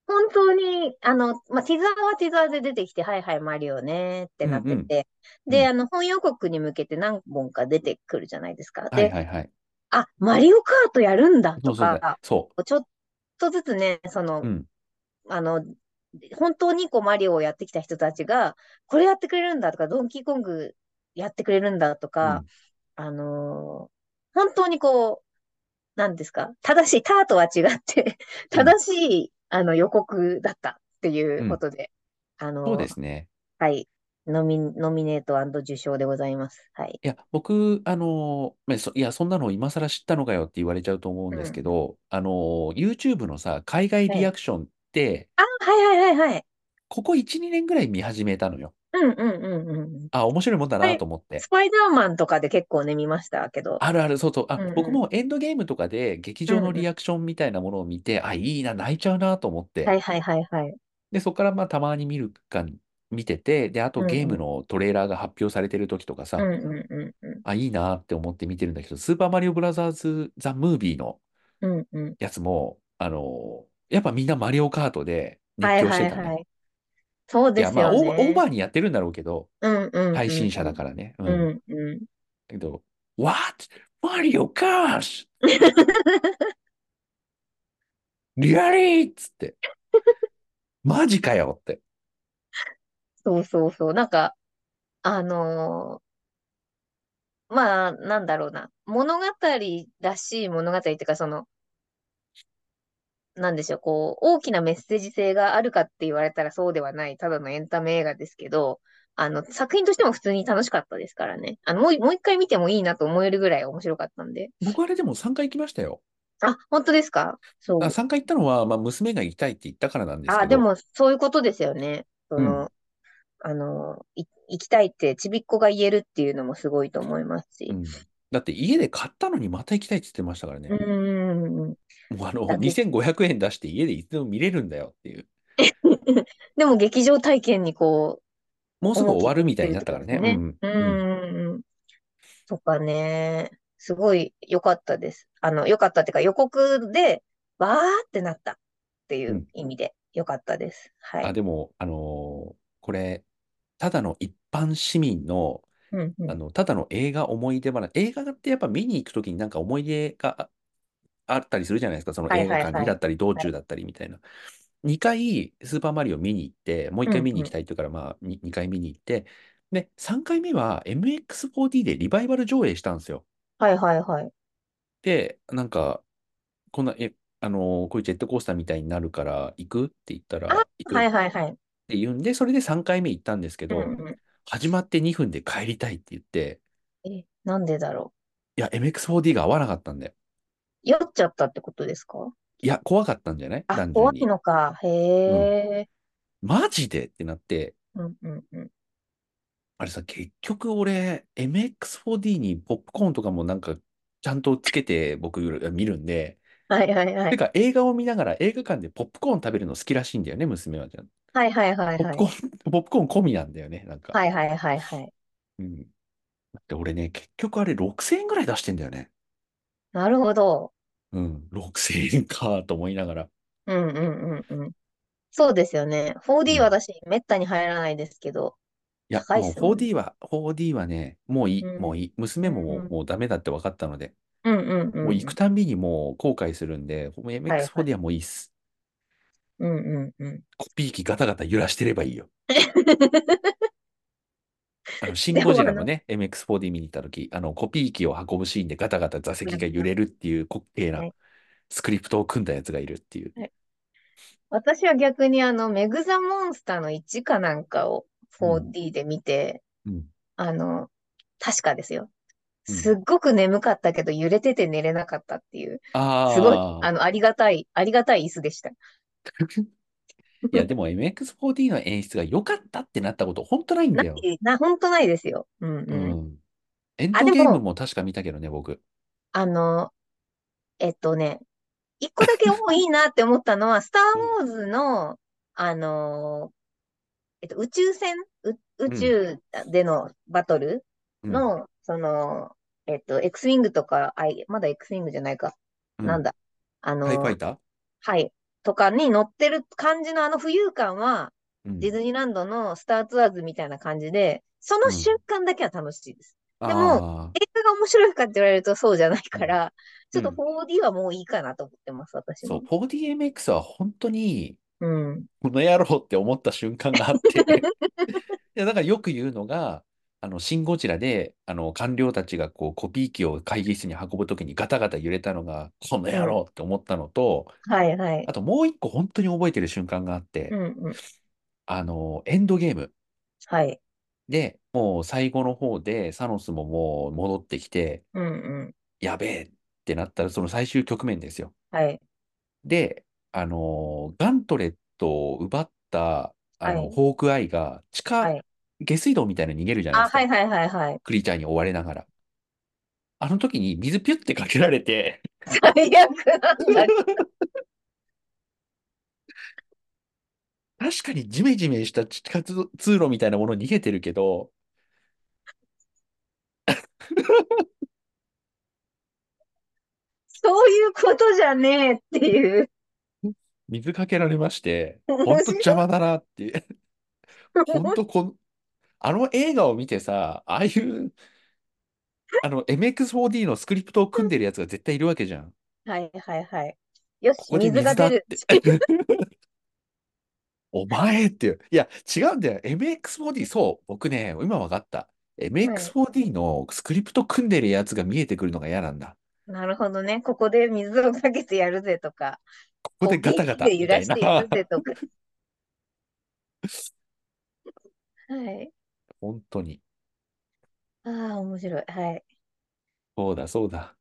Speaker 2: 本当に、あの、まあ、ティザーはティザーで出てきて、はいはい、マリオねって
Speaker 1: ーう
Speaker 2: なっ
Speaker 1: んう
Speaker 2: て
Speaker 1: ん、
Speaker 2: て、
Speaker 1: う
Speaker 2: で、
Speaker 1: ん。
Speaker 2: あの、本予告に向けて何本か出てくるじゃないですか。
Speaker 1: はい
Speaker 2: で、
Speaker 1: はいはい。
Speaker 2: あ、マリオカートやるんだ
Speaker 1: そ
Speaker 2: と
Speaker 1: うそうだ。
Speaker 2: か、
Speaker 1: そ。
Speaker 2: ちょっとずつね、そうの、
Speaker 1: うん。
Speaker 2: あの、本当にこうマリオをやってきた人たちが、これやってくれるんだとか、ドンキーコングやってくれるんだと
Speaker 1: う
Speaker 2: か、
Speaker 1: ん。
Speaker 2: あのー本当にこう、なんですか、正しい、ターとは違って
Speaker 1: うん。
Speaker 2: 正しい、あの、予告だったっていう
Speaker 1: う
Speaker 2: こ
Speaker 1: ん。
Speaker 2: とで、あ
Speaker 1: そうで
Speaker 2: の
Speaker 1: すね。
Speaker 2: ーはい、ノミ、ノミネート受賞でございます。はい。
Speaker 1: いや、僕、あの、まあそいや、そんなの今更知ったのかよって言われちゃうと思うん
Speaker 2: う
Speaker 1: ですけ
Speaker 2: ん。
Speaker 1: ど、あの、YouTube のさ、海外
Speaker 2: は
Speaker 1: リ
Speaker 2: い。
Speaker 1: アクションって、
Speaker 2: あ、はいはいはいはい。
Speaker 1: ここ1、2年ぐらい見始めたのよ。
Speaker 2: うんうんうんうんうん。
Speaker 1: あ、面白いもんだ
Speaker 2: は。
Speaker 1: ないと思って。
Speaker 2: スパイダーマンとかで結構ね、見ましたけど。
Speaker 1: あるある、そうそう。あ、
Speaker 2: うん
Speaker 1: 僕
Speaker 2: う
Speaker 1: もエンドゲームとかで劇
Speaker 2: ん。う
Speaker 1: 場の
Speaker 2: んう
Speaker 1: リ
Speaker 2: ん。
Speaker 1: アクションみたいなものを見て、あ、いいな、泣いちゃうなと思っ
Speaker 2: は
Speaker 1: て。
Speaker 2: いはいはいはい。
Speaker 1: で、そこからまあたまに見るか、見てて、で、あと
Speaker 2: うん
Speaker 1: ゲー
Speaker 2: う
Speaker 1: ム
Speaker 2: ん。
Speaker 1: のトレーラーが発表されてる時とか
Speaker 2: うん
Speaker 1: さ、
Speaker 2: うんうんう
Speaker 1: あ、いいなって思って見てるんだけど、スーパーマリオブラザーズ・ザ・ムービーの
Speaker 2: ん。うんうん。
Speaker 1: やつも、あのやっぱみんなマリオカートで熱
Speaker 2: はい
Speaker 1: 狂し
Speaker 2: は
Speaker 1: て
Speaker 2: い
Speaker 1: たね。
Speaker 2: はい。そう
Speaker 1: い
Speaker 2: で
Speaker 1: や、
Speaker 2: す
Speaker 1: まあ
Speaker 2: よ
Speaker 1: オーバー、オーバ
Speaker 2: ね。
Speaker 1: ーにやってるんだろうけど、
Speaker 2: うんうん
Speaker 1: 配
Speaker 2: う
Speaker 1: 信
Speaker 2: ん
Speaker 1: 者だからね。う。
Speaker 2: うんん。うんうん。
Speaker 1: だけど、What? マリオカ ートリアリーっつって。マジかよって。
Speaker 2: そうそうそう。なんか、あのーまあ、なんだろうな。物語らしい物語っていうか、その、なんでしょう、こう、大きなメッセージ性があるかって言われたらそうではない、ただのエンタメ映画ですけど、あの、作品としても普通に楽しかったですからね。あの、もう、もう一回見てもいいなと思えるぐらい面白かったんで。
Speaker 1: 僕あれでも3回行きましたよ。
Speaker 2: あ、本当です
Speaker 1: あ、
Speaker 2: かそう。
Speaker 1: 3回行ったのは、まあ、娘が行きたいって言ったからなんです
Speaker 2: あ、
Speaker 1: け
Speaker 2: で
Speaker 1: ど、
Speaker 2: も、そういうことですよね。そ
Speaker 1: うん。
Speaker 2: の、あの、い行きたいって、ちびっこが言えるっていうのもすごいと思います
Speaker 1: う
Speaker 2: し。
Speaker 1: ん。だって家で買ったのにまた行きたいって言ってましたから
Speaker 2: う
Speaker 1: ね。
Speaker 2: ーん。
Speaker 1: もうあの、
Speaker 2: だけ、
Speaker 1: 2500円出して家でいつでも見れるんだよっていう。
Speaker 2: でも劇場体験にこ
Speaker 1: もう
Speaker 2: う、
Speaker 1: すぐ
Speaker 2: 重
Speaker 1: 終
Speaker 2: きを
Speaker 1: わる
Speaker 2: 置
Speaker 1: み
Speaker 2: い
Speaker 1: た
Speaker 2: て
Speaker 1: いに
Speaker 2: るっ
Speaker 1: なってたか
Speaker 2: こと
Speaker 1: らね。
Speaker 2: です
Speaker 1: う
Speaker 2: ね。
Speaker 1: ん。
Speaker 2: う
Speaker 1: うん。。
Speaker 2: ーん。とかね。すごい良かったです。あの、良かったっていうか予告で、わーってなったっていううん意味で良かったです。は
Speaker 1: あ、
Speaker 2: い。
Speaker 1: でも、あのーこれ、ただの一般市民の、
Speaker 2: うんう
Speaker 1: あ
Speaker 2: ん。
Speaker 1: の、ただの映画思い出話、映画ってやっぱ見に行くときになんか思い出がああったりするじゃないですか。その
Speaker 2: はい
Speaker 1: 映画
Speaker 2: はい
Speaker 1: 館に
Speaker 2: は
Speaker 1: だ
Speaker 2: い。
Speaker 1: ったり、道
Speaker 2: は
Speaker 1: 中
Speaker 2: い。
Speaker 1: だったりみたいな。2回スーパーマリオ見に行って、もう1
Speaker 2: う
Speaker 1: 回
Speaker 2: ん
Speaker 1: 見に
Speaker 2: う
Speaker 1: 行き
Speaker 2: ん。
Speaker 1: たいっていうから、まあに2回見に行って、で、3回目は MX4D でリバイバル上映したんですよ。
Speaker 2: はいはいはい。
Speaker 1: で、なんか、こんな、え、あの、こういうジェットコースターみたいになるから行くって言った
Speaker 2: あ、
Speaker 1: ら、行くっ
Speaker 2: はいはいはい。
Speaker 1: て言うんで、それで3回目行ったんですけ
Speaker 2: う
Speaker 1: ど、
Speaker 2: んう
Speaker 1: 始まって2分で帰りたいって言って、
Speaker 2: ん。え、なんでだろ
Speaker 1: いや、MX4D が合わなかったんで、
Speaker 2: う。酔っちゃったってことですか
Speaker 1: いや、怖かったんじゃない
Speaker 2: あ、
Speaker 1: 単純
Speaker 2: 怖い
Speaker 1: に。
Speaker 2: のか。へ
Speaker 1: うん。
Speaker 2: え。
Speaker 1: マジでってなって、
Speaker 2: うんうんうん。
Speaker 1: あれさ、結局俺、MX4D にポップコーンとかもなんか、ちゃんとつけて僕見るんで、
Speaker 2: はいはいは
Speaker 1: て
Speaker 2: い。
Speaker 1: か映画を見ながら映画館でポップコーン食べるの好きらしいんだよね、娘はじゃん。
Speaker 2: はいはいはい
Speaker 1: ポップ
Speaker 2: はい。
Speaker 1: コーン、 ポップコーン込みなんだよね、なんか。
Speaker 2: はいはいはいはい。
Speaker 1: うん。だって俺ね、結局あれ6000円ぐらい出してんだよね。
Speaker 2: なるほど。
Speaker 1: うん、6000円かと思いながら。
Speaker 2: うんうんうんうん。そうですよね。
Speaker 1: う
Speaker 2: 4D
Speaker 1: ん。い
Speaker 2: 私、めったに入らないですけど、
Speaker 1: や、
Speaker 2: 高いっ
Speaker 1: もう
Speaker 2: すもんね。
Speaker 1: 4D は、4D はね、もういい、もういい。
Speaker 2: う
Speaker 1: 娘もも
Speaker 2: ん。う
Speaker 1: う、
Speaker 2: ん。
Speaker 1: もうダメだって分かったので、
Speaker 2: うんうんう
Speaker 1: もうん行
Speaker 2: う
Speaker 1: く
Speaker 2: ん。
Speaker 1: たんびにもう後悔するんで、もう
Speaker 2: はいはい。
Speaker 1: MX4D はもういいっす。
Speaker 2: うんうんうん。
Speaker 1: コピー機ガタガタ揺らしてればいいよ。あ の、シン・
Speaker 2: で
Speaker 1: ゴ
Speaker 2: も
Speaker 1: ジ
Speaker 2: あ
Speaker 1: ラの
Speaker 2: の、
Speaker 1: ね、MX4D 見に行った時、あの、コピー機を運ぶシーンでガタガタ座
Speaker 2: う
Speaker 1: 席が揺
Speaker 2: ん
Speaker 1: れるっていう滑稽
Speaker 2: は
Speaker 1: ないスクリプトを組んだやつがいるっていう。
Speaker 2: はい私は逆にあの、メグザモンスターの1かなんかを
Speaker 1: うん、
Speaker 2: 4D で見て、
Speaker 1: うん、
Speaker 2: あの、確かですよ。
Speaker 1: う
Speaker 2: す
Speaker 1: ん。
Speaker 2: っごく眠かったけど、揺れてて寝れなかったっていう、すごい、
Speaker 1: あ
Speaker 2: あ
Speaker 1: あ。
Speaker 2: の、ありがたい、ありがたい椅子でした。
Speaker 1: いや、でも MX4D の演出が良かったってなったこと、ほんとないん
Speaker 2: な
Speaker 1: だよ。
Speaker 2: い、な、本当ないですよ。うん
Speaker 1: う
Speaker 2: うん。
Speaker 1: ん。エン
Speaker 2: あ、
Speaker 1: ド
Speaker 2: で
Speaker 1: ゲーム
Speaker 2: も、
Speaker 1: も確か見たけどね、僕。
Speaker 2: あの、えっとね、一個だけ多いいなって思ったのは、スター・
Speaker 1: うん。
Speaker 2: ウォーズの、あのーえっと、宇宙船、う、宇
Speaker 1: うん。
Speaker 2: 宙でのバトル
Speaker 1: うん。
Speaker 2: の、その、えっと、X ウィングとか、あい、まだ X ウィングじゃないか。
Speaker 1: う
Speaker 2: なん
Speaker 1: ん。
Speaker 2: だ。あ
Speaker 1: タイファ
Speaker 2: の
Speaker 1: イター
Speaker 2: ーはい、とかに乗ってる感じのあの浮遊感は、
Speaker 1: う
Speaker 2: ディ
Speaker 1: ん。
Speaker 2: ズニーランドのスターツアーズみたいな感じで、そうの瞬
Speaker 1: ん。
Speaker 2: 間だけは楽しいです。でも、
Speaker 1: ああ。
Speaker 2: 映画が面白いかって言われるとそうじゃないうか
Speaker 1: ん。
Speaker 2: ら、ち
Speaker 1: う
Speaker 2: ょっと
Speaker 1: ん。
Speaker 2: 4D はもういいかなと思ってます、私
Speaker 1: そ
Speaker 2: も。
Speaker 1: う、4DMX は本当に、
Speaker 2: うん。
Speaker 1: この野郎って思った瞬間があって いや、だからよく言うのが、あの、シン・ゴジラで、あの、官僚たちがこう、コピー機を会議室に運ぶときにガタガタ揺れたのが、この
Speaker 2: う
Speaker 1: 野
Speaker 2: ん。
Speaker 1: 郎って思ったのと、
Speaker 2: はいはい。
Speaker 1: あともう一個本当に覚えてる瞬間があっ
Speaker 2: う
Speaker 1: て、
Speaker 2: んうん。
Speaker 1: あの、エンドゲーム
Speaker 2: はい。
Speaker 1: で、もう最後の方で、サノスももう戻ってきて、
Speaker 2: うんうん。
Speaker 1: やべえってなったら、その最終局面ですよ。
Speaker 2: はい。
Speaker 1: で、あの、ガントレットを奪った、あ
Speaker 2: は
Speaker 1: の、
Speaker 2: い。
Speaker 1: ホークアイが、地
Speaker 2: は
Speaker 1: 下、
Speaker 2: い。
Speaker 1: 下水道みたいなの逃げるじゃないで
Speaker 2: あ、
Speaker 1: す
Speaker 2: はい
Speaker 1: か。
Speaker 2: はいはいはい。
Speaker 1: クリーチャーに追われながら。あの時に水ピュってかけられて
Speaker 2: 最悪なんだけど。
Speaker 1: 確かにジメジメした地下通路みたいなもの逃げてるけど、
Speaker 2: そういうことじゃねえっていう。
Speaker 1: 水かけられまして、 ほ
Speaker 2: 面
Speaker 1: んと邪
Speaker 2: 白い。
Speaker 1: 魔だなっていう。ほんとこん、あの映画を見てさ、ああいう、あの MX4D のスクリプトを組んでるやつが絶対いるわけじゃ ん。
Speaker 2: はいはいはい。よ
Speaker 1: こ
Speaker 2: し、
Speaker 1: こで
Speaker 2: 水が
Speaker 1: 水だ
Speaker 2: 出
Speaker 1: っ
Speaker 2: る。
Speaker 1: て。お前っていう。いや、違うんだよ。MX4D、そう、僕ね、今分かった。
Speaker 2: はい。
Speaker 1: MX4D のスクリプト組んでるやつが見えてくるのが嫌なんだ。
Speaker 2: なるほどね。ここで水をかけてやるぜとか、
Speaker 1: ここ
Speaker 2: コ
Speaker 1: で
Speaker 2: ピ
Speaker 1: ガ
Speaker 2: ー
Speaker 1: タガ
Speaker 2: 機
Speaker 1: タ
Speaker 2: で揺
Speaker 1: みた
Speaker 2: ら
Speaker 1: い
Speaker 2: し
Speaker 1: な。
Speaker 2: てやるぜとか。 はい。
Speaker 1: 本当に。
Speaker 2: ああ、面白い。はい。
Speaker 1: そうだ、そうだ。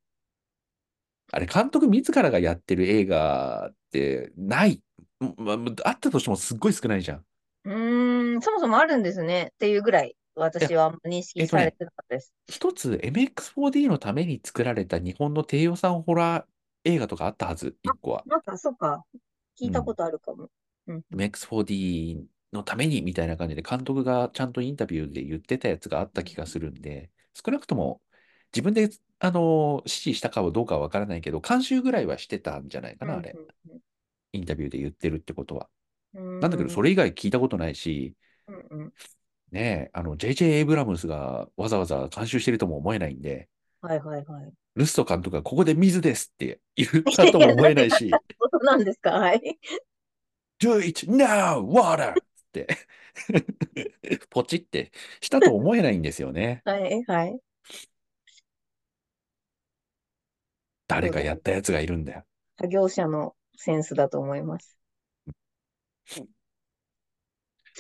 Speaker 1: あれ、監督自らがやってる映画ってない。うんまああったとしてもすっごい少ないじゃん。
Speaker 2: うーん、そもそもあるんですね。っていうぐらい、
Speaker 1: いや、
Speaker 2: 私はあんま認
Speaker 1: え
Speaker 2: 識
Speaker 1: っと
Speaker 2: され
Speaker 1: ね、
Speaker 2: てなかったです。
Speaker 1: 一つ MX4D のために作られた日本の低予算ホラー映画とかあったはず、
Speaker 2: あ、
Speaker 1: 一個は。
Speaker 2: なんか、そうか。
Speaker 1: う
Speaker 2: 聞いたこ
Speaker 1: ん。
Speaker 2: とあるかも。うんうん
Speaker 1: MX4D のためにみたいな感じで監督がちゃんとインタビューで言ってたやつがあっ
Speaker 2: う
Speaker 1: た気が
Speaker 2: ん
Speaker 1: するんで、少なくとも自分で、あの指示したかはどうかはわからないけど、監修ぐらいはしてたんじゃないか
Speaker 2: うん
Speaker 1: な、あ
Speaker 2: う
Speaker 1: れ。
Speaker 2: ん
Speaker 1: インタビューで言ってるってことは。
Speaker 2: う
Speaker 1: なんだけ
Speaker 2: ん。
Speaker 1: ど、
Speaker 2: うー
Speaker 1: そ
Speaker 2: ん、
Speaker 1: れ以外聞いたことないし、
Speaker 2: うんうん。
Speaker 1: ねえ、あの、JJ エイブラムスがわざわざ監修してるとも思えないんで、
Speaker 2: はいはいはい。
Speaker 1: ルスト監督がここで水ですって言った
Speaker 2: い
Speaker 1: と
Speaker 2: や、
Speaker 1: も
Speaker 2: なん
Speaker 1: 思えな
Speaker 2: で
Speaker 1: い
Speaker 2: また
Speaker 1: し、
Speaker 2: そうなんですかはい。
Speaker 1: Do it now, water! って ポチってしたと思えないんですよね。
Speaker 2: はい、はい。
Speaker 1: 誰
Speaker 2: そう
Speaker 1: か
Speaker 2: だ
Speaker 1: や
Speaker 2: ね。
Speaker 1: ったやつがいるんだよ。
Speaker 2: 作業者のセンスだと思います。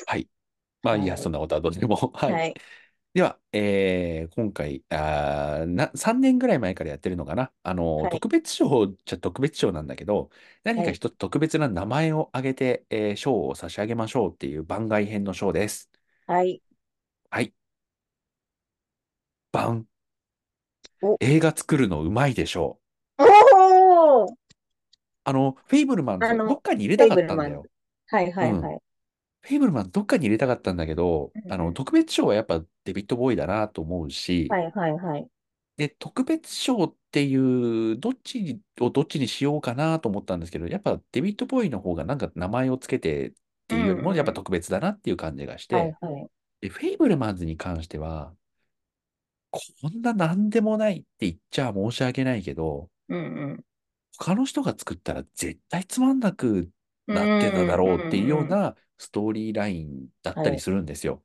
Speaker 1: はい。まあいい
Speaker 2: は
Speaker 1: や、そ
Speaker 2: い。
Speaker 1: んなことはどうでも。はい。
Speaker 2: はい。
Speaker 1: では、えー今回、あーな、3年ぐらい前からやってるのかな。あの、
Speaker 2: はい。
Speaker 1: 特別賞じゃ特別賞なんだけど、何
Speaker 2: は
Speaker 1: か
Speaker 2: い。
Speaker 1: 一つ特別な名前を挙げて、えー賞を差し上げましょうっていう番外編の賞です。
Speaker 2: はい。
Speaker 1: はい。バン。
Speaker 2: お、
Speaker 1: 映画作るのうまいでしょう。
Speaker 2: おー
Speaker 1: あの、フェイブルマン
Speaker 2: あ
Speaker 1: ズ、ど
Speaker 2: の、
Speaker 1: っかに入れ
Speaker 2: フェ
Speaker 1: たか
Speaker 2: イブ
Speaker 1: っ
Speaker 2: ル
Speaker 1: たん
Speaker 2: マ
Speaker 1: だ
Speaker 2: ンズ。
Speaker 1: よ。
Speaker 2: はいは
Speaker 1: う
Speaker 2: い
Speaker 1: ん。
Speaker 2: はい。
Speaker 1: フェイブルマンどっかに入れたかったんだけど、
Speaker 2: うん
Speaker 1: あ
Speaker 2: う
Speaker 1: の、
Speaker 2: ん。
Speaker 1: 特別賞はやっぱデビッド・ボーイだなと思うし、
Speaker 2: はいはいはい。
Speaker 1: で、特別賞っていう、どっちをどっちにしようかなと思ったんですけど、やっぱデビッド・ボーイの方がなんか名前をつけてっ
Speaker 2: う
Speaker 1: ていうよりも、やっ
Speaker 2: ん
Speaker 1: ぱ
Speaker 2: うん。
Speaker 1: 特別だなっていう感じがし
Speaker 2: はい
Speaker 1: て、
Speaker 2: はい。
Speaker 1: で、フェイブルマンズに関しては、こんななんでもないって言っちゃ申し訳ないけど、
Speaker 2: うん
Speaker 1: 他の人が作ったら絶対つまんなく
Speaker 2: うん。
Speaker 1: なってただろ
Speaker 2: う
Speaker 1: うっていうんよ
Speaker 2: う
Speaker 1: うん
Speaker 2: うん。
Speaker 1: なストーリーラインだっ
Speaker 2: は
Speaker 1: たり
Speaker 2: い。
Speaker 1: するんですよ。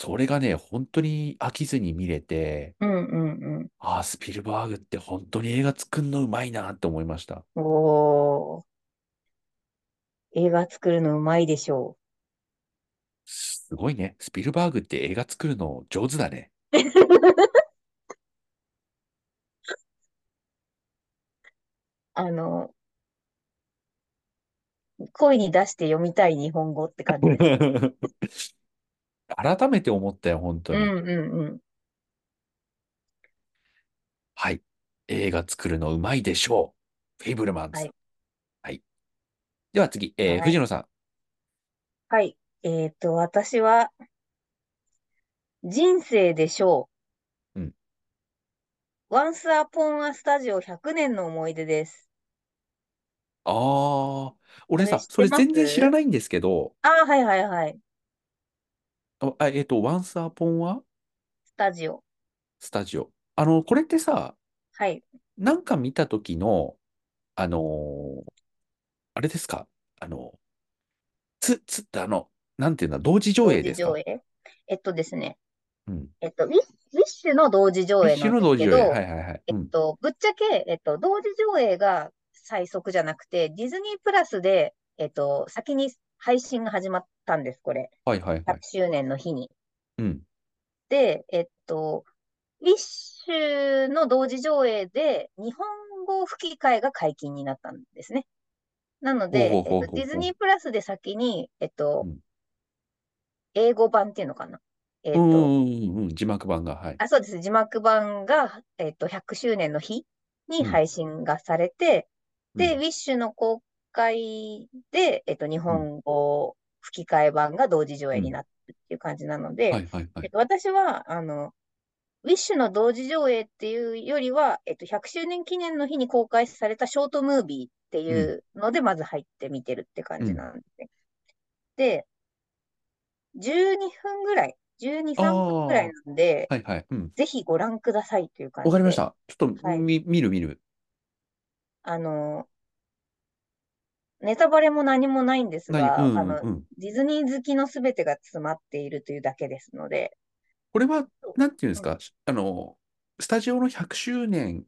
Speaker 1: それがね、本当に飽きずに見れて、
Speaker 2: うんうんうん。
Speaker 1: ああ、スピルバーグって本当に映画作んのうまいなって思いました。
Speaker 2: おー。映画作るのうまいでしょ
Speaker 1: すごいね。スピルバーグって映画作るの上手だね。
Speaker 2: う。あの、声に出して読みたい日本語って感じですね。
Speaker 1: 改めて思ったよ、本当
Speaker 2: う
Speaker 1: に。
Speaker 2: んうんうん。
Speaker 1: はい。映画作るのうまいでしょう。フェイブルマン
Speaker 2: は
Speaker 1: ズ。
Speaker 2: い。
Speaker 1: はい。では次、えー
Speaker 2: は
Speaker 1: 藤
Speaker 2: い。
Speaker 1: 野さん。
Speaker 2: はい。えっと、私は人生でしょ
Speaker 1: うん。
Speaker 2: う。Once Upon a Studio 100年の思い出です。
Speaker 1: ああ、
Speaker 2: こ
Speaker 1: 俺
Speaker 2: れ
Speaker 1: さ、
Speaker 2: 知っ
Speaker 1: そ
Speaker 2: て
Speaker 1: れ
Speaker 2: ます
Speaker 1: 全然知らないんですけど、
Speaker 2: ああー、はいはいはい。
Speaker 1: あ、あえっと、ワンスアポンは
Speaker 2: スタジオ。
Speaker 1: スタジオ。あの、これってさ、
Speaker 2: はい。
Speaker 1: なんか見た時の、あのーあれですかあの、つ、つってあの、なんていうんだ、同時上
Speaker 2: 同
Speaker 1: 映
Speaker 2: 時
Speaker 1: です
Speaker 2: 上
Speaker 1: か
Speaker 2: 映。えっとですね。
Speaker 1: うん。
Speaker 2: えっと、ウィッ、ウィッシュの同時
Speaker 1: ウィ
Speaker 2: 上
Speaker 1: ッ
Speaker 2: 映
Speaker 1: シ
Speaker 2: な
Speaker 1: ュ
Speaker 2: ん
Speaker 1: の同時
Speaker 2: ですけ
Speaker 1: 上映。は
Speaker 2: ど、
Speaker 1: いはいはい。
Speaker 2: え
Speaker 1: う
Speaker 2: っ
Speaker 1: ん。
Speaker 2: と、ぶっちゃけ、えっと、同時上映が最速じゃなくて、ディズニープラスで、えっと、先に配信が始まったんです、これ。
Speaker 1: はいはいはい。
Speaker 2: 100周年の日に。
Speaker 1: うん。
Speaker 2: で、えっと、ウィッシュの同時上映で、日本語吹き替えが解禁になったんですね。なの
Speaker 1: ほう
Speaker 2: で、
Speaker 1: ほう
Speaker 2: えっ
Speaker 1: ほう
Speaker 2: と、
Speaker 1: ほ
Speaker 2: デ
Speaker 1: う
Speaker 2: ィズ
Speaker 1: ほ
Speaker 2: ニープラスで先に、えっ
Speaker 1: う。
Speaker 2: と、
Speaker 1: うん。
Speaker 2: 英語版っていうのかな。え
Speaker 1: う
Speaker 2: っと、
Speaker 1: んうんうん。字幕版が、はい。
Speaker 2: あ、そうです。字幕版が、えっと、100周年の日に
Speaker 1: うん。
Speaker 2: 配信がされて、
Speaker 1: う
Speaker 2: で、ウ
Speaker 1: ん。
Speaker 2: ィッシュの公開で、えっと、日
Speaker 1: うん。
Speaker 2: 本語吹き替え版が同時上
Speaker 1: う
Speaker 2: 映に
Speaker 1: ん。
Speaker 2: なってっていう感じなの
Speaker 1: は
Speaker 2: で、
Speaker 1: いはいは
Speaker 2: えっ
Speaker 1: い。
Speaker 2: と、私は、あの、ウィッシュの同時上映っていうよりは、えっと、100周年記念の日に公開されたショートムービーって
Speaker 1: う
Speaker 2: い
Speaker 1: ん。
Speaker 2: うので、まず入って見てるって感
Speaker 1: う
Speaker 2: じ
Speaker 1: ん。
Speaker 2: なんですね。で、12分ぐらい、12、
Speaker 1: あ
Speaker 2: 3分ぐら
Speaker 1: あ。
Speaker 2: い
Speaker 1: は
Speaker 2: なんで、
Speaker 1: いはい。うん。
Speaker 2: ぜひご覧くださいという
Speaker 1: わ
Speaker 2: 感
Speaker 1: かり
Speaker 2: じ
Speaker 1: まし
Speaker 2: で、
Speaker 1: た。ちょっと
Speaker 2: はい。
Speaker 1: み、見る見る。
Speaker 2: あの、ネタバレも何もないんです
Speaker 1: 何う
Speaker 2: が、
Speaker 1: ん
Speaker 2: あ
Speaker 1: うん
Speaker 2: の、
Speaker 1: うん。
Speaker 2: ディズニー好きのすべてが詰まっているというだけですので、
Speaker 1: これは、
Speaker 2: そう
Speaker 1: なんていうんです
Speaker 2: うん
Speaker 1: か、しあの、スタジオの100周年、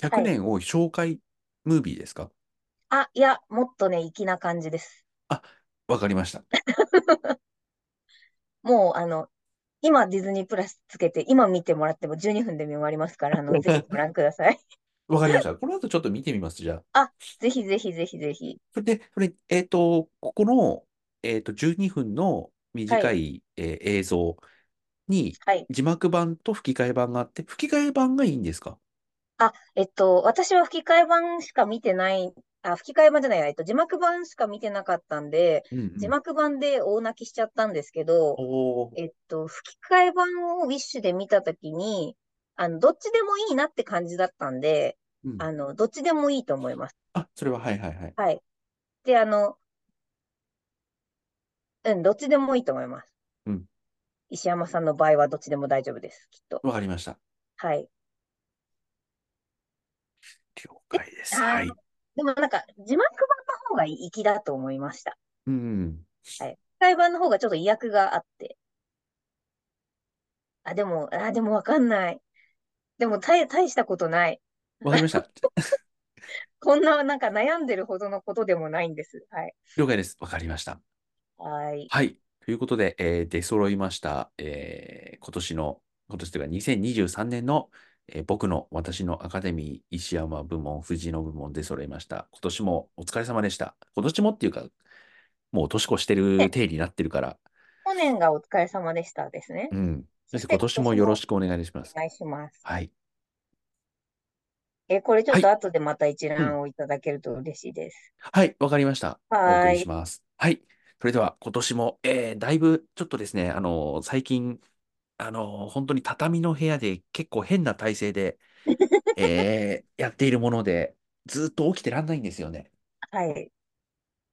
Speaker 1: 100
Speaker 2: はい。
Speaker 1: 年を紹介ムービーですか
Speaker 2: あ、いや、もっとね、粋な感じです。
Speaker 1: あ、わかりました。
Speaker 2: もう、あの、今ディズニープラスつけて、今見てもらっても12分で見終わりますから、あの、ぜひご覧ください。
Speaker 1: わかりました。 この後ちょっと見てみます、じゃあ。
Speaker 2: あ、ぜひぜひぜひぜひ。
Speaker 1: それで、それ、えっと、ここの、えっと、12分の
Speaker 2: は
Speaker 1: 短
Speaker 2: い。
Speaker 1: い、えー映像に、
Speaker 2: はい。
Speaker 1: 字幕版と吹き替え版があって、吹き替え版がいいんですか
Speaker 2: あ、えっと、私は吹き替え版しか見てない、あ、吹き替え版じゃないや、えっと、字幕版しか見てなかったんで、
Speaker 1: うんう
Speaker 2: 字
Speaker 1: ん。
Speaker 2: 幕版で大泣きしちゃったんですけど、
Speaker 1: おー、
Speaker 2: えっと、吹き替え版をウィッシュで見たときに、あの、どっちでもいいなって感じだったんで、
Speaker 1: うん。
Speaker 2: あの、どっちでもいいと思います。
Speaker 1: あ、それは、はいはいはい。
Speaker 2: はい。で、あの、うん、どっちでもいいと思います。
Speaker 1: うん。
Speaker 2: 石山さんの場合はどっちでも大丈夫です、きっと。
Speaker 1: わかりました。
Speaker 2: はい。
Speaker 1: 了
Speaker 2: で、
Speaker 1: 解です。
Speaker 2: あ
Speaker 1: は
Speaker 2: ー
Speaker 1: い。
Speaker 2: でもなんか、字幕版の方が粋だと思いました。
Speaker 1: うん。
Speaker 2: はい。吹き替え版の方がちょっと威訳があって。あ、でも、あ、でもわかんない。でも、大、大したことない。
Speaker 1: わかりました。
Speaker 2: こんななんか悩んでるほどのことでもないんです。はい。
Speaker 1: 了解です。わかりました。
Speaker 2: はい。
Speaker 1: はい。ということで、えー出揃いました。えー今年の、今年というか2023年の、えー僕の私のアカデミー石山部門、藤野部門出揃いました。今年もお疲れ様でした。今年もっていうか、もう年越してる体になってるから、
Speaker 2: 去年がお疲れ様でしたですね。
Speaker 1: うん。
Speaker 2: そ
Speaker 1: 先
Speaker 2: し
Speaker 1: 生、今
Speaker 2: て今
Speaker 1: 年
Speaker 2: 年
Speaker 1: も
Speaker 2: も
Speaker 1: よろしくお願いします。
Speaker 2: お願いします。
Speaker 1: はい。
Speaker 2: え、これちょ
Speaker 1: は
Speaker 2: っと
Speaker 1: い。
Speaker 2: 後でまた一
Speaker 1: うん。
Speaker 2: 覧をいただけると嬉しいです。
Speaker 1: はい、わかりました。お送
Speaker 2: は
Speaker 1: り
Speaker 2: ー
Speaker 1: し
Speaker 2: い。
Speaker 1: ます。はい。それでは今年も、えー、だいぶちょっとですね、あのー最近、あのー本当に畳の部屋で結構変な体勢 で、えーやっているもので、ずっと起きてらんないんですよね。
Speaker 2: はい。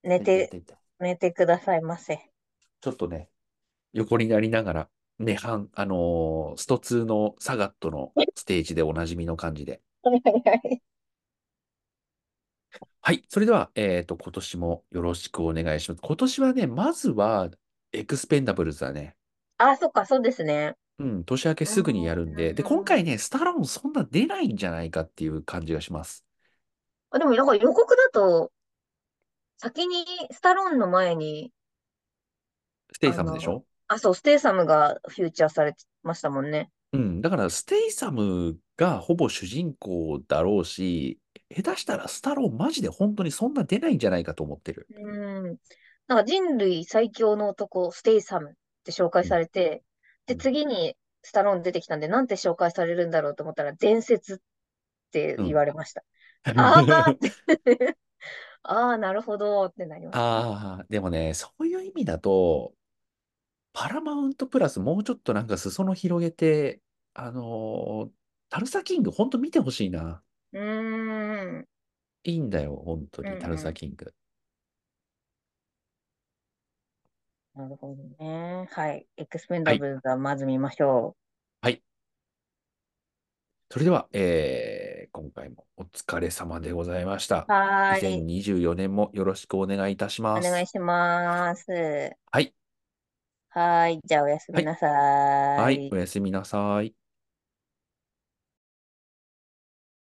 Speaker 2: 寝
Speaker 1: 痛い痛い痛
Speaker 2: て、
Speaker 1: い痛い
Speaker 2: 寝てくださいませ。
Speaker 1: ちょっとね、横になりながら、涅槃、あのースト2のサガットのステージで おなじみの感じで。
Speaker 2: はいはいはい。
Speaker 1: はい。それでは、えっと、今年もよろしくお願いします。今年はね、まずは、エクスペンダブルズだね。
Speaker 2: あ、そっか、そうですね。
Speaker 1: うん、年明け
Speaker 2: う
Speaker 1: すぐにやるんで、で、今
Speaker 2: ー
Speaker 1: 回ね、スタローンそんな出ないんじゃないかっていう感じがします。
Speaker 2: ん。でもなんか予告だと、先にスタローンの前に、
Speaker 1: ステイ
Speaker 2: あ
Speaker 1: サムでし
Speaker 2: の、
Speaker 1: ょ
Speaker 2: あ、そう、ステイサムがフューチャーされてましたもんね。
Speaker 1: うん、だからステイサムがほぼ主人公だろうし、下手したらスタローンマジで本当にそんな出ないんじゃないかと思ってる。
Speaker 2: うーん。なんか人類最強の男、ステイサムって紹介
Speaker 1: う
Speaker 2: さ
Speaker 1: ん、
Speaker 2: れて、
Speaker 1: う
Speaker 2: で、
Speaker 1: ん、
Speaker 2: 次にスタローン出てきたんで、なんて紹介されるんだろうと思ったら、伝説って
Speaker 1: う
Speaker 2: 言
Speaker 1: ん。
Speaker 2: われました。ああってああ、なるほどってなりまし た。
Speaker 1: ああ、でもね、そういう意味だと、パラマウントプラスもうちょっとなんか裾野広げて、あのータルサキング本当見てほしいな。
Speaker 2: うーん。
Speaker 1: いいんだよ、本当
Speaker 2: う
Speaker 1: に、タル
Speaker 2: ん
Speaker 1: サ
Speaker 2: う
Speaker 1: キング。
Speaker 2: ん。なるほどね。はい。エクスペン
Speaker 1: は
Speaker 2: ダ
Speaker 1: い。
Speaker 2: ブルズはまず見ましょ
Speaker 1: はいそれでは、えー今回もお疲れ様でございました。
Speaker 2: う。はーい。
Speaker 1: 2024年もよろしくお願いいたし
Speaker 2: お
Speaker 1: ま
Speaker 2: 願い
Speaker 1: す。
Speaker 2: します。
Speaker 1: はい、
Speaker 2: はーい。じゃあ、おやす
Speaker 1: は
Speaker 2: み
Speaker 1: い、
Speaker 2: なさ
Speaker 1: はい、
Speaker 2: い。
Speaker 1: おやすみなさい。